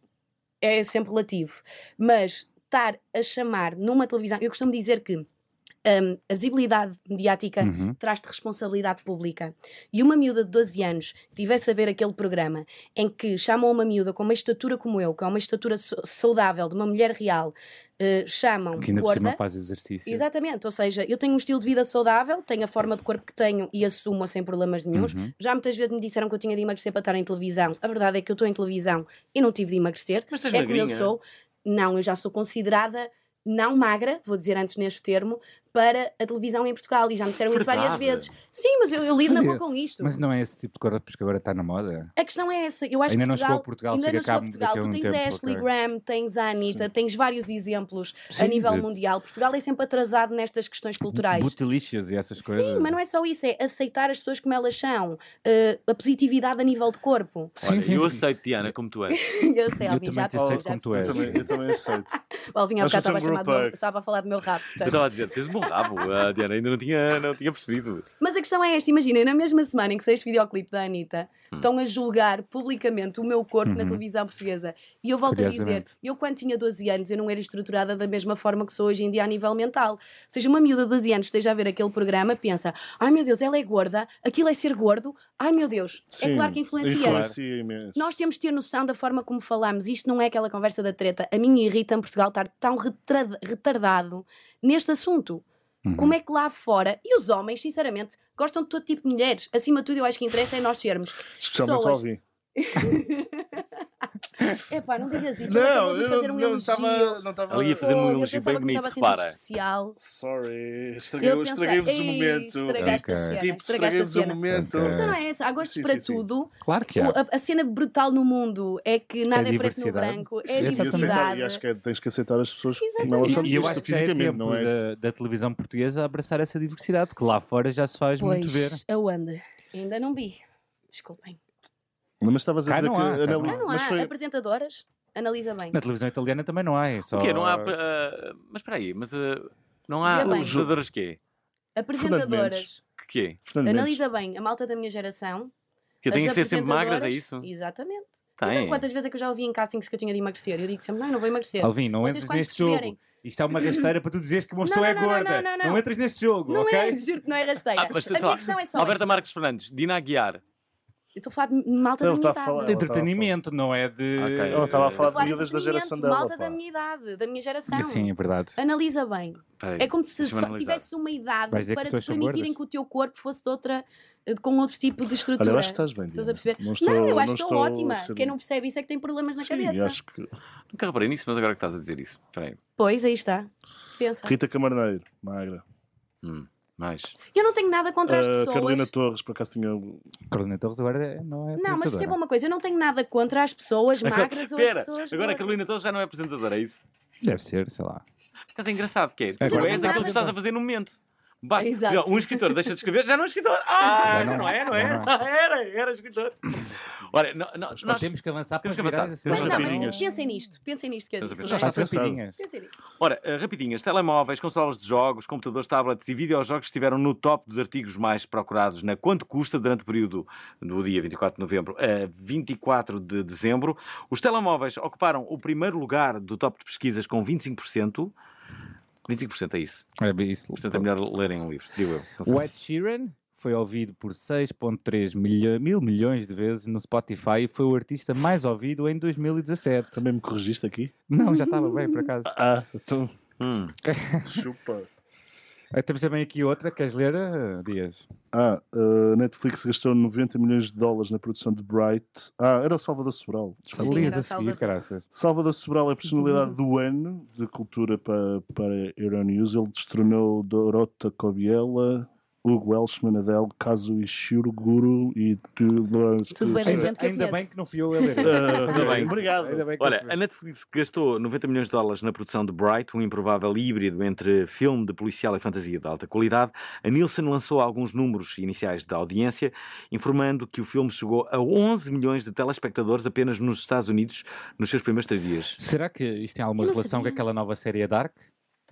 [SPEAKER 4] é sempre relativo, mas estar a chamar numa televisão. Eu costumo dizer que hum, a visibilidade mediática
[SPEAKER 2] Uhum.
[SPEAKER 4] traz-te responsabilidade pública. E uma miúda de 12 anos que tivesse a ver aquele programa em que chamam uma miúda com uma estatura como eu, que é uma estatura so- saudável, de uma mulher real, eh, chamam
[SPEAKER 2] Que ainda por
[SPEAKER 4] gorda.
[SPEAKER 2] cima faz exercício.
[SPEAKER 4] Exatamente, ou seja, eu tenho um estilo de vida saudável, tenho a forma de corpo que tenho e assumo-a sem problemas nenhuns.
[SPEAKER 2] Uhum.
[SPEAKER 4] Já muitas vezes me disseram que eu tinha de emagrecer para estar em televisão. A verdade é que eu estou em televisão e não tive de emagrecer.
[SPEAKER 8] Mas tens
[SPEAKER 4] é como eu
[SPEAKER 8] magrinha.
[SPEAKER 4] sou. Não, eu já sou considerada não magra, vou dizer antes neste termo, para a televisão em Portugal e já me disseram isso várias
[SPEAKER 8] Verdade.
[SPEAKER 4] vezes. Sim, mas eu, eu lido na
[SPEAKER 2] Mas
[SPEAKER 4] boa
[SPEAKER 2] é-
[SPEAKER 4] com isto.
[SPEAKER 2] Mas não é esse tipo de corpos que agora está na moda?
[SPEAKER 4] A questão é essa. Eu acho
[SPEAKER 2] ainda
[SPEAKER 4] que
[SPEAKER 2] não chegou a Portugal,
[SPEAKER 4] Portugal. Ainda
[SPEAKER 2] chega
[SPEAKER 4] não chegou a
[SPEAKER 2] cá
[SPEAKER 4] Portugal.
[SPEAKER 2] daqui a
[SPEAKER 4] Tu
[SPEAKER 2] um
[SPEAKER 4] tens
[SPEAKER 2] tempo,
[SPEAKER 4] a Ashley
[SPEAKER 2] ok.
[SPEAKER 4] Graham, tens a Anitta, tens vários exemplos
[SPEAKER 2] Sim,
[SPEAKER 4] a nível
[SPEAKER 2] de-
[SPEAKER 4] mundial. Portugal é sempre atrasado nestas questões culturais.
[SPEAKER 2] Botelixas e essas coisas.
[SPEAKER 4] Sim, mas não é só isso, é aceitar as pessoas como elas são, eh, a positividade a nível de corpo.
[SPEAKER 2] Sim, sim,
[SPEAKER 1] eu
[SPEAKER 2] sim.
[SPEAKER 1] aceito, Diana, como tu és.
[SPEAKER 4] Eu sei, Alvin,
[SPEAKER 2] também
[SPEAKER 4] já
[SPEAKER 2] te aceito
[SPEAKER 4] já
[SPEAKER 2] como tu
[SPEAKER 4] percebi.
[SPEAKER 2] és.
[SPEAKER 3] Eu também, eu também aceito.
[SPEAKER 4] O Alvin há
[SPEAKER 3] Nós
[SPEAKER 4] bocado
[SPEAKER 3] somos
[SPEAKER 4] estava a,
[SPEAKER 3] um
[SPEAKER 4] chamar do meu-
[SPEAKER 3] grupo.
[SPEAKER 4] estava a falar do meu rabo.
[SPEAKER 1] Eu
[SPEAKER 4] portanto.
[SPEAKER 2] Então
[SPEAKER 1] estava a dizer, tens um bom rabo, ah, Diana, ainda não tinha, não tinha percebido.
[SPEAKER 4] Mas a questão é esta: imagina, na mesma semana em que saiu este videoclipe da Anitta, estão a julgar publicamente o meu corpo
[SPEAKER 2] Hum.
[SPEAKER 4] na
[SPEAKER 2] Uhum.
[SPEAKER 4] televisão portuguesa. E eu volto a dizer:
[SPEAKER 2] Curiosamente.
[SPEAKER 4] eu, quando tinha 12 anos, eu não era estruturada da mesma forma que sou hoje em dia a nível mental. Ou seja, uma miúda de 12 anos esteja a ver aquele programa, pensa: ai meu Deus, ela é gorda, aquilo é ser gordo, ai meu Deus. é
[SPEAKER 3] Sim,
[SPEAKER 4] claro que influencia.
[SPEAKER 3] Influencia imenso.
[SPEAKER 4] Nós temos de ter noção da forma como falamos. Isto não é aquela conversa da treta. A mim irrita-me Portugal estar tão retra- retardado neste assunto.
[SPEAKER 2] Uhum.
[SPEAKER 4] Como é que lá fora, e os homens, sinceramente, gostam de todo tipo de mulheres. Acima de tudo, eu acho que interessa é nós sermos.
[SPEAKER 3] Especialmente ao
[SPEAKER 4] pessoas-
[SPEAKER 3] Alvin.
[SPEAKER 4] Epá, não digas isso. Ele acabou de me fazer um elogio.
[SPEAKER 3] não estava.
[SPEAKER 1] Ali ia fazer um
[SPEAKER 4] Fogo, eu
[SPEAKER 1] elogio
[SPEAKER 4] pensava
[SPEAKER 1] bem
[SPEAKER 4] que
[SPEAKER 1] bonito,
[SPEAKER 4] estava a ser muito
[SPEAKER 1] repara.
[SPEAKER 4] especial.
[SPEAKER 3] Sorry,
[SPEAKER 4] Eu
[SPEAKER 3] estraguei-
[SPEAKER 4] pensei,
[SPEAKER 3] estraguei-vos o
[SPEAKER 4] "Ei,
[SPEAKER 3] momento.
[SPEAKER 4] Estragaste
[SPEAKER 2] Ok.
[SPEAKER 4] a
[SPEAKER 3] Pips,
[SPEAKER 4] cena. Estragaste a
[SPEAKER 3] estraguei-vos o
[SPEAKER 4] cena.
[SPEAKER 3] momento.
[SPEAKER 4] A questão não é essa. Há gostos
[SPEAKER 3] Sim,
[SPEAKER 4] para
[SPEAKER 3] sim, sim.
[SPEAKER 4] tudo.
[SPEAKER 2] Claro que é. há.
[SPEAKER 4] O- A, a cena brutal no mundo é que nada é, preto no
[SPEAKER 2] diversidade.
[SPEAKER 4] branco.
[SPEAKER 2] Sim,
[SPEAKER 4] É
[SPEAKER 2] exatamente.
[SPEAKER 3] E, aceitar, e
[SPEAKER 4] diversidade.
[SPEAKER 3] acho que é- tens que aceitar as pessoas como elas
[SPEAKER 4] Exatamente.
[SPEAKER 3] são
[SPEAKER 2] E eu
[SPEAKER 3] isto
[SPEAKER 2] acho que já é
[SPEAKER 3] fisicamente,
[SPEAKER 2] tempo
[SPEAKER 3] não é?
[SPEAKER 2] da, da televisão portuguesa abraçar essa diversidade, que lá fora já se faz muito ver.
[SPEAKER 4] Pois, aonde? Ainda não vi. Desculpem.
[SPEAKER 3] Não, Mas estavas a
[SPEAKER 2] Cá
[SPEAKER 3] dizer
[SPEAKER 2] não
[SPEAKER 3] que
[SPEAKER 2] há, cá
[SPEAKER 3] analisa-
[SPEAKER 4] Cá não há
[SPEAKER 3] mas foi-
[SPEAKER 4] apresentadoras. Analisa bem.
[SPEAKER 2] Na televisão italiana também não há. É só...
[SPEAKER 1] O quê? Não há. ah, mas espera aí, mas ah, não há
[SPEAKER 4] Vê é bem.
[SPEAKER 1] ajudadoras quê?
[SPEAKER 3] Fernando
[SPEAKER 4] Apresentadoras.
[SPEAKER 3] Mendes.
[SPEAKER 1] Que quê?
[SPEAKER 3] Fernando Mendes.
[SPEAKER 4] Analisa bem a malta da minha geração.
[SPEAKER 1] Que
[SPEAKER 4] as
[SPEAKER 1] têm que ser sempre magras, é
[SPEAKER 4] apresentadoras.
[SPEAKER 1] isso?
[SPEAKER 4] Exatamente. Então,
[SPEAKER 1] Tem.
[SPEAKER 4] quantas vezes é que eu já ouvi em castings que eu tinha de emagrecer? Eu digo sempre, não, eu não vou emagrecer.
[SPEAKER 2] Alvin, não
[SPEAKER 4] Vocês
[SPEAKER 2] entres
[SPEAKER 4] quando
[SPEAKER 2] neste
[SPEAKER 4] perceberem-
[SPEAKER 2] jogo. Isto é uma rasteira para tu dizeres que uma
[SPEAKER 4] Não,
[SPEAKER 2] pessoa
[SPEAKER 4] não,
[SPEAKER 2] é
[SPEAKER 4] não, não,
[SPEAKER 2] gorda.
[SPEAKER 4] não, não, não.
[SPEAKER 2] entras neste jogo,
[SPEAKER 4] Não
[SPEAKER 2] ok?
[SPEAKER 4] é, juro que não é rasteira.
[SPEAKER 1] Ah, mas
[SPEAKER 4] a
[SPEAKER 1] sei lá,
[SPEAKER 4] minha questão é só.
[SPEAKER 1] Alberta
[SPEAKER 4] esta.
[SPEAKER 1] Marques Fernandes, Dina Aguiar.
[SPEAKER 4] Eu estou a falar de malta
[SPEAKER 3] Ele
[SPEAKER 4] da
[SPEAKER 3] está
[SPEAKER 4] minha
[SPEAKER 3] a falar-
[SPEAKER 4] idade.
[SPEAKER 2] De
[SPEAKER 3] Ela estava a
[SPEAKER 2] é entretenimento, não é de.
[SPEAKER 1] Ok.
[SPEAKER 3] Ela estava a
[SPEAKER 1] Eh,
[SPEAKER 4] Estou a
[SPEAKER 3] falar de
[SPEAKER 4] falar de
[SPEAKER 3] miúdas da geração
[SPEAKER 4] entretenimento,
[SPEAKER 3] dela.
[SPEAKER 4] malta
[SPEAKER 3] pá.
[SPEAKER 4] da minha idade, da minha geração.
[SPEAKER 2] Sim, é verdade.
[SPEAKER 4] Analisa bem.
[SPEAKER 1] Espera aí, um
[SPEAKER 4] É como se
[SPEAKER 1] deixa-me
[SPEAKER 4] só
[SPEAKER 1] analisar.
[SPEAKER 4] tivesses uma idade
[SPEAKER 2] Vais dizer que
[SPEAKER 4] para
[SPEAKER 2] pessoas
[SPEAKER 4] te
[SPEAKER 2] são
[SPEAKER 4] permitirem
[SPEAKER 2] gordas?
[SPEAKER 4] que o teu corpo fosse de outra, eh, com outro tipo de estrutura.
[SPEAKER 3] Olha, eu acho que estás bem.
[SPEAKER 4] Estás
[SPEAKER 3] Diana.
[SPEAKER 4] a perceber?
[SPEAKER 3] Não, estou,
[SPEAKER 4] não, eu acho que
[SPEAKER 3] estou
[SPEAKER 4] estou ótima.
[SPEAKER 3] a ser-
[SPEAKER 4] Quem não percebe isso é que tem problemas na
[SPEAKER 3] Sim,
[SPEAKER 4] cabeça.
[SPEAKER 3] acho que-
[SPEAKER 1] Nunca reparei nisso, mas agora que estás a dizer isso. Espera aí.
[SPEAKER 4] Pois, aí está. Pensa.
[SPEAKER 3] Rita Camarneiro, magra.
[SPEAKER 1] Hum, mais.
[SPEAKER 4] Eu não tenho nada contra as
[SPEAKER 3] Ah,
[SPEAKER 4] pessoas.
[SPEAKER 3] Carolina Torres, por acaso tinha.
[SPEAKER 2] Carolina Torres agora é- não é.
[SPEAKER 4] Não, mas
[SPEAKER 2] apresentadora.
[SPEAKER 4] percebam uma coisa, eu não tenho nada contra as pessoas magras ou as
[SPEAKER 1] Espera,
[SPEAKER 4] pessoas.
[SPEAKER 1] agora a
[SPEAKER 4] gordas.
[SPEAKER 1] Carolina Torres já não é apresentadora, é isso?
[SPEAKER 2] Deve ser, sei lá.
[SPEAKER 1] Mas é engraçado que é. Tu
[SPEAKER 2] Agora-
[SPEAKER 1] és aquilo que estás a fazer no momento. Basta.
[SPEAKER 4] Exato.
[SPEAKER 1] Não, Um escritor deixa de escrever, já não é escritor. Ah,
[SPEAKER 2] Já
[SPEAKER 1] já
[SPEAKER 2] não
[SPEAKER 1] não é, não é?
[SPEAKER 2] já não
[SPEAKER 1] Era, era escritor. Olha, não, não,
[SPEAKER 2] Nós
[SPEAKER 1] nós,
[SPEAKER 2] temos que avançar
[SPEAKER 1] temos
[SPEAKER 2] para
[SPEAKER 1] que
[SPEAKER 2] virar
[SPEAKER 1] avançar.
[SPEAKER 2] esse-
[SPEAKER 4] Mas
[SPEAKER 3] Mas
[SPEAKER 4] não,
[SPEAKER 3] rapidinhas.
[SPEAKER 4] mas pensem nisto, pensem nisto que É eu
[SPEAKER 1] Mas a
[SPEAKER 4] disse.
[SPEAKER 1] pessoa
[SPEAKER 2] Já
[SPEAKER 4] ok?
[SPEAKER 3] Já
[SPEAKER 2] está
[SPEAKER 3] está
[SPEAKER 2] rapidinhas.
[SPEAKER 4] Pensem nisto.
[SPEAKER 1] Ora, eh, rapidinhas, telemóveis, consolas de jogos, computadores, tablets e videojogos estiveram no top dos artigos mais procurados na Quanto Custa durante o período do dia 24 de novembro a 24 de dezembro. Os telemóveis ocuparam o primeiro lugar do top de pesquisas com 25%. 25% é isso.
[SPEAKER 2] É isso.
[SPEAKER 1] Portanto, é melhor lerem um livro, digo eu. Não sei.
[SPEAKER 2] O Ed Sheeran foi ouvido por 6,3 milho- mil milhões de vezes no Spotify e foi o artista mais ouvido em 2017.
[SPEAKER 3] Também me corrigiste aqui?
[SPEAKER 2] Não, já estava bem, por acaso.
[SPEAKER 3] Ah, então.
[SPEAKER 1] Hum.
[SPEAKER 3] Chupa.
[SPEAKER 2] Eh, Temos também aqui outra, queres ler, eh, Dias?
[SPEAKER 3] Ah, a Netflix gastou 90 milhões de dólares na produção de Bright. Ah, era o Salvador Sobral. Desculpa.
[SPEAKER 4] Sim,
[SPEAKER 2] Lias
[SPEAKER 4] era
[SPEAKER 2] a
[SPEAKER 4] o
[SPEAKER 2] seguir,
[SPEAKER 4] Salvador.
[SPEAKER 2] caraças.
[SPEAKER 3] Salvador Sobral é a personalidade do ano de cultura para, para Euronews. Ele destronou Dorota Cobiela, Hugo Welshman, Adele, Kazuo Ishiro, Guru e Tudor.
[SPEAKER 4] Tudo bem,
[SPEAKER 2] Ainda,
[SPEAKER 4] gente que eu
[SPEAKER 2] ainda bem
[SPEAKER 4] conheço.
[SPEAKER 2] que não fui eu a ler.
[SPEAKER 3] Ainda
[SPEAKER 1] bem,
[SPEAKER 3] obrigado.
[SPEAKER 2] Ainda bem que
[SPEAKER 1] Olha,
[SPEAKER 2] não fui
[SPEAKER 1] a
[SPEAKER 2] eu.
[SPEAKER 1] Netflix gastou 90 milhões de dólares na produção de Bright, um improvável híbrido entre filme de policial e fantasia de alta qualidade. A Nielsen lançou alguns números iniciais da audiência, informando que o filme chegou a 11 milhões de telespectadores apenas nos Estados Unidos nos seus primeiros três dias.
[SPEAKER 2] Será que isto tem alguma
[SPEAKER 4] Eu não
[SPEAKER 2] relação com
[SPEAKER 4] sabia.
[SPEAKER 2] aquela nova série Dark?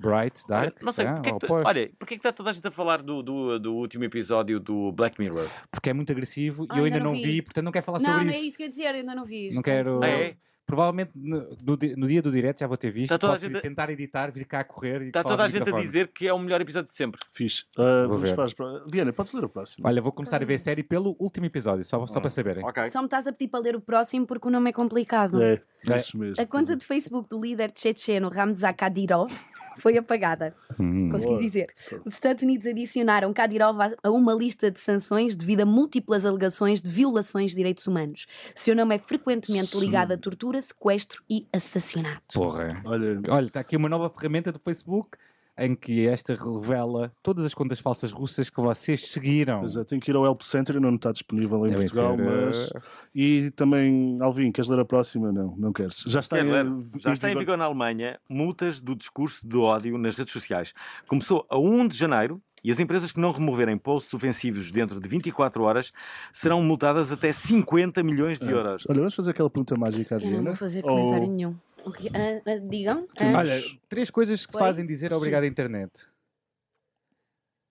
[SPEAKER 2] Bright,
[SPEAKER 1] Olha,
[SPEAKER 2] Dark?
[SPEAKER 1] não sei,
[SPEAKER 2] Ah,
[SPEAKER 1] porque é que
[SPEAKER 2] ou
[SPEAKER 1] tu-
[SPEAKER 2] pós?
[SPEAKER 1] olha, porque é que está toda a gente a falar do, do, do último episódio do Black Mirror?
[SPEAKER 2] Porque é muito agressivo e
[SPEAKER 4] Ah,
[SPEAKER 2] eu ainda não vi. portanto não quero falar
[SPEAKER 4] Não,
[SPEAKER 2] sobre
[SPEAKER 4] não
[SPEAKER 2] isso.
[SPEAKER 4] é isso que eu ia dizer, ainda não vi.
[SPEAKER 2] Não
[SPEAKER 4] portanto,
[SPEAKER 2] quero-
[SPEAKER 1] Ah, é?
[SPEAKER 2] Provavelmente no, no di- no dia do direto já vou ter visto.
[SPEAKER 6] Está Tá toda a
[SPEAKER 2] Posso ir
[SPEAKER 6] gente a-
[SPEAKER 2] tentar editar, vir cá a correr. e
[SPEAKER 1] tá
[SPEAKER 6] Está
[SPEAKER 2] falar
[SPEAKER 6] toda a
[SPEAKER 2] no
[SPEAKER 6] gente a
[SPEAKER 2] microfone.
[SPEAKER 6] dizer que é o melhor episódio de sempre.
[SPEAKER 3] Fixe. Ah,
[SPEAKER 2] Vou
[SPEAKER 3] vamos
[SPEAKER 2] ver.
[SPEAKER 3] para as pro- Diana, podes ler o próximo?
[SPEAKER 2] Olha, vou começar a ver a série pelo último episódio, só, só
[SPEAKER 6] Hum.
[SPEAKER 2] para saberem.
[SPEAKER 6] Ok.
[SPEAKER 4] Só me estás a pedir para ler o próximo porque o nome é complicado.
[SPEAKER 3] É, isso mesmo. é.
[SPEAKER 4] A conta de Facebook do líder tchecheno Ramzan Kadyrov foi apagada.
[SPEAKER 2] Hum.
[SPEAKER 4] Consegui
[SPEAKER 3] Boa.
[SPEAKER 4] dizer. Os Estados Unidos adicionaram Kadyrov a- a uma lista de sanções devido a múltiplas alegações de violações de direitos humanos. Seu nome é frequentemente ligado a tortura, sequestro e assassinato.
[SPEAKER 2] Porra.
[SPEAKER 3] Olha,
[SPEAKER 2] Olha, está aqui uma nova ferramenta do Facebook em que esta revela todas as contas falsas russas que vocês seguiram.
[SPEAKER 3] pois é, tem que ir ao Help Center, ainda não está disponível em
[SPEAKER 2] Devem
[SPEAKER 3] Portugal,
[SPEAKER 2] ser, eh,
[SPEAKER 3] mas.
[SPEAKER 4] É.
[SPEAKER 3] E também, Alvin, queres ler a próxima? Não, não queres. Já está, um
[SPEAKER 6] Quer
[SPEAKER 3] em,
[SPEAKER 6] ler? Já está em vigor na Alemanha multas do discurso de ódio nas redes sociais. Começou a 1 de janeiro e as empresas que não removerem posts ofensivos dentro de 24 horas serão multadas até 50 milhões de euros.
[SPEAKER 3] Olha, vamos fazer aquela pergunta mágica à
[SPEAKER 4] Eu não
[SPEAKER 3] Diana.
[SPEAKER 4] vou fazer
[SPEAKER 3] Ou-
[SPEAKER 4] comentário nenhum. O que- ah, ah, digam?
[SPEAKER 3] Sim.
[SPEAKER 4] Ah,
[SPEAKER 2] Olha, três coisas que te
[SPEAKER 4] Oi?
[SPEAKER 2] fazem dizer obrigado à internet.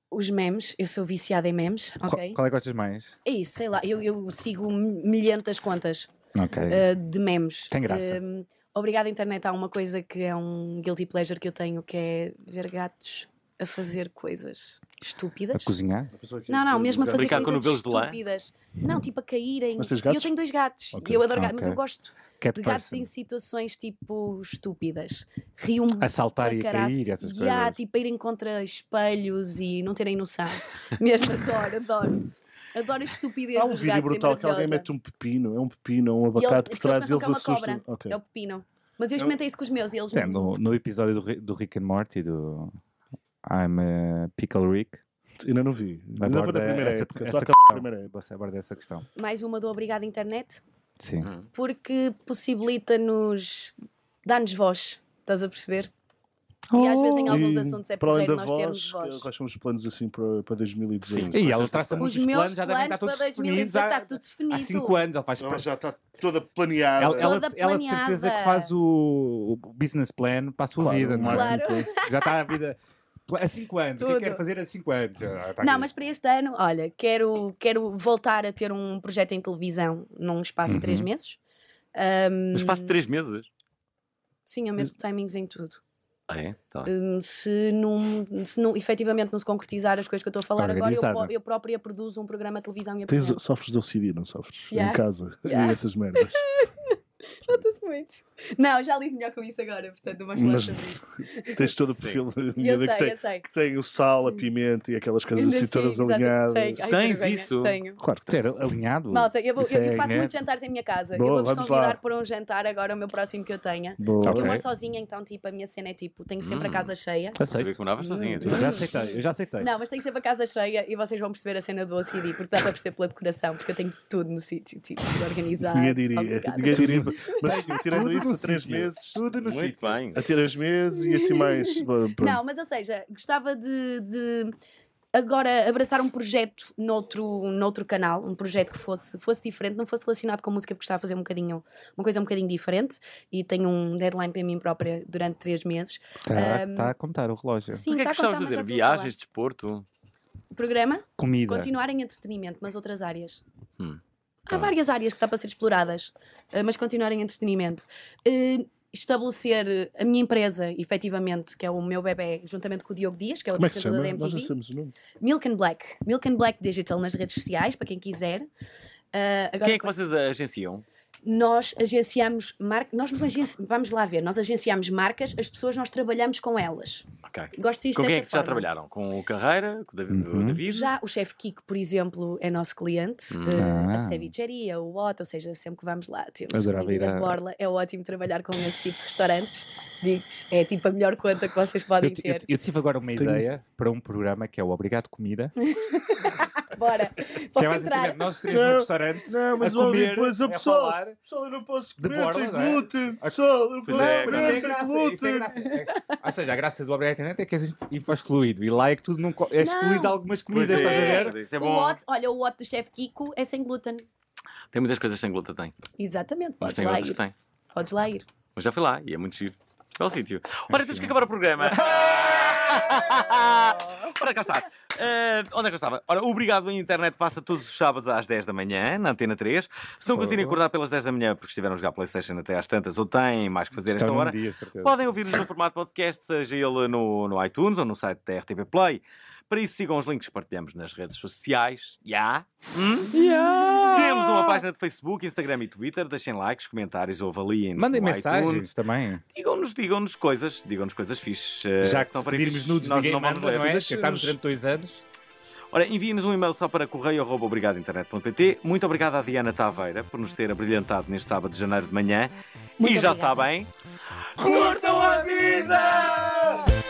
[SPEAKER 4] os memes, eu sou viciada em memes,
[SPEAKER 2] Qual-
[SPEAKER 4] ok?
[SPEAKER 2] Qual é que gostas mais?
[SPEAKER 4] É isso, sei lá, eu, eu sigo milhentas contas
[SPEAKER 2] Ok.
[SPEAKER 4] ah, de memes.
[SPEAKER 2] Tem graça.
[SPEAKER 4] Hum, obrigada, internet. Há uma coisa que é um guilty pleasure que eu tenho, que é ver gatos a fazer coisas
[SPEAKER 2] a
[SPEAKER 4] estúpidas.
[SPEAKER 2] cozinhar?
[SPEAKER 3] é
[SPEAKER 4] Não,
[SPEAKER 3] assim,
[SPEAKER 4] não, mesmo a fazer
[SPEAKER 6] Brincar com
[SPEAKER 4] coisas
[SPEAKER 6] novelos de lã?
[SPEAKER 4] estúpidas. Não, tipo a caírem.
[SPEAKER 3] Mas tens
[SPEAKER 4] E Eu
[SPEAKER 3] gatos?
[SPEAKER 4] tenho dois gatos.
[SPEAKER 3] Ok.
[SPEAKER 4] E eu adoro
[SPEAKER 2] Ah,
[SPEAKER 4] gatos, mas
[SPEAKER 2] ok.
[SPEAKER 4] eu gosto
[SPEAKER 2] Cat
[SPEAKER 4] de gatos
[SPEAKER 2] person.
[SPEAKER 4] em situações tipo estúpidas. Riam-me.
[SPEAKER 2] A saltar e Ah, a
[SPEAKER 4] Caraca.
[SPEAKER 2] cair, essas
[SPEAKER 4] E há,
[SPEAKER 2] coisas.
[SPEAKER 4] tipo, a irem contra espelhos e não terem noção. Mesmo, adoro, adoro. Adoro a estupidez
[SPEAKER 3] Há um
[SPEAKER 4] dos
[SPEAKER 3] vídeo
[SPEAKER 4] gatos. é
[SPEAKER 3] brutal que alguém
[SPEAKER 4] maravilhosa.
[SPEAKER 3] mete um pepino, é um pepino, é um abacate
[SPEAKER 4] eles
[SPEAKER 3] por trás e
[SPEAKER 4] pensam
[SPEAKER 3] eles
[SPEAKER 4] que é uma cobra.
[SPEAKER 3] assustam. Ok.
[SPEAKER 4] É o pepino. Mas eu experimentei isso com os meus e eles
[SPEAKER 2] Tem, no, no episódio do, Ri- do Rick and Morty, do I'm a Pickle Rick,
[SPEAKER 3] Ainda não vi. Ainda vou
[SPEAKER 2] aborda
[SPEAKER 3] na primeira
[SPEAKER 2] essa,
[SPEAKER 3] época.
[SPEAKER 2] essa
[SPEAKER 3] Toca a
[SPEAKER 2] questão.
[SPEAKER 3] primeira época.
[SPEAKER 2] Você aborda essa questão.
[SPEAKER 4] Mais uma do Obrigado Internet,
[SPEAKER 2] Sim.
[SPEAKER 4] porque possibilita-nos. dá-nos voz, estás a perceber? E às
[SPEAKER 2] Oh.
[SPEAKER 4] vezes em alguns
[SPEAKER 3] E
[SPEAKER 4] assuntos é
[SPEAKER 3] para além
[SPEAKER 4] porreiro
[SPEAKER 3] da
[SPEAKER 4] nós termos voz.
[SPEAKER 3] Quais são os planos assim para, para 2018?
[SPEAKER 2] E ela traça
[SPEAKER 4] Os
[SPEAKER 2] muitos
[SPEAKER 4] meus
[SPEAKER 2] planos,
[SPEAKER 4] planos,
[SPEAKER 2] já devem estar
[SPEAKER 4] para
[SPEAKER 2] todos
[SPEAKER 4] 2020
[SPEAKER 2] definidos
[SPEAKER 4] está
[SPEAKER 2] há,
[SPEAKER 4] tá, tudo
[SPEAKER 2] há
[SPEAKER 4] definido.
[SPEAKER 2] cinco anos. Ela faz
[SPEAKER 3] já está toda planeada.
[SPEAKER 2] ela, ela,
[SPEAKER 4] Toda
[SPEAKER 2] ela de certeza que
[SPEAKER 4] planeada.
[SPEAKER 2] faz o, o business plan para a sua
[SPEAKER 3] Claro,
[SPEAKER 2] vida, não é?
[SPEAKER 4] Claro.
[SPEAKER 2] Já está a vida pla- há 5 anos. O que é que
[SPEAKER 4] Tudo.
[SPEAKER 2] quero fazer há 5 anos? Ah, tá
[SPEAKER 4] Não,
[SPEAKER 2] aqui.
[SPEAKER 4] mas para este ano, olha, quero, quero voltar a ter um projeto em televisão num espaço de três
[SPEAKER 2] Uhum.
[SPEAKER 4] meses.
[SPEAKER 6] No espaço de 3 meses.
[SPEAKER 4] Sim, eu meto timings em tudo.
[SPEAKER 6] Ah, é? Tá bem.
[SPEAKER 4] Hum, se, não, se não, efetivamente não se concretizar as coisas que eu estou a falar agora, eu,
[SPEAKER 2] Organizada.
[SPEAKER 4] po- eu própria produzo um programa de televisão e
[SPEAKER 3] Tens,
[SPEAKER 4] apresento.
[SPEAKER 3] sofres de OCD, não sofres?
[SPEAKER 4] Yeah.
[SPEAKER 3] Em casa.
[SPEAKER 4] Yeah.
[SPEAKER 3] E essas merdas.
[SPEAKER 4] Nota-se muito. Não, já lido melhor com isso agora, portanto, não vais falar
[SPEAKER 3] Mas-
[SPEAKER 4] sobre isso.
[SPEAKER 3] Tens todo o perfil de
[SPEAKER 4] Eu
[SPEAKER 3] miúda que
[SPEAKER 4] sei,
[SPEAKER 3] tem,
[SPEAKER 4] eu sei.
[SPEAKER 3] que tem o sal, a pimenta e aquelas coisas
[SPEAKER 4] Ainda
[SPEAKER 3] assim todas
[SPEAKER 4] sim, exato,
[SPEAKER 3] alinhadas.
[SPEAKER 4] tenho. Ai,
[SPEAKER 6] Tens
[SPEAKER 4] vergonha,
[SPEAKER 6] isso?
[SPEAKER 4] Tenho.
[SPEAKER 3] Claro que tem.
[SPEAKER 2] Ter alinhado.
[SPEAKER 4] Malta, eu, vou-
[SPEAKER 2] Isso
[SPEAKER 4] eu
[SPEAKER 2] é
[SPEAKER 4] faço
[SPEAKER 2] inédito.
[SPEAKER 4] muitos jantares em minha casa.
[SPEAKER 3] Boa,
[SPEAKER 4] eu vou-vos
[SPEAKER 3] vamos lá.
[SPEAKER 4] convidar para um jantar agora, o meu próximo que eu tenha.
[SPEAKER 3] Boa.
[SPEAKER 4] Eu
[SPEAKER 2] Ok.
[SPEAKER 4] moro sozinha, então, tipo, a minha cena é tipo, tenho sempre
[SPEAKER 6] Hum.
[SPEAKER 4] a casa cheia.
[SPEAKER 6] Sabia que
[SPEAKER 2] Aceito.
[SPEAKER 6] moravas sozinha.
[SPEAKER 2] Eu já aceitei, eu já aceitei.
[SPEAKER 4] Não, mas tenho sempre a casa cheia e vocês vão perceber a cena do OCD, porque dá para perceber pela decoração, porque eu tenho tudo no sítio, tipo, tudo organizado.
[SPEAKER 3] Ninguém diria.
[SPEAKER 4] sossegado.
[SPEAKER 3] Ninguém diria. Mas tirando
[SPEAKER 2] Tudo no
[SPEAKER 3] isso, três
[SPEAKER 2] sítio.
[SPEAKER 3] meses.
[SPEAKER 2] Tudo no
[SPEAKER 6] Muito
[SPEAKER 2] sítio.
[SPEAKER 6] bem.
[SPEAKER 3] A ter as meses e assim mais. Bom, pronto.
[SPEAKER 4] Não, mas ou seja, gostava de, de agora abraçar um projeto noutro, noutro canal, um projeto que fosse, fosse diferente, não fosse relacionado com música, porque estava a fazer um bocadinho, uma coisa um bocadinho diferente e tenho um deadline para mim própria durante três meses.
[SPEAKER 2] Está
[SPEAKER 4] Ahm,
[SPEAKER 2] Tá, a contar o relógio.
[SPEAKER 4] Sim,
[SPEAKER 6] Mas o que é que
[SPEAKER 4] está a
[SPEAKER 6] gostavas de
[SPEAKER 4] contar, mas já
[SPEAKER 6] fazer?
[SPEAKER 4] vou falar.
[SPEAKER 6] Viagens, desporto?
[SPEAKER 4] Programa?
[SPEAKER 2] Comida.
[SPEAKER 4] Continuar em entretenimento, mas outras áreas.
[SPEAKER 6] Hum,
[SPEAKER 4] Há várias áreas que dá para ser exploradas, eh, mas continuar em entretenimento. Eh, Estabelecer a minha empresa, efetivamente, que é o meu bebê, juntamente com o Diogo Dias, que é o
[SPEAKER 3] Como é que se
[SPEAKER 4] apresentador da
[SPEAKER 3] chama? Nós
[SPEAKER 4] MTV.
[SPEAKER 3] não sabemos o nome.
[SPEAKER 4] Milk and Black. Milk and Black Digital nas redes sociais, para quem quiser. Ah, agora
[SPEAKER 6] Quem é que vocês agenciam?
[SPEAKER 4] Nós agenciamos marcas. Nós não agenci... Vamos lá ver, nós agenciamos marcas, as pessoas nós trabalhamos com elas.
[SPEAKER 6] Ok.
[SPEAKER 4] Gosto disto
[SPEAKER 6] Com quem é
[SPEAKER 4] desta
[SPEAKER 6] que já
[SPEAKER 4] forma.
[SPEAKER 6] trabalharam? Com o Carreira? Com o Davi-
[SPEAKER 2] Uhum.
[SPEAKER 6] o David?
[SPEAKER 4] Já o chefe Kiko, por exemplo, é nosso cliente,
[SPEAKER 6] Hum.
[SPEAKER 4] Ah, a
[SPEAKER 2] Ah.
[SPEAKER 4] cevicharia, o Otto, ou seja, sempre que vamos lá, temos
[SPEAKER 2] Adorava
[SPEAKER 4] comida
[SPEAKER 2] ir
[SPEAKER 4] de
[SPEAKER 2] a-
[SPEAKER 4] borla, é ótimo trabalhar com esse tipo de restaurantes, digo-vos, é tipo a melhor conta que vocês podem
[SPEAKER 2] Eu, ti- eu,
[SPEAKER 4] ter.
[SPEAKER 2] eu tive agora uma
[SPEAKER 3] Tenho-
[SPEAKER 2] ideia para um programa que é o Obrigado Comida. que
[SPEAKER 4] Bora,
[SPEAKER 2] é
[SPEAKER 4] posso
[SPEAKER 2] basicamente
[SPEAKER 4] entrar?
[SPEAKER 2] nós três
[SPEAKER 3] Não.
[SPEAKER 2] no restaurante
[SPEAKER 3] Não,
[SPEAKER 2] a comer, a falar.
[SPEAKER 3] Pessoal, eu não posso
[SPEAKER 2] De borla, não é?
[SPEAKER 3] Pessoal, eu não
[SPEAKER 6] Pois é,
[SPEAKER 2] Mas
[SPEAKER 6] Não,
[SPEAKER 2] isso é a graça, isso é a graça. É- Ou seja, a graça do Obrigado Internet é que és info excluído. E lá é que tu não co- é excluído
[SPEAKER 4] Não.
[SPEAKER 2] de
[SPEAKER 6] Pois
[SPEAKER 2] algumas comidas, estás a ver?
[SPEAKER 6] é, isso é
[SPEAKER 4] o
[SPEAKER 6] bom.
[SPEAKER 4] Otto, olha, o Otto do chefe Kiko é sem glúten.
[SPEAKER 6] Tem muitas coisas sem glúten, tem.
[SPEAKER 4] Exatamente,
[SPEAKER 6] Mas
[SPEAKER 4] podes
[SPEAKER 6] tem
[SPEAKER 4] lá
[SPEAKER 6] outras que
[SPEAKER 4] ir.
[SPEAKER 6] tem.
[SPEAKER 4] Podes lá ir.
[SPEAKER 6] Mas já fui lá e é muito giro. É o sítio. Ora, temos que acabar o programa. Ora, cá está.
[SPEAKER 1] Ah, onde é que eu estava? Ora, obrigado em internet passa todos os sábados às 10 da manhã, na Antena 3. Se não conseguirem acordar pelas 10 da manhã porque estiveram a jogar Playstation até às tantas ou têm mais que fazer
[SPEAKER 2] Está
[SPEAKER 1] esta
[SPEAKER 2] num
[SPEAKER 1] hora,
[SPEAKER 2] é um dia, certeza.
[SPEAKER 1] Podem ouvir-nos no formato podcast, seja ele no, no iTunes ou no site da RTP Play. Para isso, sigam os links que partilhamos nas redes sociais. Ya! Hum? Temos uma página de Facebook, Instagram e Twitter. Deixem likes, comentários ou avaliem.
[SPEAKER 2] Mandem mensagens também.
[SPEAKER 1] Digam-nos, digam-nos coisas, digam-nos coisas fixes. eh,
[SPEAKER 2] Já
[SPEAKER 1] se
[SPEAKER 2] que
[SPEAKER 1] estão
[SPEAKER 2] se
[SPEAKER 1] para aí
[SPEAKER 2] pedirmos
[SPEAKER 1] fixes,
[SPEAKER 2] nudes,
[SPEAKER 1] nós
[SPEAKER 2] ninguém
[SPEAKER 1] não vamos
[SPEAKER 2] manda,
[SPEAKER 1] ler.
[SPEAKER 2] não é?
[SPEAKER 1] Mas-
[SPEAKER 2] Tentámos durante dois anos.
[SPEAKER 1] Ora, enviem-nos um e-mail só para correio.obrigadointernet.pt. Muito obrigado à Diana Taveira por nos ter abrilhantado neste sábado de janeiro de manhã. e já
[SPEAKER 9] obrigada.
[SPEAKER 1] sabem. Curtam a vida!